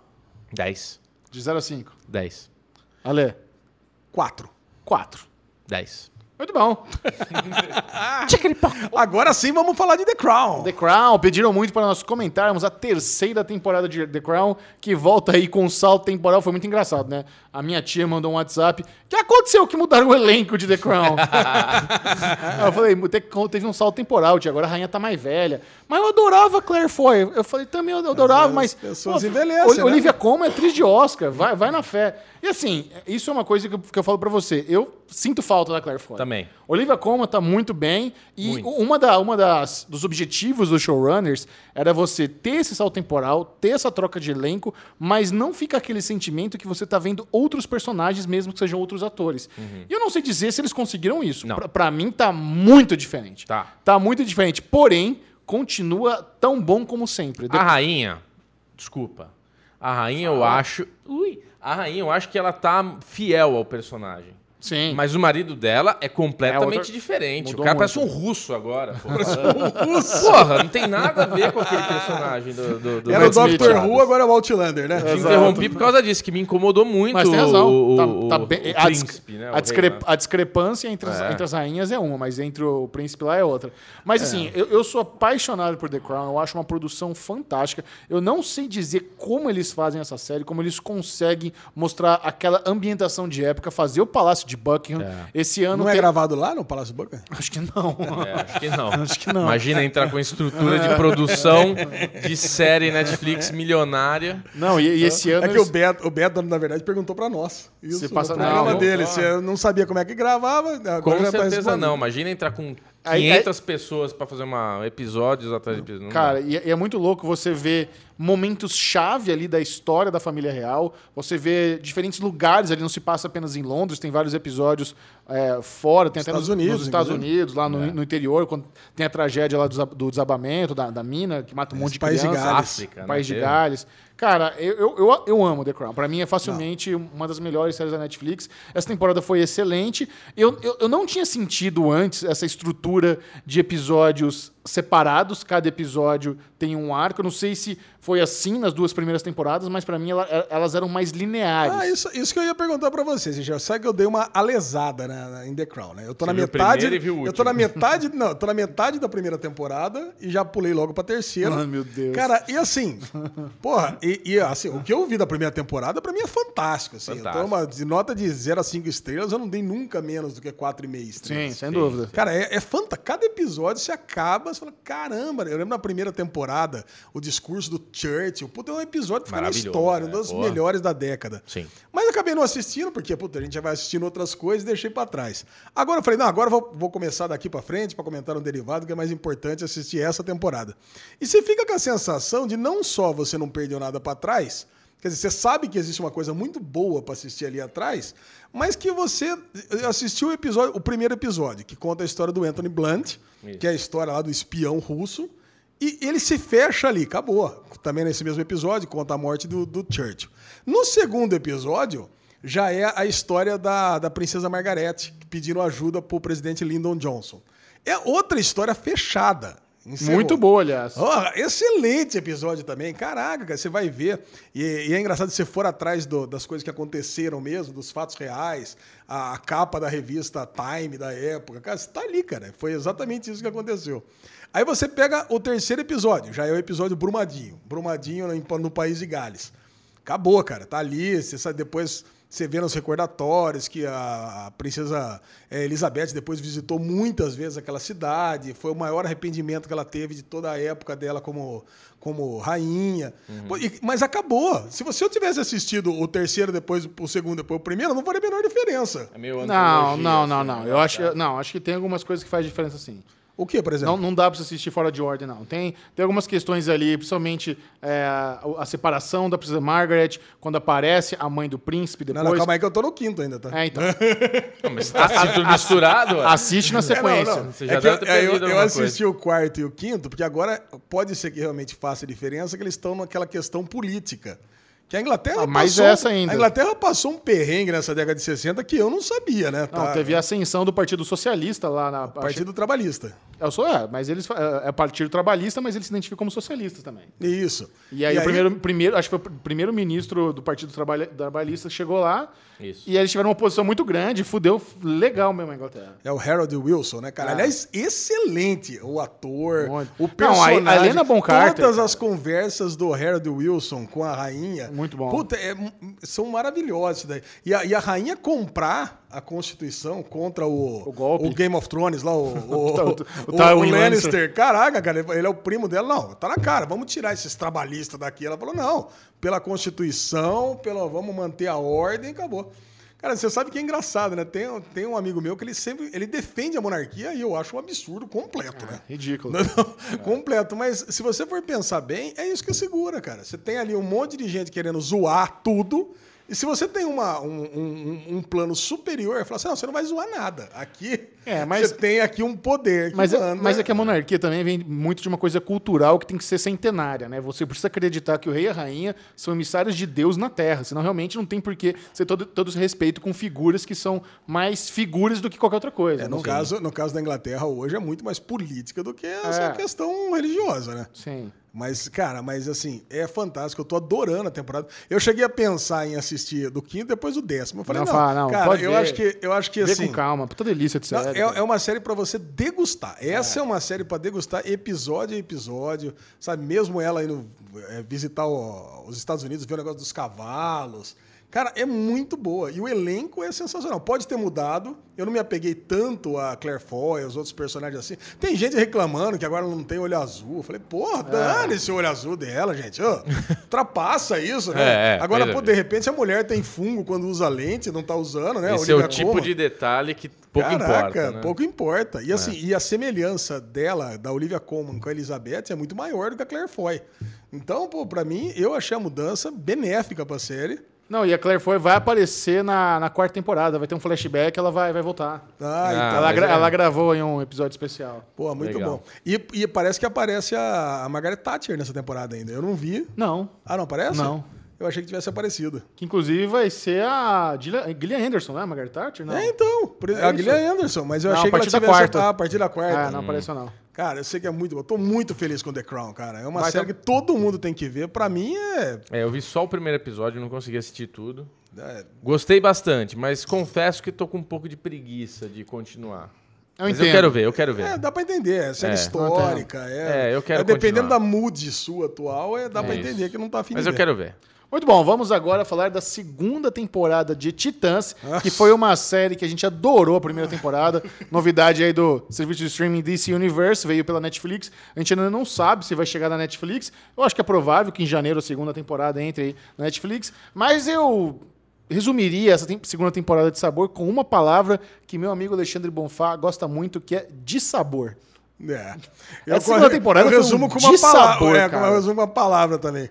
10, De 0 a 5. 10, Ale, Quatro. 4. 10. Muito bom. Chicripoca. Agora sim vamos falar de The Crown. The Crown, pediram muito para nós comentarmos a terceira temporada de The Crown, que volta aí com um salto temporal. Foi muito engraçado, né? A minha tia mandou um WhatsApp. O que aconteceu que mudaram o elenco de The [LAUGHS] Crown? Aí eu falei, "Te- teve um salto temporal, tia. Agora a rainha tá mais velha. Mas eu adorava a Claire Foy. Eu falei, também eu adorava, as mas. pessoas envelhecem, né? Olivia Olivia Colman é atriz de Oscar, vai, vai na fé. E assim, isso é uma coisa que eu, que eu falo pra você. Eu sinto falta da Claire Foy. Também. Olivia Colman tá muito bem. E Muito. uma, da, uma das, dos objetivos dos showrunners era você ter esse salto temporal, ter essa troca de elenco, mas não fica aquele sentimento que você tá vendo outros personagens, mesmo que sejam outros atores. E eu não sei dizer se eles conseguiram isso. Uhum. Não. Pra, pra mim tá muito diferente. Tá. Tá muito diferente. Porém, continua tão bom como sempre. A rainha, desculpa. A rainha eu acho. Ui! A rainha eu acho que ela tá fiel ao personagem. Sim. Mas o marido dela é completamente É outra- diferente. O mudou cara muito. parece um russo agora. [LAUGHS] pô. um Porra, não tem nada a ver com aquele personagem do. do, do Era o Will Smith, Dr. Adam. Who, agora é o Outlander, né? Te interrompi por causa disso, que me incomodou muito. Mas tem razão. O, Tá- o- tá o bem- a, dis- príncipe, né? o a rei discre- lá. a discrepância entre as, É. entre as rainhas é uma, mas entre o príncipe lá é outra. Mas assim, eu, eu sou apaixonado por The Crown, eu acho uma produção fantástica. Eu não sei dizer como eles fazem essa série, como eles conseguem mostrar aquela ambientação de época, fazer o Palácio de Buckingham. Esse ano Não é tem- gravado lá no Palácio Buckingham? [LAUGHS] Acho que não. [LAUGHS] É, acho que não. [LAUGHS] Acho que não. Imagina entrar com estrutura de produção de série Netflix milionária. Não, e, e esse ano. É que o eles- Beto, o Beto, na verdade, perguntou pra nós. Isso, Se passa- no programa não, dele. não. Se eu não sabia como é que gravava. agora Com já tá certeza respondendo. não. Imagina entrar com Aí- 500 pessoas pra fazer uma episódios atrás de episódios. Cara, e, e é muito louco você ver momentos-chave ali da história da família real. Você vê diferentes lugares ali, não se passa apenas em Londres, tem vários episódios é, fora, tem até Estados nos, Unidos, nos Estados inclusive. Unidos, lá É. no, no interior, quando tem a tragédia lá do, desa- do desabamento da, da mina, que mata um monte de País de criança. Gales. África, né, País de teve. Gales. Cara, eu, eu, eu, eu amo The Crown. Pra mim é facilmente uma das melhores séries da Netflix. Essa temporada foi excelente. Eu, eu, eu não tinha sentido antes essa estrutura de episódios separados. Cada episódio tem um arco. Eu não sei se foi assim nas duas primeiras temporadas, mas pra mim ela- elas eram mais lineares. Ah, isso, isso que eu ia perguntar pra vocês, já sabe que eu dei uma alesada na, na- em The Crown, né? Eu tô Você na viu o metade, primeiro e viu o eu tô na último. metade, não, eu tô na metade da primeira temporada e já pulei logo pra terceira. Ah, meu Deus. Cara, e assim, porra, e, e assim, o que eu vi da primeira temporada pra mim é fantástico, assim. Fantástico. Eu tô uma de nota de 0 a 5 estrelas, eu não dei nunca menos do que 4,5 estrelas. Sim, sem dúvida. Cara, é, é fantástico. Cada episódio você acaba, você fala, caramba, eu lembro na primeira temporada, o discurso do Churchill. Puta, é um episódio que ficou na Maravilhoso, história, um né? dos Pô. melhores da década. Sim. Mas eu acabei não assistindo, porque, puta, a gente já vai assistindo outras coisas e deixei pra trás. Agora eu falei, não, agora eu vou, vou começar daqui pra frente pra comentar um derivado, que é mais importante assistir essa temporada. E você fica com a sensação de não só você não perdeu nada pra trás, quer dizer, você sabe que existe uma coisa muito boa pra assistir ali atrás, mas que você assistiu o episódio, o primeiro episódio, que conta a história do Anthony Blunt, que é a história lá do espião russo, e ele se fecha ali, acabou. Também nesse mesmo episódio, conta a morte do, do Churchill. No segundo episódio, já é a história da, da princesa Margaret, pedindo ajuda pro presidente Lyndon Johnson. É outra história fechada. Encerrou. Muito boa, aliás. Ó, excelente episódio também. Caraca, cara, você vai ver. E, e é engraçado se você for atrás do- das coisas que aconteceram mesmo, dos fatos reais, a, a capa da revista Time da época. Cara, você tá ali, cara. Foi exatamente isso que aconteceu. Aí você pega o terceiro episódio, já é o episódio Brumadinho. Brumadinho no, no País de Gales. Acabou, cara. Tá ali, você sabe, depois você vê nos recordatórios que a a princesa eh, Elizabeth depois visitou muitas vezes aquela cidade, foi o maior arrependimento que ela teve de toda a época dela como, como rainha. Uhum. Pô, e- mas acabou. Se você eu tivesse assistido o terceiro, depois o segundo, depois o primeiro, não faria a menor diferença. É meio Não, antologia, não, assim, não, né? não. Eu acho, não, acho que tem algumas coisas que faz diferença sim. O que, por exemplo? Não, não dá pra você assistir fora de ordem, não. Tem, tem algumas questões ali, principalmente é, a- a separação da princesa Margaret, quando aparece a mãe do príncipe Não, depois. não, calma aí que eu tô no quinto ainda, tá? É, [LAUGHS] então, Não, mas tá assim, tudo misturado. ó. assiste na sequência. É, não, não. Você É já que deve ter eu- é, eu- perdido eu, alguma assisti o quarto e o quinto, porque agora pode ser que realmente faça diferença, que eles estão naquela questão política. Que a Inglaterra Ah, mais passou, essa ainda. A Inglaterra passou um perrengue nessa década de 60 que eu não sabia, né? Não, Tá- teve a ascensão do Partido Socialista lá na. Partido Trabalhista. Eu sou, é, mas eles. fa- É é Partido Trabalhista, mas eles se identificam como socialistas também. Isso. E aí, o primeiro, primeiro, acho que foi o primeiro ministro do Partido Trabalha- Trabalhista chegou lá. Isso. E aí eles tiveram uma posição muito grande, fudeu legal mesmo a Inglaterra. É o Harold Wilson, né, cara? Ah. Aliás, excelente o ator, Muito. Não, a- o a personagem. Helena Bonham Carter, todas cara. as conversas do Harold Wilson com a rainha. Muito bom. Puta, é- são maravilhosas. isso Daí. E, a, e a rainha comprar a Constituição contra o, O golpe. Game of Thrones lá, [LAUGHS] o, o, O- o- o o- o Tywin Lannister. Lannister. Caraca, cara, ele é o primo dela. Não, tá na cara, vamos tirar esses trabalhistas daqui. Ela falou, não, pela Constituição, pela, vamos manter a ordem, acabou. Cara, você sabe que é engraçado, né? Tem, um- tem um amigo meu que ele sempre ele defende a monarquia e eu acho um absurdo completo, né? Ridículo. Não, é. não, completo. Mas se você for pensar bem, é isso que segura, cara. Você tem ali um monte de gente querendo zoar tudo. E se você tem uma, um, um- um- um plano superior, fala assim, não, você não vai zoar nada. Aqui É, mas- você tem aqui um poder. Mas, é- manda. mas é que a monarquia também vem muito de uma coisa cultural que tem que ser centenária, né? Você precisa acreditar que o rei e a rainha são emissários de Deus na Terra, senão realmente não tem por que ser todo, todo esse respeito com figuras que são mais figuras do que qualquer outra coisa. É, Né? no, Sim. caso, no caso da Inglaterra hoje é muito mais política do que essa É. questão religiosa, né? Sim. Mas, cara, mas assim, é fantástico. Eu tô adorando a temporada. Eu cheguei a pensar em assistir do quinto, depois do décimo. Eu falei, não, Não, fala, não, cara, pode eu ver. acho que eu acho que Vê assim. com calma, puta delícia de não, série. é, é uma série pra você degustar. Essa é, uma série pra degustar episódio a episódio, sabe? Mesmo ela indo é, visitar o- os Estados Unidos, ver o negócio dos cavalos. Cara, é muito boa. E o elenco é sensacional. Pode ter mudado. Eu não me apeguei tanto a Claire Foy, aos outros personagens assim. Tem gente reclamando que agora não tem olho azul. Eu falei, É. porra, dane-se o olho azul dela, gente. Ô, ultrapassa isso, né? [LAUGHS] É, é, agora, pelo pô, de repente, a mulher tem fungo quando usa lente, não tá usando, né? Esse é o Oligacoma. tipo de detalhe que pouco importa. Né? pouco importa. E assim, e a semelhança dela, da Olivia Colman com a Elizabeth, é muito maior do que a Claire Foy. Então, pô, pra mim, eu achei a mudança benéfica pra série. Não, e a Claire Foy vai aparecer na, na quarta temporada, vai ter um flashback, ela vai, vai voltar. Ah, Ah, então, ela, mas gra- é. ela gravou em um episódio especial. pô, muito Legal. bom. E, e parece que aparece a, a Margaret Thatcher nessa temporada ainda. Eu não vi. Não. Ah, não aparece? Não. Eu achei que tivesse aparecido. Que inclusive vai ser a Gillian Gillian Anderson, né? Margaret Thatcher? Não. É, então. por- É a isso. Guilherme Anderson, mas eu Não, achei a que ela partir da tivesse. quarta. Ah, a partir da quarta. Ah, não apareceu não. Cara, eu sei que é muito bom. Tô muito feliz com The Crown, cara. É uma Vai série ter- que todo mundo tem que ver. Pra mim é. É, eu vi só o primeiro episódio, não consegui assistir tudo. é- Gostei bastante, mas confesso que tô com um pouco de preguiça de continuar. Eu mas entendo. eu quero ver, eu quero ver. É, dá pra entender. É série É. histórica. É, É, eu quero é, dependendo continuar. da mood sua atual, é, dá pra É entender isso. que não tá afim de mas eu ver. quero ver. Muito bom, vamos agora falar da segunda temporada de Titãs, que foi uma série que a gente adorou a primeira temporada. Novidade aí do serviço de streaming DC Universe, veio pela Netflix. A gente ainda não sabe se vai chegar na Netflix. Eu acho que é provável que em janeiro a segunda temporada entre aí na Netflix. Mas eu resumiria essa tem- segunda temporada de Sabor com uma palavra que meu amigo Alexandre Bonfá gosta muito, que é de sabor. É. Essa segunda temporada eu foi um resumo com uma dissabor, palavra. É, cara. eu resumo com uma palavra também.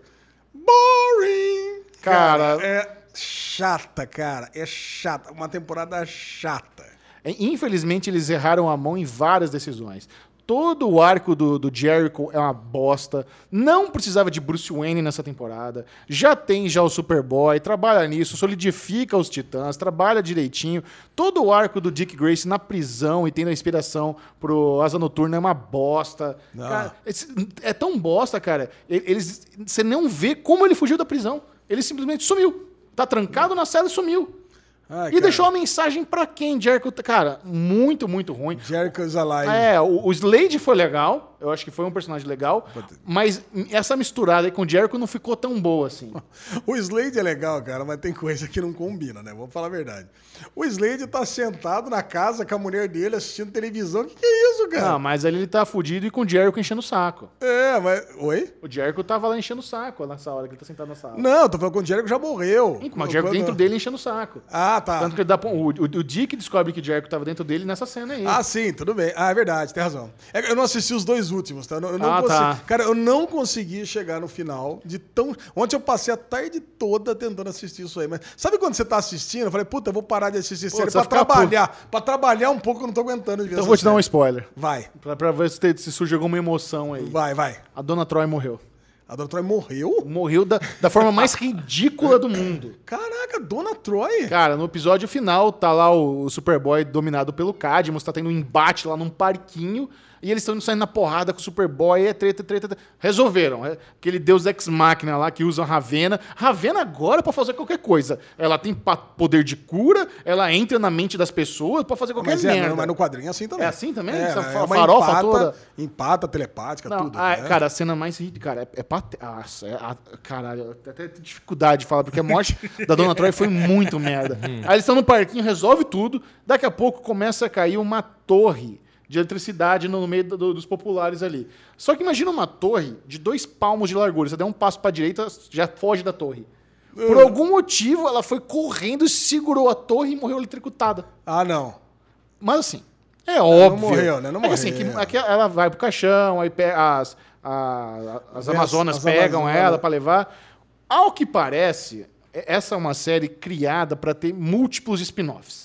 Boring! Cara- É chata, cara. É chata. Uma temporada chata. É, Infelizmente, eles erraram a mão em várias decisões. Todo o arco do, do Jericho é uma bosta. Não precisava de Bruce Wayne nessa temporada. Já tem já o Superboy, trabalha nisso, solidifica os Titãs, trabalha direitinho. Todo o arco do Dick Grace na prisão e tendo a inspiração pro Asa Noturna é uma bosta. Não. Cara, esse- é tão bosta, cara. e- Eles, você não vê como ele fugiu da prisão. Ele simplesmente sumiu. Tá trancado na cela e sumiu. Ai, E Ah, cara. deixou a mensagem pra quem, Jericho? Cara, muito, muito ruim. Jericho's Alive. É, o, o Slade foi legal, eu acho que foi um personagem legal, mas essa misturada aí com o Jericho não ficou tão boa assim. O Slade é legal, cara, mas tem coisa que não combina, né? Vamos falar a verdade. O Slade tá sentado na casa com a mulher dele assistindo televisão. O que, que [LAUGHS] é isso, cara? Ah, mas ali ele tá fudido e com o Jericho enchendo o saco. É, mas. Oi? O Jericho tava lá enchendo o saco nessa hora que ele tá sentado na sala. Não, tô falando que o Jericho já morreu. Mas o Jericho Quando- dentro dele enchendo o saco. Ah, tá. Tanto que ele dá pra- o, o, o Dick descobre que o Jericho tava dentro dele nessa cena aí. Ah, sim, tudo bem. Ah, é verdade, tem razão. É que Eu não assisti os dois últimos, tá? Eu não, eu não Ah, consegui- tá. Cara, eu não consegui chegar no final de tão. Ontem eu passei a tarde toda tentando assistir isso aí. Mas sabe quando você tá assistindo? Eu falei, puta, eu vou parar de assistir você série pra vai ficar trabalhar. Pra trabalhar um pouco, eu não tô aguentando de ver então eu essa vou te dar um série. spoiler. Vai, Pra, pra ver se, te- se surge alguma emoção aí. vai, vai. A Dona Troy morreu. A Dona Troy morreu? Morreu da, da forma mais [LAUGHS] ridícula do mundo. Caraca, Dona Troy? Cara, no episódio final tá lá o Superboy dominado pelo Cadmus, tá tendo um embate lá num parquinho e eles estão saindo na porrada com o Superboy, é treta, treta, treta. Resolveram. é aquele deus ex-máquina lá que usa a Ravena. Ravena agora pra fazer qualquer coisa. Ela tem pa- poder de cura, ela entra na mente das pessoas pra fazer qualquer Mas, é, merda. não, mas no quadrinho é assim também. É assim também? É, Essa é uma farofa empata, toda? Empata, telepática, Não, tudo. a- né? Cara, a cena mais ridícula, cara, é, é pate... Nossa, é a- caralho, eu tenho até dificuldade de falar, porque a morte da Dona Troy foi muito merda. Aí eles estão no parquinho, resolve tudo, daqui a pouco começa a cair uma torre de eletricidade no meio do- dos populares ali. Só que imagina uma torre de dois palmos de largura, você der um passo pra direita, já foge da torre. Por algum motivo, ela foi correndo, segurou a torre e morreu eletricutada. Ah, não. Mas assim, é óbvio. morreu, né? Não é que, assim, morreu. que, é que ela vai pro caixão, aí pe- as, a- a- as As- Amazonas as pegam Amazonas. ela pra levar. Ao que parece, e- essa é uma série criada pra ter múltiplos spin-offs.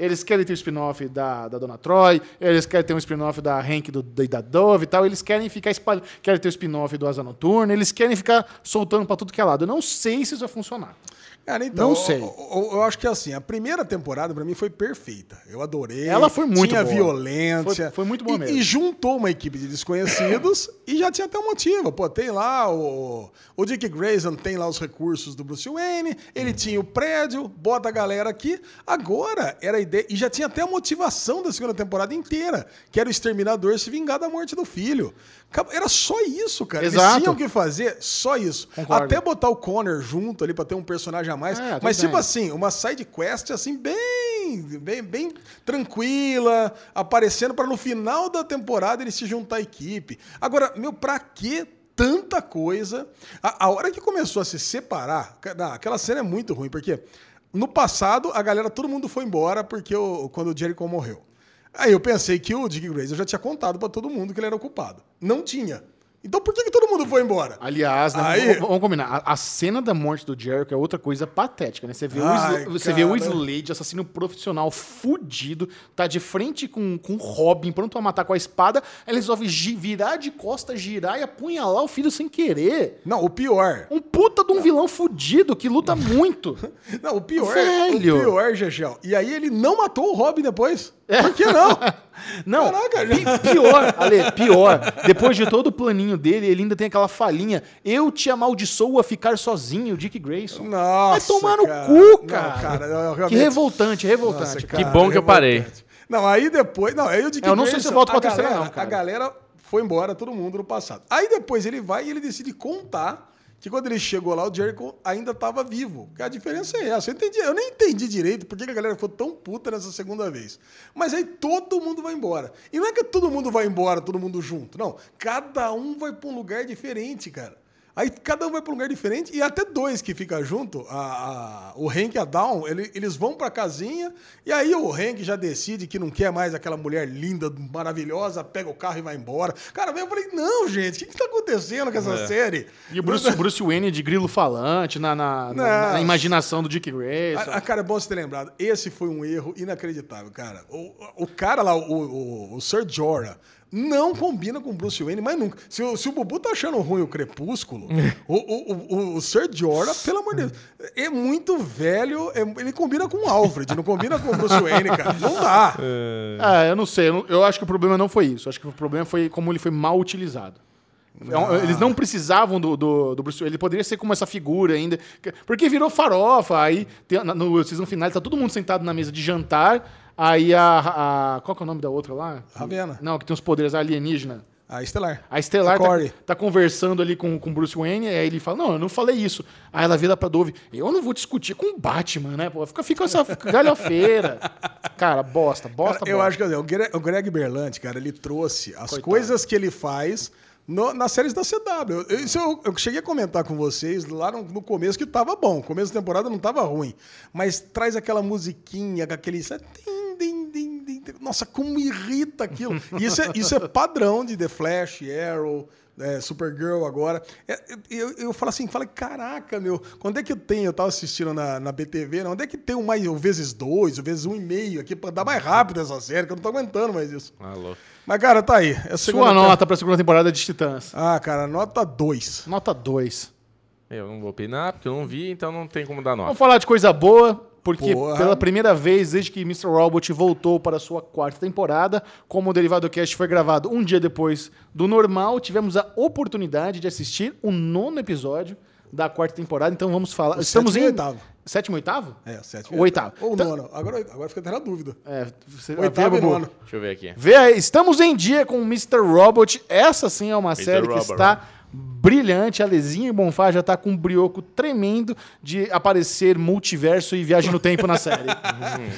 Eles querem ter o spin-off da, da Dona Troy, eles querem ter um spin-off da Hank do, da, da Dove e tal, eles querem ficar espalhando, querem ter o spin-off do Asa Noturna, eles querem ficar soltando pra tudo que é lado. Eu não sei se isso vai funcionar. Cara, então, Não eu- sei. Eu, eu- eu acho que assim, a primeira temporada pra mim foi perfeita. Eu adorei. Ela foi muito Tinha boa. violência. Foi- foi muito boa e, mesmo. E juntou uma equipe [LAUGHS] de desconhecidos e já tinha até um motivo. Pô, tem lá o, o Dick Grayson, tem lá os recursos do Bruce Wayne, Uhum. ele tinha o prédio, bota a galera aqui. Agora era a ideia. E já tinha até a motivação da segunda temporada inteira, que era o exterminador se vingar da morte do filho. Acab- Era só isso, cara. Eles Exato. tinham que fazer só isso. Concordo. Até botar o Connor junto ali pra ter um personagem a mais. É, tudo mas, tipo bem. assim, uma side quest assim, bem, bem, bem tranquila, aparecendo pra no final da temporada ele se juntar à equipe. Agora, meu, pra que tanta coisa? A, a hora que começou a se separar, ca- não, aquela cena é muito ruim, porque no passado a galera, todo mundo foi embora porque o, quando o Jericho morreu. Aí eu pensei que o Dick Grayson já tinha contado pra todo mundo que ele era ocupado. Não tinha. Então por que, que todo mundo foi embora? Aliás, né, Aí- vamos, vamos combinar. A, a cena da morte do Jericho é outra coisa patética, né? Você vê, Ai, o, Sl- você vê o cara. Slade, assassino profissional, fudido, tá de frente com, com o Robin, pronto a matar com a espada. Ele resolve gi- virar de costa, girar e apunhalar o filho sem querer. Não, o pior. Um puta de um vilão fudido que luta muito. [LAUGHS] Não, o pior. Velho. O pior, Gegel. E aí ele não matou o Robin depois? É. Por [LAUGHS] que não? Não, Caraca, pi- pior, Ale, pior. Depois de todo o planinho dele, ele ainda tem aquela falinha. Eu te amaldiçoo a ficar sozinho, Dick Grayson. Nossa. Vai tomar no cara. cu, Não, cara. cara, eu que realmente- revoltante, revoltante. Nossa, cara. cara, Que bom que eu parei. revoltante. Não, aí depois. Não, aí o Dick É, eu não sei se eu volto pra a terceira galera- não, cara. A galera foi embora, todo mundo no passado. Aí depois ele vai e ele decide contar que quando ele chegou lá, o Jericho ainda estava vivo. Que A diferença é essa. Eu, entendi- eu nem entendi direito por que que a galera ficou tão puta nessa segunda vez. Mas aí todo mundo vai embora. E não é que todo mundo vai embora, todo mundo junto. Não. Cada um vai para um lugar diferente, cara. Aí cada um vai para um lugar diferente e até dois que ficam junto, a- a- o Hank e a Dawn, ele- eles vão para casinha e aí o Hank já decide que não quer mais aquela mulher linda, maravilhosa, pega o carro e vai embora. Cara, eu falei, não, gente, o que, que tá acontecendo com essa série? É. E o Bruce, Bruce Wayne de grilo falante na, na- na- na imaginação do Dick Grayson. A, a- cara, é bom você ter lembrado. Esse foi um erro inacreditável, cara. O, o cara lá, o, o, o Sir Jorah, não combina com o Bruce Wayne, mas nunca. Se, o- se o Bubu tá achando ruim [LAUGHS] o Crepúsculo, o, o, o- o Sir Jorah, pelo amor de Deus, é muito velho. é- ele combina com o Alfred, não combina com o Bruce Wayne, cara. Não dá. Ah, eu não sei. Eu, não- eu acho que o problema não foi isso. Eu acho que o problema foi como ele foi mal utilizado. Então, Eles não precisavam do, do, do Bruce Wayne. Ele poderia ser como essa figura ainda. que- Porque virou farofa. Aí, tem- na- no season final, tá todo mundo sentado na mesa de jantar. Aí a, a- Qual que é o nome da outra lá? Ravena. Não, que tem os poderes a alienígena. A Estelar. A Estelar A tá, Corey. tá conversando ali com o Bruce Wayne, aí ele fala, não, eu não falei isso. Aí ela vira pra Dove, eu não vou discutir com o Batman, né? Pô, fica, fica [LAUGHS] essa galhofeira. Cara, bosta, bosta, Cara, eu bosta. acho que assim, o Gre- o Greg Berlanti, cara, ele trouxe as coisas que ele faz no- nas séries da CW. Eu- eu- Isso eu, eu cheguei a comentar com vocês lá no, no começo que tava bom. Começo da temporada não tava ruim. Mas traz aquela musiquinha, com aquele. é sa- tim, tim, tim, tim, tim. Nossa, como irrita aquilo. E isso é, isso é padrão de The Flash, Arrow. é, Supergirl agora. É, eu, eu falo assim, fala, caraca, meu, quando é que tem? Eu tava assistindo na, na BTV, né? onde é que tem o mais, o vezes dois, o vezes um e meio aqui, pra dar mais rápido essa série, que eu não tô aguentando mais isso. Alô. Mas, cara, tá aí. É a Sua segunda nota pra segunda temporada de Titãs. Ah, cara, nota 2. Nota 2. Eu não vou opinar, porque eu não vi, então não tem como dar nota. Vamos falar de coisa boa, porque Porra. pela primeira vez desde que Mr. Robot voltou para a sua quarta temporada, como o Derivado Cast foi gravado um dia depois do normal, tivemos a oportunidade de assistir o nono episódio da quarta temporada, então vamos falar. O Estamos sétimo e em oitavo. sétimo e oitavo? É, 7. O oitavo. Ou Então- nono. Agora, agora fica até na dúvida. É, você Oitavo vê, e Bubu? nono. Deixa eu ver aqui. Vê aí, estamos em dia com Mr. Robot. Essa sim é uma série Robot. que está brilhante. A Lezinha e Bonfá já tá com um brioco tremendo de aparecer multiverso e viagem no tempo na série.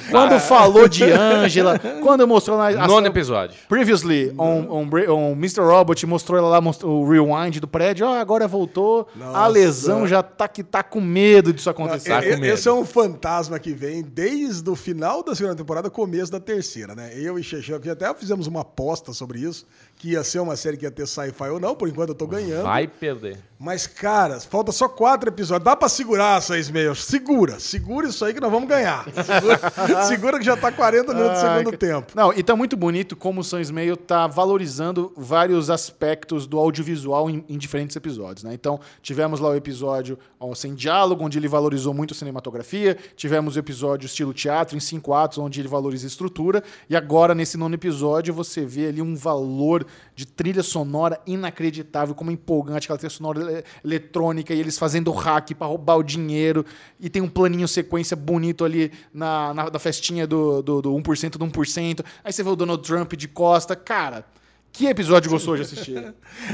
quando falou de Angela, quando mostrou na a- Nono episódio. Previously, on, on, Bra- on Mr. Robot mostrou ela lá mostrou o rewind do prédio. Ah, agora voltou. A Nossa. lesão já tá que tá com medo disso acontecer. Tá com E- e- medo. Esse é um fantasma que vem desde o final da segunda temporada, começo da terceira, né? Eu e Xexão aqui até fizemos uma aposta sobre isso, que ia ser uma série que ia ter sci-fi ou não, por enquanto eu tô ganhando. Vai perder. Mas, cara, falta só quatro episódios. Dá pra segurar, seis meios. Segura, segura isso aí que nós vamos ganhar. Segura, segura que já tá 40 minutos do Ah, segundo ca- tempo. Não, e tá muito bonito como o Sans Meio tá valorizando vários aspectos do audiovisual em, em diferentes episódios, né? Então, tivemos lá o episódio ó, sem diálogo, onde ele valorizou muito a cinematografia, tivemos o episódio estilo teatro, em cinco atos, onde ele valoriza a estrutura, e agora, nesse nono episódio, você vê ali um valor de trilha sonora inacreditável, como é empolgante aquela trilha sonora ele- eletrônica, e eles fazendo hack pra roubar o dinheiro, e tem um planinho sequência bonito ali na, na, da festinha do, do, do 1% do 1%. Aí você vê o Donald Trump de costa. Cara, que episódio gostou [LAUGHS] de assistir?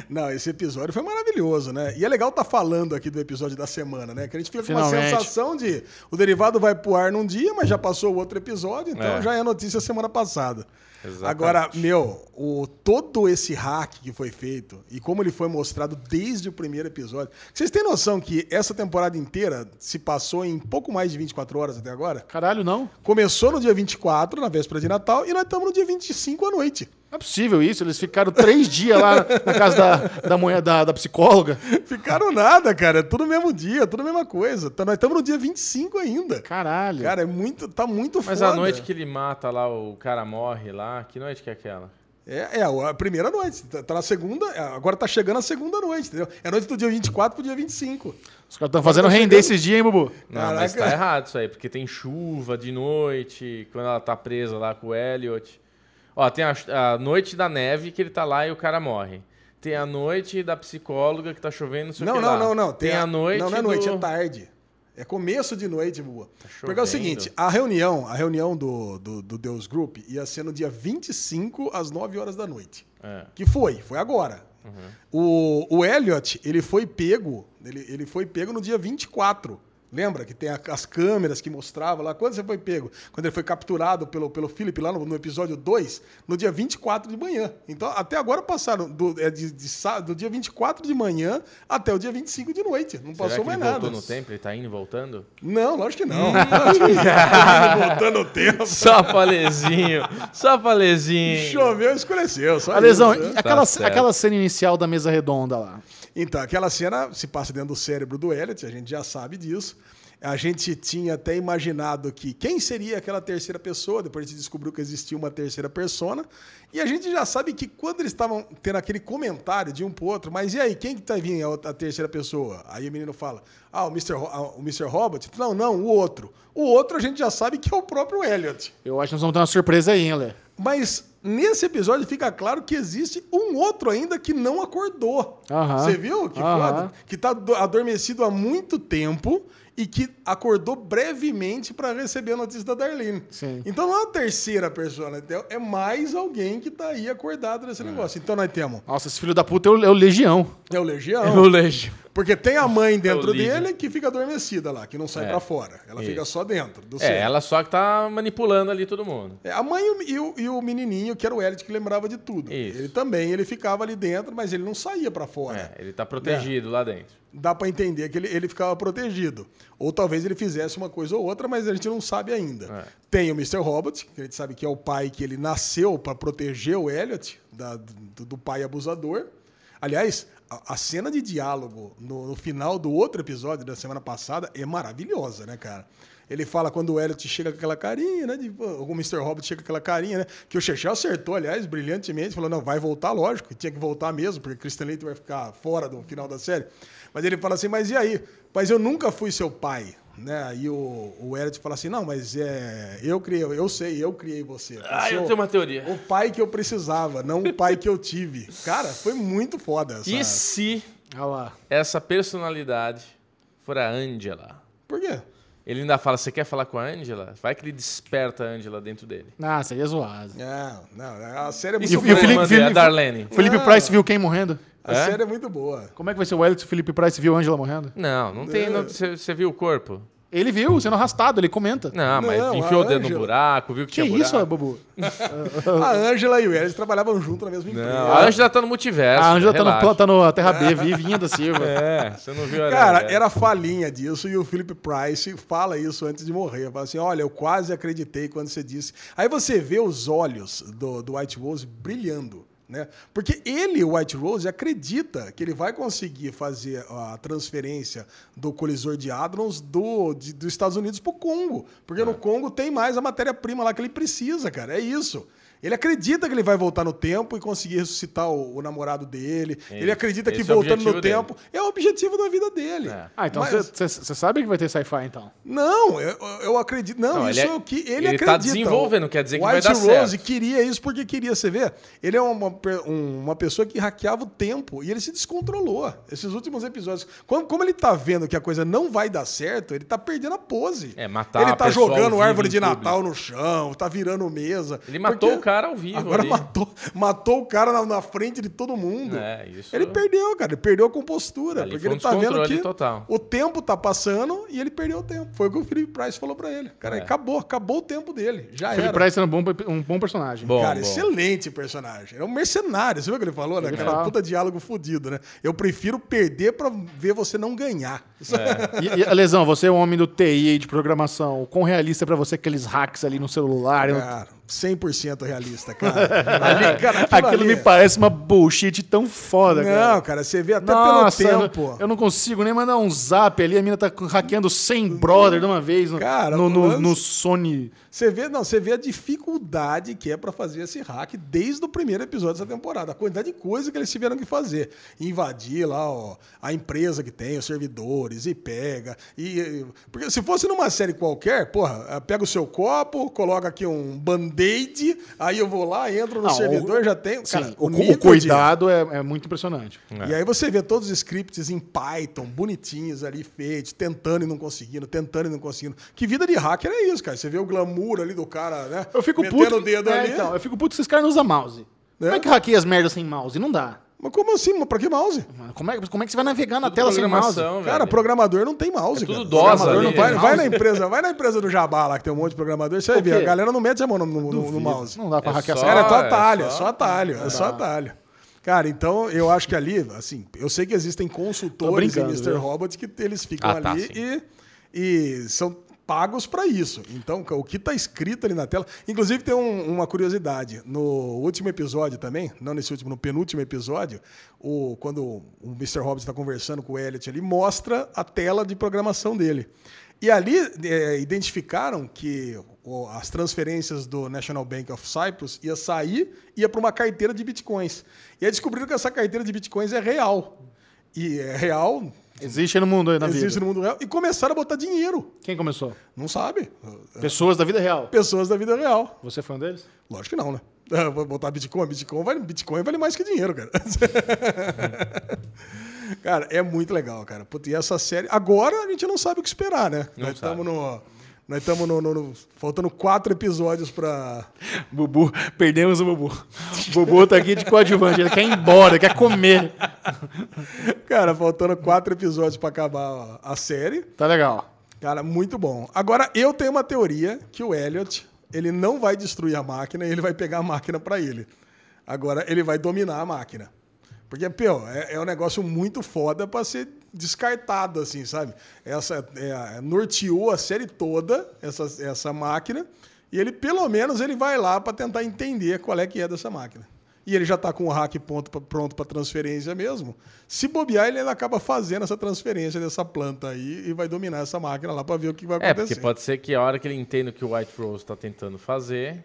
Não, esse episódio foi maravilhoso, né? E é legal tá falando aqui do episódio da semana, né? Que a gente fica com uma Finalmente. sensação de o derivado vai pro ar num dia, mas já passou o outro episódio, então É. já é notícia semana passada. Exatamente. Agora, meu, o, todo esse hack que foi feito e como ele foi mostrado desde o primeiro episódio. Vocês têm noção que essa temporada inteira se passou em pouco mais de 24 horas até agora? Caralho, não? Começou no dia 24, na véspera de Natal, e nós estamos no dia 25 à noite. Não é possível isso, eles ficaram três dias lá na casa da, da mulher da, da psicóloga. Ficaram nada, cara. É tudo no mesmo dia, tudo a mesma coisa. Tá- Nós estamos no dia 25 ainda. Caralho. Cara, é muito, tá muito Mas foda. a noite que ele mata lá, o cara morre lá, que noite que é aquela? É, é a primeira noite. Tá, tá na segunda, agora tá chegando a segunda noite, entendeu? É a noite do dia 24 pro dia 25. Os caras estão fazendo render esses dias, hein, Bubu? tá Não, mas tá Caraca. errado isso aí, porque tem chuva de noite, quando ela tá presa lá com o Elliot. Ó, tem a, a noite da neve que ele tá lá e o cara morre. Tem a noite da psicóloga que tá chovendo, não sei o Não, que não, lá. não, não. Tem, a, noite Não, não é noite, do... Tá é tarde. É começo de noite, boa. Porque é chovendo. o seguinte, a reunião, a reunião do, do, do Deus Group ia ser no dia 25 às 9 horas da noite. É. Que foi, foi agora. O, o Elliot, ele foi pego, ele, ele foi pego no dia 24. Lembra que tem a- as câmeras que mostrava lá? Quando você foi pego? Quando ele foi capturado pelo, pelo Philip lá no, no episódio 2, no dia 24 de manhã. Então, até agora passaram do, é de- de sá- do dia 24 de manhã até o dia 25 de noite. Não Será passou que ele mais voltou no nada. tempo? Ele tá indo e voltando? Não, lógico que [LAUGHS] não. Lógico que não. Voltando o tempo. Só [LAUGHS] palezinho, só palezinho. Choveu e escureceu. Só A lesão, isso, né? e aquela, tá certo. aquela cena inicial da mesa redonda lá. Então, aquela cena se passa dentro do cérebro do Elliot, a gente já sabe disso. A gente tinha até imaginado que quem seria aquela terceira pessoa, depois a gente descobriu que existia uma terceira persona. E a gente já sabe que quando eles estavam tendo aquele comentário de um pro outro, mas e aí, quem que tá vindo a outra- a terceira pessoa? Aí o menino fala, ah, o Mr. Ro- ah, o Mr. Robot? Não, não, o outro. O outro a gente já sabe que é o próprio Elliot. Eu acho que nós vamos ter uma surpresa aí, hein, Lé? Mas nesse episódio fica claro que existe um outro ainda que não acordou. Aham. Você viu? Que Aham. foda. Que tá do- adormecido há muito tempo e que acordou brevemente para receber a notícia da Darlene. Sim. Então não é a terceira pessoa, né? É mais alguém que tá aí acordado É. nesse negócio. Então nós temos Nossa, esse filho da puta é o, é o Legião. é o Legião, O Legião. porque tem a mãe dentro É o Lídio. dele que fica adormecida lá, que não sai É. pra fora. Ela fica só dentro do É, cérebro. ela só que tá manipulando ali todo mundo. É, A mãe e o- e o, e o menininho, que era o Elliot, que lembrava de tudo. Isso. Ele também, ele ficava ali dentro, mas ele não saía pra fora. É, ele tá protegido lá dentro. Dá pra entender que ele, ele ficava protegido. Ou talvez ele fizesse uma coisa ou outra, mas a gente não sabe ainda. É. Tem o Mr. Robot, que a gente sabe que é o pai que ele nasceu pra proteger o Elliot da- do, do pai abusador. Aliás, a, a cena de diálogo no, no final do outro episódio da semana passada é maravilhosa, né, cara? Ele fala quando o Elliot chega com aquela carinha, né? De, pô, o Mr. Hobbit chega com aquela carinha, né? Que o Chechel acertou, aliás, brilhantemente, falou: não, vai voltar, lógico, e tinha que voltar mesmo, porque Christian Leite vai ficar fora do final da série. Mas ele fala assim: mas e aí? Mas eu nunca fui seu pai. Né? Aí o, o Elliot fala assim: não, mas é, eu criei, eu sei, eu criei você. Ah, Você é eu o- tenho uma teoria. O pai que eu precisava, não o pai que eu tive. Cara, foi muito foda essa. E se Olha lá. essa personalidade for a Angela? Por quê? Ele ainda fala, você quer falar com a Angela? Vai que ele desperta a Angela dentro dele. Ah, seria zoado. Não, não, a série E é muito se o e o boa. Felipe- Felipe, Felipe- a Darlene? Felipe Ah. Price viu quem morrendo? A É? série é muito boa. Como é que vai ser o Elliot se o Felipe Price viu a Angela morrendo? Não, não tem. não- Você você viu o corpo? Ele viu, sendo arrastado, ele comenta. Não, mas Não, enfiou a o dedo Ângela. no buraco, viu que, que tinha isso, buraco. Bubu? A Ângela e o Elliot trabalhavam junto na mesma empresa. Não, a Angela tá no multiverso. a Angela tá relaxa. no, tá no Terra B, vivinha da Silva. É, você não viu a Cara, Ângela. era a falinha disso e o Philip Price fala isso antes de morrer. Fala assim: olha, eu quase acreditei quando você disse. Aí você vê os olhos do, do White Rose brilhando. Né? Porque ele, o White Rose, acredita que ele vai conseguir fazer a transferência do colisor de Hadrons do, de- dos Estados Unidos para o Congo. Porque É. no Congo tem mais a matéria-prima lá que ele precisa, cara. É isso. Ele acredita que ele vai voltar no tempo e conseguir ressuscitar o, o namorado dele. ele acredita que esse é o voltando no objetivo dele. tempo é o objetivo da vida dele. É. Ah, então Mas- você sabe que vai ter sci-fi, então. Não, eu, eu acredito. Não, Não, isso ele é- é o que ele, ele tá acredita. desenvolvendo, quer dizer que White vai dar Rose certo. queria isso porque queria, você vê? Ele é uma, pe- um- uma pessoa que hackeava o tempo e ele se descontrolou. Esses últimos episódios. Como, como ele tá vendo que a coisa não vai dar certo, ele tá perdendo a pose. É, matar Ele tá pessoal jogando vivo árvore em de Natal no chão, tá virando mesa. Ele matou o cara ao vivo Agora ali. matou, matou o cara na, na frente de todo mundo. É, isso- Ele perdeu, cara. Ele perdeu a compostura. Ali porque foi um ele tá vendo descontrole que total. o tempo tá passando e ele perdeu o tempo. Foi o que o Felipe Price falou pra ele. Cara, É. acabou, acabou o tempo dele. Já Felipe Ah, era. Price era um bom, um bom personagem. Bom, Cara, bom. excelente personagem. É um mercenário. Você viu o que ele falou, né, cara? fala. Puta diálogo fudido, né? Eu prefiro perder pra ver você não ganhar. [LAUGHS] E, e, Lesão, você é um homem do TI e de programação. O quão realista é pra você aqueles hacks ali no celular? Eu- Cara, 100% realista, [LAUGHS] cara. Ali, cara, aquilo, Aquilo, ali- é- me parece uma bullshit tão foda, cara. Não, cara, você vê até Nossa, eu pelo não- tempo. Eu, não consigo nem mandar um zap ali. A mina tá hackeando 100 brother de uma vez no, Cara, no, no- o lance- no Sony. Você vê, não, você vê a dificuldade que é pra fazer esse hack desde o primeiro episódio dessa temporada. A quantidade de coisa que eles tiveram que fazer. Invadir lá, ó, a empresa que tem, os servidores, e pega. E, e- porque se fosse numa série qualquer, porra, eh, pega o seu copo, coloca aqui um band-aid, aí eu vou lá, entro no Não, servidor, o- já tem. Sim, o, cu- o nível de- cuidado é, é muito impressionante. É. E aí você vê todos os scripts em Python, bonitinhos ali, feitos, tentando e não conseguindo, tentando e não conseguindo. Que vida de hacker é isso, cara? Você vê o glamour ali do cara, né? Eu fico Metendo puto. o dedo é, ali. então, eu fico puto que esses caras não usam mouse. Como é que hackeia as merdas sem mouse? Não dá. Mas como assim? Mas pra que mouse? Mano, Como é, como é que você vai navegar na tela sem mouse? Programação, velho. Cara, programador não tem mouse, É tudo cara. DOS Programador ali, não vai, né? vai na empresa, vai na empresa do Jabá lá, que tem um monte de programador, você vai ver. quê? A galera não mete a mão no, no- no mouse. Não dá pra É hackear só- essa Cara, é só Ah, é atalho, é só- só atalho, é só atalho. Cara, então eu acho que ali, assim, eu sei que existem consultores em brincando, Mr. viu? Robot que eles ficam Ah, tá, ali e, e são pagos pra isso. Então, o que tá escrito ali na tela. Inclusive, tem um- uma curiosidade. No último episódio também, não nesse último, no penúltimo episódio, o, quando o Mr. Hobbit está conversando com o Elliot, ele mostra a tela de programação dele. E ali é, identificaram que o- as transferências do National Bank of Cyprus ia sair, ia para uma carteira de bitcoins. E aí descobriram que essa carteira de bitcoins é real. E é real, Existe no mundo aí na existe vida. no mundo real. E começaram a botar dinheiro. Quem começou? Não sabe. Pessoas da vida real. Pessoas da vida real. Você foi um deles? Lógico que não, né? [LAUGHS] Ah, Vou botar Bitcoin, Bitcoin vale, Bitcoin vale mais que dinheiro, cara. [LAUGHS] cara, é muito legal, cara. Puta, e essa série. Agora a gente não sabe o que esperar, né? nós estamos no. Nós estamos no, no- no- Faltando quatro episódios pra. [LAUGHS] Bubu, perdemos o Bubu. O Bubu tá aqui de coadjuvante, ele quer ir embora, quer comer. Cara, faltando quatro episódios pra acabar a série. Tá legal. Cara, muito bom. Agora, eu tenho uma teoria que o Elliot, ele não vai destruir a máquina, ele vai pegar a máquina pra ele. Agora, ele vai dominar a máquina. Porque, pô, é, é um negócio muito foda pra ser descartado, assim, sabe? Essa é, norteou a série toda, essa, essa máquina, e ele, pelo menos, ele vai lá pra tentar entender qual é que é dessa máquina. E ele já tá com o hack ponto pra- pronto para transferência mesmo. Se bobear, ele ainda acaba fazendo essa transferência dessa planta aí e vai dominar essa máquina lá pra ver o que vai É, porque acontecer. pode ser que a hora que ele entenda o que o White Rose tá tentando fazer,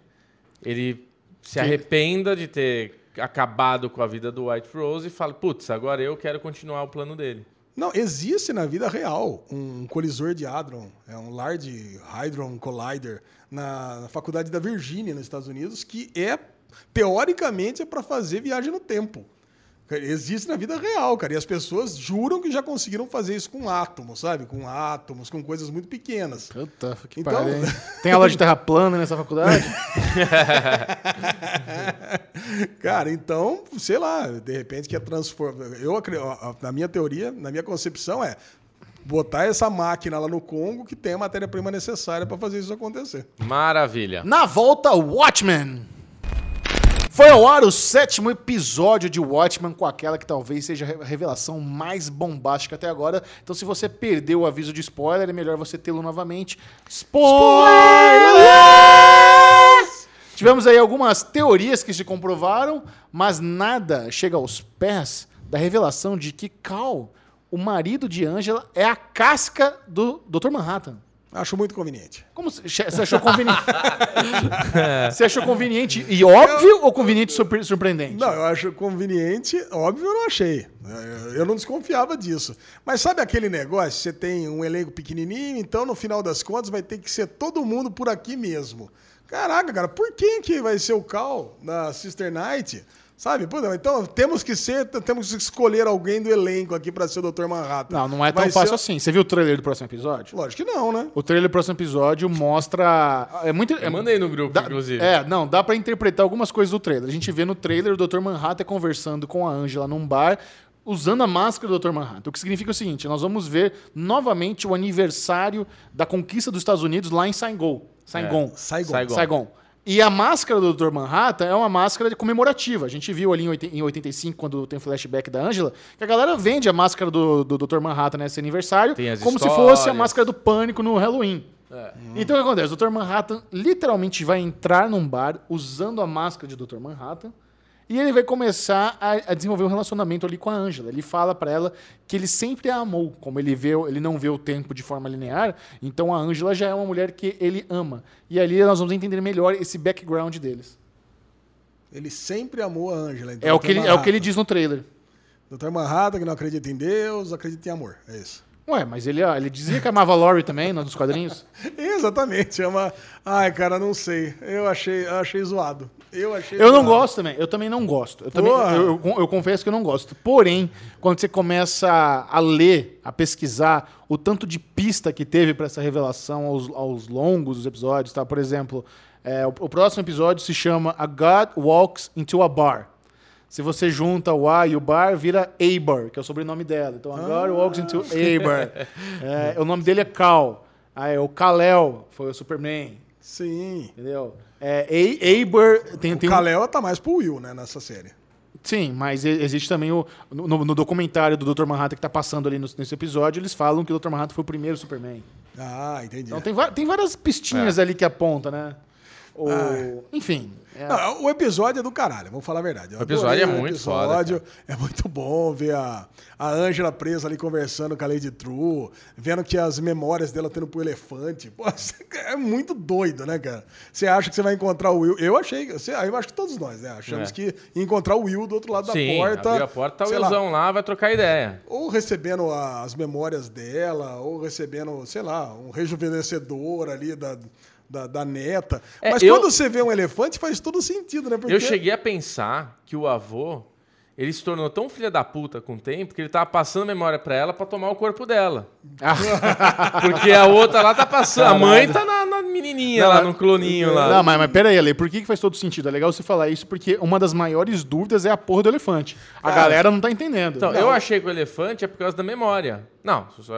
ele se arrependa de ter acabado com a vida do White Rose e fale, putz, agora eu quero continuar o plano dele. Não, existe na vida real um colisor de hadron, é um Large Hadron Collider na faculdade da Virgínia nos Estados Unidos que é teoricamente é para fazer viagem no tempo. Cara, Existe na vida real, cara. E as pessoas juram que já conseguiram fazer isso com átomos, sabe? Com átomos, com coisas muito pequenas. Puta, que Então- pariu. hein? Tem aula de terra plana nessa faculdade? [LAUGHS] Cara, então, sei lá, de repente que é transformar. Eu acre- ó, ó, na minha teoria, na minha concepção é botar essa máquina lá no Congo que tem a matéria-prima necessária para fazer isso acontecer. Maravilha. É. Na volta, Watchmen. Foi ao ar o sétimo episódio de Watchmen com aquela que talvez seja a revelação mais bombástica até agora. Então, se você perdeu o aviso de spoiler, é melhor você tê-lo novamente. Spoilers! Tivemos aí algumas teorias que se comprovaram, mas nada chega aos pés da revelação de que Cal, o marido de Angela, é a casca do Dr. Manhattan. Acho muito conveniente. Como se- che- você achou conveniente? você achou conveniente e óbvio ou conveniente e surpre- surpreendente? Não, eu acho conveniente, óbvio, eu não achei. Eu- Eu não desconfiava disso. Mas sabe aquele negócio? Você tem um elenco pequenininho, então no final das contas vai ter que ser todo mundo por aqui mesmo. Caraca, cara, por quem que vai ser o Cal na Sister Night? Sabe? Pô, não, Então temos que ser, temos que escolher alguém do elenco aqui pra ser o Dr. Manhattan. Não, não é tão Vai ser- fácil assim. Você viu o trailer do próximo episódio? Lógico que não, né? O trailer do próximo episódio mostra. É muito. É, Eu mandei no grupo, dá- inclusive. É, não, dá pra interpretar algumas coisas do trailer. A gente vê no trailer o Dr. Manhattan conversando com a Angela num bar, usando a máscara do Dr. Manhattan. O que significa o seguinte: nós vamos ver novamente o aniversário da conquista dos Estados Unidos lá em Saigon. Saigon. Saigon. Saigon. E a máscara do Dr. Manhattan é uma máscara de- comemorativa. A gente viu ali em oit- em 85, quando tem o flashback da Angela, que a galera vende a máscara do, do Dr. Manhattan nesse aniversário Tem as como se histórias. fosse a máscara do pânico no Halloween. Então o que acontece? O Dr. Manhattan literalmente vai entrar num bar usando a máscara de Dr. Manhattan e ele vai começar a, a desenvolver um relacionamento ali com a Angela. Ele fala pra ela que ele sempre a amou, como ele vê, ele não vê o tempo de forma linear, então a Angela já é uma mulher que ele ama. E ali nós vamos entender melhor esse background deles. Ele sempre amou a Angela. então É o, Dr. que ele, é o que ele Manhattan. diz no trailer. Dr. Manhattan, que não acredita em Deus, acredita em amor. É isso. Ué, mas ele, ele dizia que amava a Laurie também nos [LAUGHS] quadrinhos. [LAUGHS] Exatamente. É uma... Ai, cara, não sei. Eu achei, eu achei zoado. Eu achei Eu não zoado. gosto também. Eu também não gosto. Eu, também, Porra. eu, eu- eu confesso que eu não gosto. Porém, quando você começa a ler, a pesquisar o tanto de pista que teve para essa revelação aos, aos longos dos episódios, tá? Por exemplo, é, o, o próximo episódio se chama A God Walks Into a Bar. Se você junta o A e o bar, vira Abar, que é o sobrenome dela. Então, agora Ah. Walks into Abar. [LAUGHS] É, o nome dele é Cal. Aí, o Kalel foi o Superman, Sim. entendeu? É, A- Abar... Tem, O tem um- Kalel tá mais pro Will, né, nessa série. Sim, mas e- existe também o. No, no- no documentário do Dr. Manhattan que tá passando ali no- nesse episódio, eles falam que o Dr. Manhattan foi o primeiro Superman. Ah, entendi. Então tem, va- tem várias pistinhas ali que aponta, né? O- Enfim. é- [LAUGHS] Não, o episódio é do caralho, vamos falar a verdade. Eu O episódio adorei é muito foda, É muito bom ver a, a Angela presa ali conversando com a Lady True, vendo que as memórias dela tendo pro elefante. Pô, [LAUGHS] isso é muito doido, né, cara? Você acha que você vai encontrar o Will. Eu achei, você- eu acho que todos nós, né? Achamos É. que ia encontrar o Will do outro lado Sim, da porta. abriu a porta, tá o sei lá, Elzão lá, vai trocar ideia. ou recebendo a- as memórias dela, ou recebendo, sei lá, um rejuvenescedor ali da, da, da neta. É, Mas eu- quando você vê um elefante, faz todo sentido, né? Porque Eu cheguei a pensar que o avô, ele se tornou tão filha da puta com o tempo que ele tava passando memória pra ela pra tomar o corpo dela. Ah. Porque a outra lá tá passando, a mãe tá na, na menininha lá, no cloninho lá. Não, mas, mas peraí, Ale, por que, que faz todo sentido? É legal você falar isso, porque uma das maiores dúvidas é a porra do elefante. A galera não tá entendendo. Então, Não. eu achei que o elefante é por causa da memória. Não, só...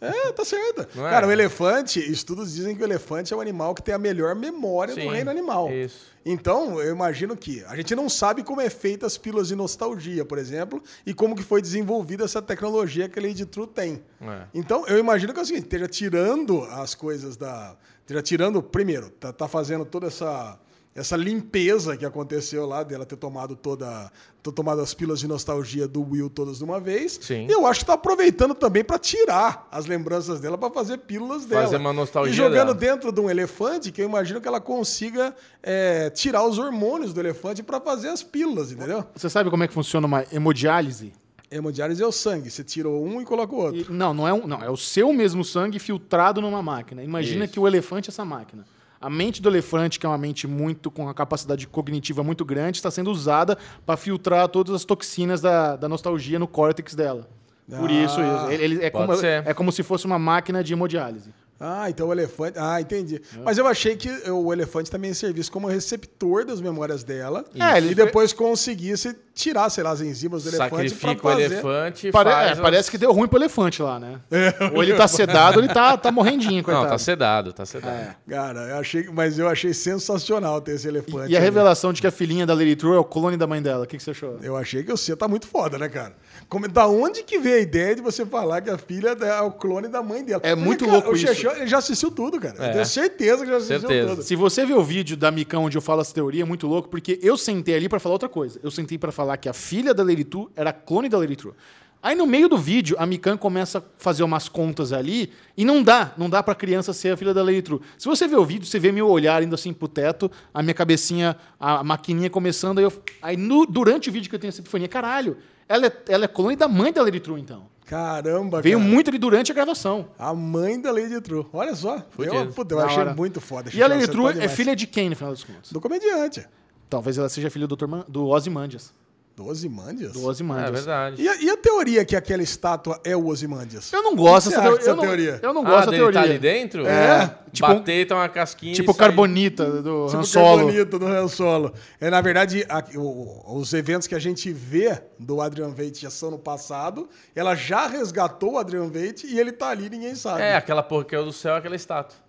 É, tá certo. Não é? Cara, o elefante, estudos dizem que o elefante é o animal que tem a melhor memória Sim, do reino animal. isso. Então, eu imagino que a gente não sabe como é feita as pílulas de nostalgia, por exemplo, e como que foi desenvolvida essa tecnologia que a Lady True tem. É. Então, eu imagino que é o seguinte, esteja tirando as coisas da... Esteja tirando, primeiro, tá, tá fazendo toda essa... Essa limpeza que aconteceu lá dela ter tomado toda, ter tomado as pílulas de nostalgia do Will todas de uma vez. Sim. E eu acho que tá aproveitando também para tirar as lembranças dela para fazer pílulas dela. uma nostalgia E dela. jogando dentro de um elefante, que eu imagino que ela consiga é, tirar os hormônios do elefante para fazer as pílulas, entendeu? Você sabe como é que funciona uma hemodiálise? Hemodiálise é o sangue. Você tirou um e coloca o outro. E- não, não é, um, não, é o seu mesmo sangue filtrado numa máquina. Imagina Isso. que o elefante é essa máquina. A mente do elefante, que é uma mente muito com uma capacidade cognitiva muito grande, está sendo usada para filtrar todas as toxinas da, da nostalgia no córtex dela. Por Ah, isso, isso. Ele, ele- é, pode como, ser. é como se fosse uma máquina de hemodiálise. Ah, então o elefante. Ah, entendi. Mas eu achei que o elefante também servisse como receptor das memórias dela. É, ele- e depois conseguisse tirar, sei lá, as enzimas do elefante. pra Sacrifica o fazer- [LAUGHS] elefante e Pare- faz... é, as- Parece que deu ruim pro elefante lá, né? É, Ou ele tá sedado, ou ele tá, tá morrendinho, [LAUGHS] coitado. É, Não, tá sedado, tá sedado. Cara, eu achei, mas eu achei sensacional ter esse elefante. E a aí. revelação de que a filhinha da Lady True é o clone da mãe dela. O que, que você achou? Eu achei que o C tá muito foda, né, cara? Como, da onde que veio a ideia de você falar que a filha é o clone da mãe dela? É muito cara, louco o isso. Chechão, ele já assistiu tudo, cara. É. Eu tenho certeza que já assistiu Certeza. tudo. Se você vê o vídeo da Micão onde eu falo essa teoria, é muito louco, porque eu sentei ali pra falar outra coisa. Eu sentei pra falar que a filha da Lady True era clone da Lady True. Aí no meio do vídeo, a Mikan começa a fazer umas contas ali e não dá, não dá pra criança ser a filha da Lady True. Se você vê o vídeo, você vê meu olhar indo assim pro teto, a minha cabecinha, a maquininha começando, aí, eu, aí no- durante o vídeo que eu tenho essa epifania, caralho, ela é, ela é clone da mãe da Lady True, então. Caramba, Veio cara. muito ali durante a gravação. A mãe da Lady True. Olha só. Eu, Fudido. puta, Então, eu Da achei hora. muito E foda. a Chechão, Lady você True tá é demais. filha de quem, no final das contas? do comediante. Talvez ela seja filha do, Dr. Man- do Ozymandias. Doze Mandias. Do Ozymandias. É verdade. E, a- e a teoria que aquela estátua é o Ozymandias? Eu não gosto O que dessa você acha teoria. Eu dessa não, teoria? eu não ah, gosto da dele teoria. tá ali dentro? É, tipo- Bater, tá uma casquinha Tipo e sai. Carbonita do é Han Tipo Solo. Carbonita do Han Solo. É, na verdade, a- o- os eventos que a gente vê do Adrian Veidt já são no passado. Ela já resgatou o Adrian Veidt e ele tá ali, ninguém sabe. É, aquela porra que é do céu, aquela estátua.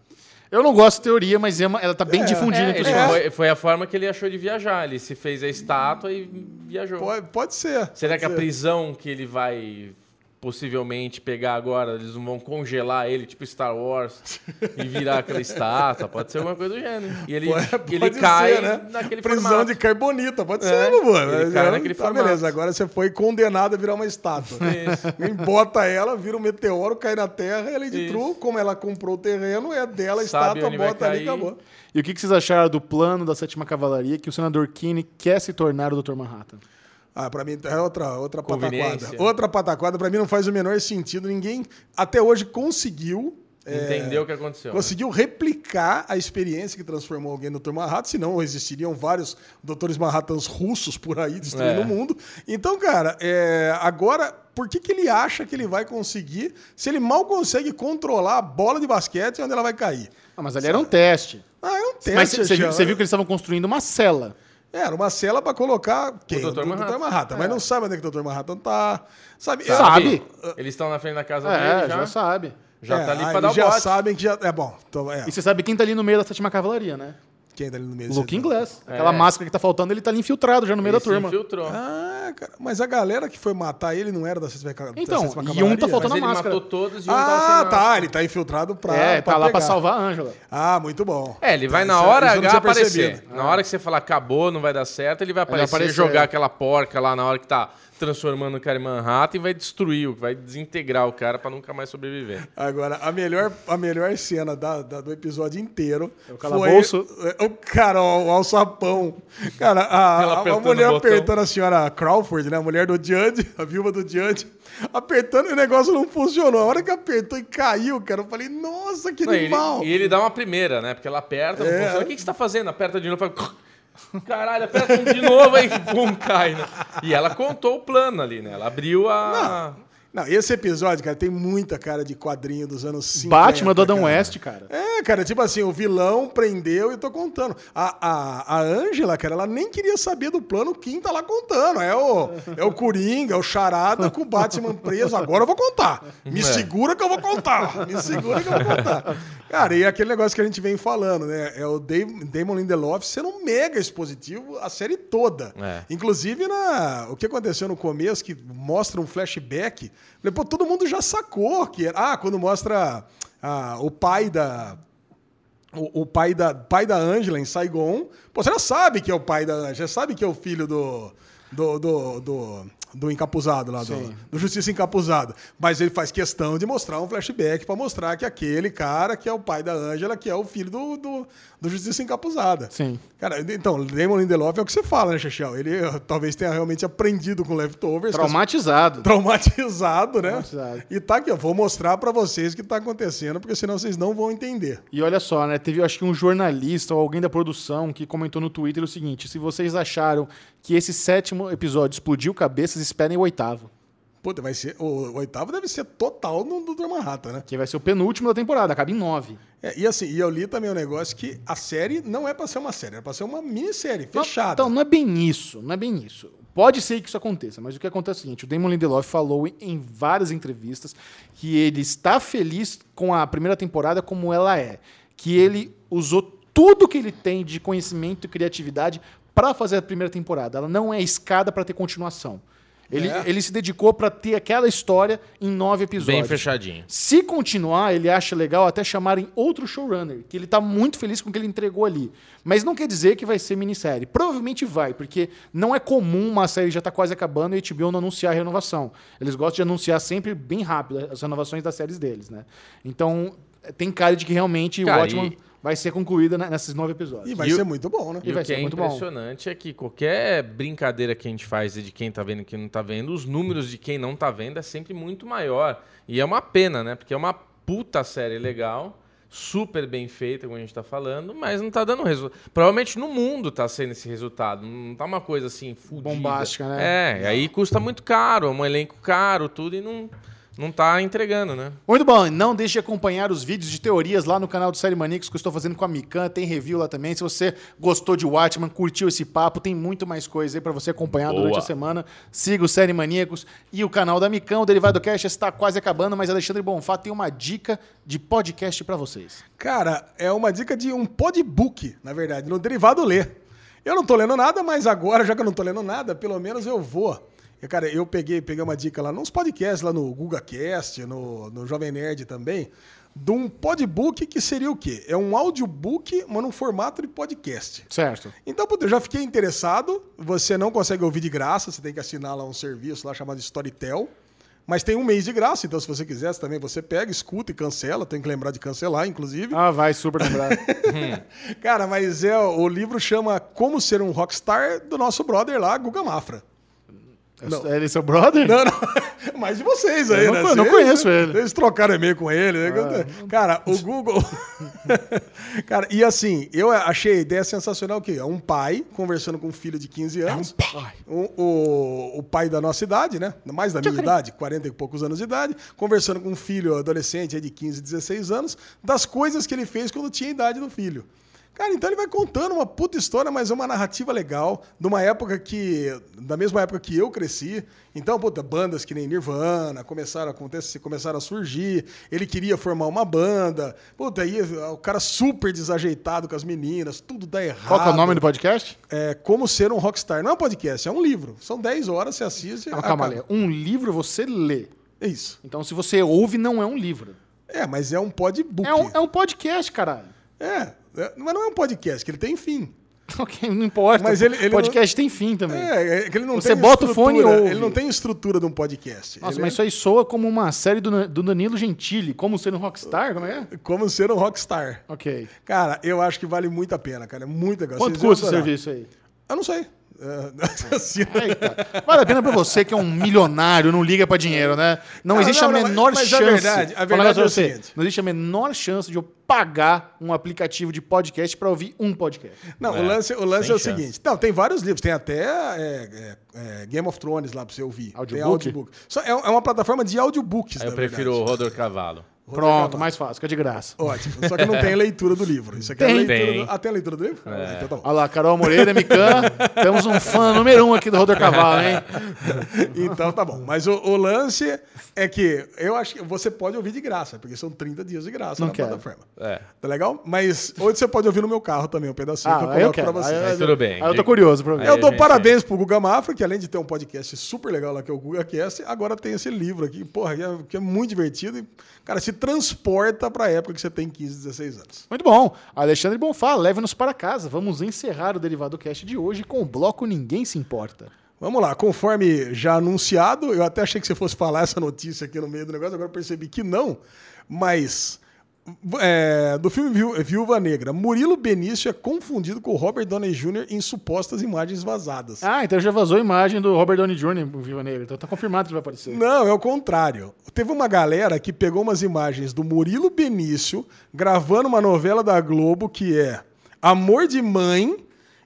Eu não gosto de teoria, mas é uma- ela tá bem difundida. É, entre os ele fãs. Foi, foi a forma que ele achou de viajar. Ele se fez a estátua e viajou. Pode, pode ser. Será que a pode ser. prisão que ele vai possivelmente pegar agora, eles não vão congelar ele, tipo Star Wars, e virar [LAUGHS] aquela estátua? Pode ser alguma coisa do gênero. E ele, Pode ele ser, cai né? naquele Prisão formato. É, de carbonita, pode ser, meu mano. ele cai naquele tá, formato. beleza, agora você foi condenado a virar uma estátua. Isso. Alguém bota ela, vira um meteoro, cai na terra, ela é de Isso. true, como ela comprou o terreno, é dela, a Sabe estátua, onde vai bota ali e cair. acabou. E o que que vocês acharam do plano da Sétima Cavalaria que o senador Kinney quer se tornar o Dr. Manhattan? Ah, pra mim é outra, outra pataquada. Conveniência. Outra pataquada, pra mim não faz o menor sentido. Ninguém até hoje conseguiu. é, Entendeu o que aconteceu? né? Conseguiu replicar a experiência que transformou alguém no Dr. Manhattan, senão existiriam vários doutores Manhattans russos por aí destruindo É. o mundo. Então, cara, é, agora, por que, que ele acha que ele vai conseguir se ele mal consegue controlar a bola de basquete e onde ela vai cair? Ah, mas ali era um teste. Ah, é um teste. mas você viu, Jean. você viu que eles estavam construindo uma cela. Era uma cela pra colocar quem? Dr. Manhattan. Mas não sabe onde é que o Dr. Manhattan tá. Sabe? Sabe. né? Eles estão na frente da casa É, dele já, Tá já. Já, sabe. É, tá ali aí pra dar o já bote. sabem que já... É bom. Então, é. E você sabe quem tá ali no meio da Sétima Cavalaria, né? Quem tá ali no meio? Looking Vocês- Glass. Aquela máscara que tá faltando, ele tá ali infiltrado já no É. meio Ele da se turma. infiltrou. Ah, cara, mas a galera que foi matar ele não era da Sexta Ca- da Então, Sétima e Cavalaria? um tá faltando Mas a ele máscara. matou todos e um Ah, tava sem tá, máscara. ele tá infiltrado pra. É, tá lá pra pegar. salvar a Ângela. Ah, muito bom. É, ele vai Isso- na isso hora eu não H tinha aparecer. percebido. Na hora que você falar acabou, não vai dar certo, ele vai vai aparecer, aparecer, jogar é. aquela porca lá na hora que tá transformando o cara em Manhattan e vai destruir, o- vai desintegrar o cara pra nunca mais sobreviver. Agora, a melhor, a melhor cena da- da- do episódio inteiro. É o calabouço. o cara, o, o alçapão. Cara, a, Ela a- a apertando mulher o botão. apertando a senhora Crawford, né? A mulher do Judge, a viúva do Judge, apertando e o negócio não funcionou. A hora que apertou e caiu, cara, eu falei, nossa, que Não, e ele- animal. É. e ele dá uma primeira, né? Porque ela aperta, não funciona. O que, que você tá fazendo? Aperta de novo, faz... [LAUGHS] Caralho, aperta um de novo aí, [LAUGHS] pum, cai, né? E ela contou o plano ali, né? Ela abriu a... Não, esse episódio, cara, tem muita cara de quadrinho dos anos 50. Batman do Adam cara. West, cara. É, cara, tipo assim, o vilão prendeu e tô contando. A, a, a Angela, cara, ela nem queria saber do plano, quem tá lá contando. É o, é o Coringa, é o Charada com o Batman preso. Agora eu vou contar. Me segura que eu vou contar. Me segura que eu vou contar. Cara, e é aquele negócio que a gente vem falando, né? É o Dave- Damon Lindelof sendo um mega expositivo a série toda. É. Inclusive, na, o que aconteceu no começo, que mostra um flashback, falei, pô, todo mundo já sacou que era. Ah, quando mostra ah, o pai da. O, o pai da pai da Angela em Saigon. Pô, você já sabe que é o pai da Angela, já sabe que é o filho do. Do, do, do, do encapuzado lá, do, do Justiça Encapuzado. Mas ele faz questão de mostrar um flashback pra mostrar que aquele cara que é o pai da Angela, que é o filho do, do, do Justiça Encapuzada. Sim. Cara, então, Damon Lindelof é o que você fala, né, Chechel? Ele eh, talvez tenha realmente aprendido com Leftovers. com as- Traumatizado. Traumatizado, né? Traumatizado. E tá aqui, eu vou mostrar pra vocês o que tá acontecendo, porque senão vocês não vão entender. E olha só, né? Teve, eu acho que um jornalista ou alguém da produção que comentou no Twitter o seguinte: se vocês acharam que esse sétimo episódio explodiu cabeças, esperem o oitavo. Puta, vai ser. O, o oitavo deve ser total no do Dr. Manhattan, né? Que vai ser o penúltimo da temporada, acaba em nove. É, e assim, e eu li também um negócio que a série não é pra ser uma série, é pra ser uma minissérie, fechada. Então, não é bem isso, não é bem isso. Pode ser que isso aconteça, mas o que acontece é o seguinte: o Damon Lindelof falou em- em várias entrevistas que ele está feliz com a primeira temporada como ela é, que ele usou tudo que ele tem de conhecimento e criatividade para fazer a primeira temporada. Ela não é escada para ter continuação. Ele, É. ele se dedicou para ter aquela história em nove episódios. Bem fechadinho. Se continuar, ele acha legal até chamarem outro showrunner, que ele tá muito feliz com o que ele entregou ali. Mas não quer dizer que vai ser minissérie. Provavelmente vai, porque não é comum uma série já tá quase acabando e a HBO não anunciar a renovação. Eles gostam de anunciar sempre bem rápido as renovações das séries deles, né? Então, tem cara de que realmente Cara, o Watchmen e- vai ser concluída né, nesses nove episódios. E vai E o- ser muito bom, né? E E, vai o que ser é muito bom. impressionante é que qualquer brincadeira que a gente faz de quem tá vendo e quem não tá vendo, os números de quem não tá vendo é sempre muito maior. E é uma pena, né? Porque é uma puta série legal, super bem feita, como a gente tá falando, mas não tá dando resultado. Provavelmente no mundo tá sendo esse resultado. Não tá uma coisa assim, fudida. Bombástica, né? É, e aí custa muito caro, é um elenco caro, tudo, e não. Não tá entregando, né? Muito bom, e não deixe de acompanhar os vídeos de teorias lá no canal do Série Maníacos que eu estou fazendo com a Mikan, tem review lá também. Se você gostou de Watchman, curtiu esse papo, tem muito mais coisa aí para você acompanhar Boa. durante a semana. Siga o Série Maníacos e o canal da Mikan. O Derivado Cast está quase acabando, mas Alexandre Bonfá tem uma dica de podcast para vocês. Cara, é uma dica de um podbook, na verdade, no Derivado Lê. Eu não tô lendo nada, mas agora, já que eu não tô lendo nada, pelo menos eu vou. E, cara, eu peguei, peguei uma dica lá nos podcasts, lá no GugaCast, no, no Jovem Nerd também, de um podbook que seria o quê? É um audiobook, mas num formato de podcast. Certo. Então, puta, eu já fiquei interessado. Você não consegue ouvir de graça, você tem que assinar lá um serviço lá chamado Storytel. Mas tem um mês de graça, então se você quiser, você também você pega, escuta e cancela. Tem que lembrar de cancelar, inclusive. [LAUGHS] Ah, vai, super lembrado. Cara, mas é, o livro chama Como Ser um Rockstar do nosso brother lá, Guga Mafra. Ele é seu brother? Não, não, [LAUGHS] mais de vocês aí, Eu não né? co- eu não Vocês- conheço ele. Vocês trocaram e-mail com ele. né? Cara, o Google. [LAUGHS] Cara, e assim, eu achei a ideia sensacional que é um pai conversando com um filho de É 15 anos. O, o, o pai da nossa idade, né? Mais da minha idade, 40 e poucos anos de idade, conversando com um filho adolescente aí de 15, 16 anos, das coisas que ele fez quando tinha a idade do filho. Cara, então ele vai contando uma puta história, mas é uma narrativa legal, de uma época que. da mesma época que eu cresci. Então, puta, bandas que nem Nirvana começaram a acontecer, começaram a surgir. Ele queria formar uma banda. Puta, aí o cara super desajeitado com as meninas, tudo dá errado. Qual que é o nome do podcast? É Como Ser um Rockstar. Não é um podcast, é um livro. São 10 horas, você assiste. Calma, calma, acaba. Lê. Um livro você lê. É isso. Então, se você ouve, não é um livro. É, mas é um podbook. É um, é um podcast, caralho. É, é, mas não é um podcast, que ele tem fim. [LAUGHS] Ok, não importa. Mas ele- ele- podcast tem fim também. É, é que ele não Você tem bota o fone e estrutura, ouve. Ele não tem estrutura de um podcast. Nossa, Ele mas isso aí soa como uma série do, do Danilo Gentili, como ser um rockstar, como é? é como ser um rockstar. Ok. Cara, eu acho que vale muito a pena, cara. É muito legal. Quanto Vocês vão custa o adorar. serviço aí? Eu não sei. É, [LAUGHS] assim, Eita. Vale a pena pra você que é um milionário, não liga pra dinheiro, né? Não, Não, existe não, a não, mas- menor mas a chance. verdade- a Fala verdade pra é o você, seguinte. Não existe a menor chance de eu pagar um aplicativo de podcast pra ouvir um podcast. Não, É, o lance, o lance sem é o chance. seguinte. Não, tem vários livros. Tem até é, é, é, Game of Thrones lá pra você ouvir. Tem Audiobook? audiobook. Só é, é uma plataforma de audiobooks, Eu na prefiro o verdade. Rodor Cavalo. Pronto, mais fácil, fica de graça. Ótimo. Só [LAUGHS] que não tem leitura do livro. Isso aqui é Tem. leitura Tem. Do... Ah, tem a leitura do livro? É. Então tá bom. Olha lá, Carol Moreira, Mican, temos um fã número um aqui do Rodor Cavalo, hein? [LAUGHS] Então tá bom. Mas o, o lance é que eu acho que você pode ouvir de graça, porque são 30 dias de graça Não na quero. plataforma. É. Tá legal? Mas hoje você pode ouvir no meu carro também, um pedacinho que eu Ah, aí coloco eu pra É quero. você. Aí- Mas tudo bem. Aí eu tô curioso pra ver. Aí eu a dou gente- parabéns pro Guga Mafra, que além de ter um podcast super legal lá, que é o GugaCast, agora tem esse livro aqui, porra, que é, que é muito divertido e, cara, se transporta pra época que você tem 15, 16 anos. Muito bom. Alexandre Bonfá, leve-nos para casa. Vamos encerrar o Derivado Cast de hoje com o bloco Ninguém Se Importa. Vamos lá, conforme já anunciado, eu até achei que você fosse falar essa notícia aqui no meio do negócio, agora eu percebi que não, mas é, do filme Viú- Viúva Negra, Murilo Benício é confundido com o Robert Downey Jr. em supostas imagens vazadas. Ah, então já vazou a imagem do Robert Downey Jr. pro Viva Negra. Então tá confirmado que vai aparecer. Não, é o contrário. Teve uma galera que pegou umas imagens do Murilo Benício gravando uma novela da Globo que é Amor de Mãe,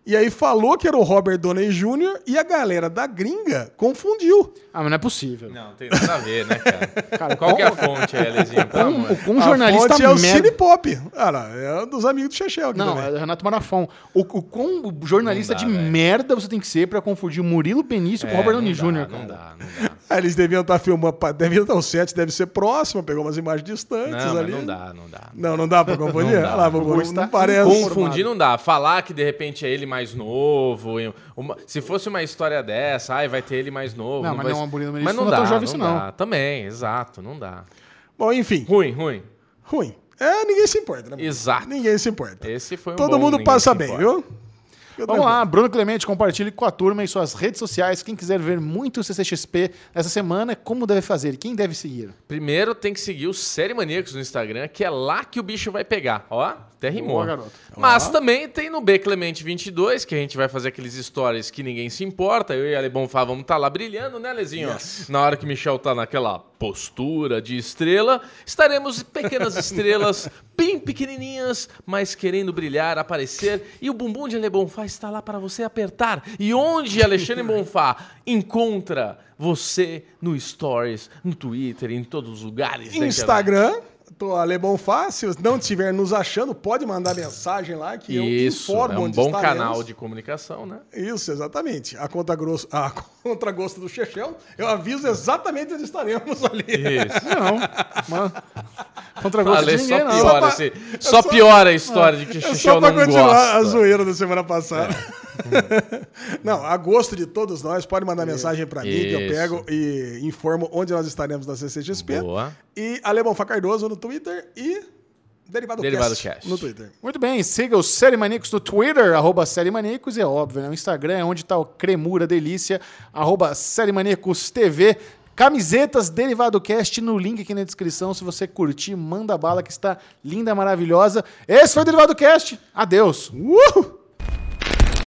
e aí falou que era o Robert Downey Jr. e a galera da gringa confundiu. Ah, mas não é possível. Não, tem nada a ver, né, cara? Cara, Qual que é a [LAUGHS] como- fonte aí, Lezinho? Pelo amor. Com, com um a jornalista fonte é o Cine merda. Pop. Ah, não, é um dos amigos do Chechel aqui Não, também. é Renato Marafon. O, o quão jornalista né? Não dá, de velho. merda você tem que ser pra confundir o Murilo Benício com É, o Robert não dá, Downey Jr. Não cara? dá, não dá. Ah, eles deviam estar filmando, pa- deviam estar o set, deve ser próximo, pegou umas imagens distantes Não, mas ali. né? não dá, não dá. Não, não dá pra confundir. [LAUGHS] Não dá. Olha lá, Bubu, Bubu não, está não parece. Confundir não dá. Falar que de repente é ele mais novo. e uma- se fosse uma história dessa, ai, vai ter ele mais novo. Não, mas vai não, ser- o Murilo Benício Mas não, não é dá, tão jovem não, assim, dá. não. Também, exato, não dá. Bom, enfim, Ruim, ruim. ruim. É, ninguém se importa, né? Bubu? Exato. Ninguém se importa. Esse foi um Todo bom, mundo ninguém passa se bem, importa. viu? Eu Vamos também. lá, Bruno Clemente, compartilhe com a turma em suas redes sociais. Quem quiser ver muito CCXP essa semana, como deve fazer? Quem deve seguir? Primeiro tem que seguir o Série Maníacos no Instagram, que é lá que o bicho vai pegar. Ó, até rimou. Boa, garoto. Mas também tem no B Clemente 22, que a gente vai fazer aqueles stories que ninguém se importa. Eu e a Ale Bonfá vamos estar lá brilhando, né, Lezinho? Na hora que o Michel tá naquela postura de estrela, estaremos [LAUGHS] pequenas estrelas, bem pequenininhas, mas querendo brilhar, aparecer. E o bumbum de Ale Bonfá vai estar lá para você apertar. E onde [LAUGHS] Alexandre Bonfá encontra você no Stories, no Twitter, em todos os lugares. da internet? Instagram, tô Alemão Fácil. Se não estiver nos achando, pode mandar mensagem lá que Isso, eu informo é um onde bom estaremos. canal de comunicação, né? Isso, exatamente. A conta grosso, a [LAUGHS] contra gosto do Chechel, eu aviso exatamente onde estaremos ali. Isso. Não, mano. Contra gosto Falei, de ninguém, só não. piora, pra- esse- é só só- piora a história [LAUGHS] de que É Xixel só pra não continuar a gosta. É. zoeira da semana passada. [LAUGHS] não, a gosto de todos nós, pode mandar mensagem pra mim que eu Isso. pego e informo onde nós estaremos na CCXP. Boa. E Alemão Fá Cardoso no Twitter e Derivado, Derivado Cast Cast. no Twitter. Muito bem, siga o Série Maníacos no Twitter, arroba Série Maníacos, é óbvio, né? O Instagram é onde tá o Cremura Delícia, arroba Série Maníacos TV. Camisetas Derivado Cast no link aqui na descrição. Se você curtir, manda bala que está linda, maravilhosa. Esse foi o Derivado Cast. Adeus. Uhul!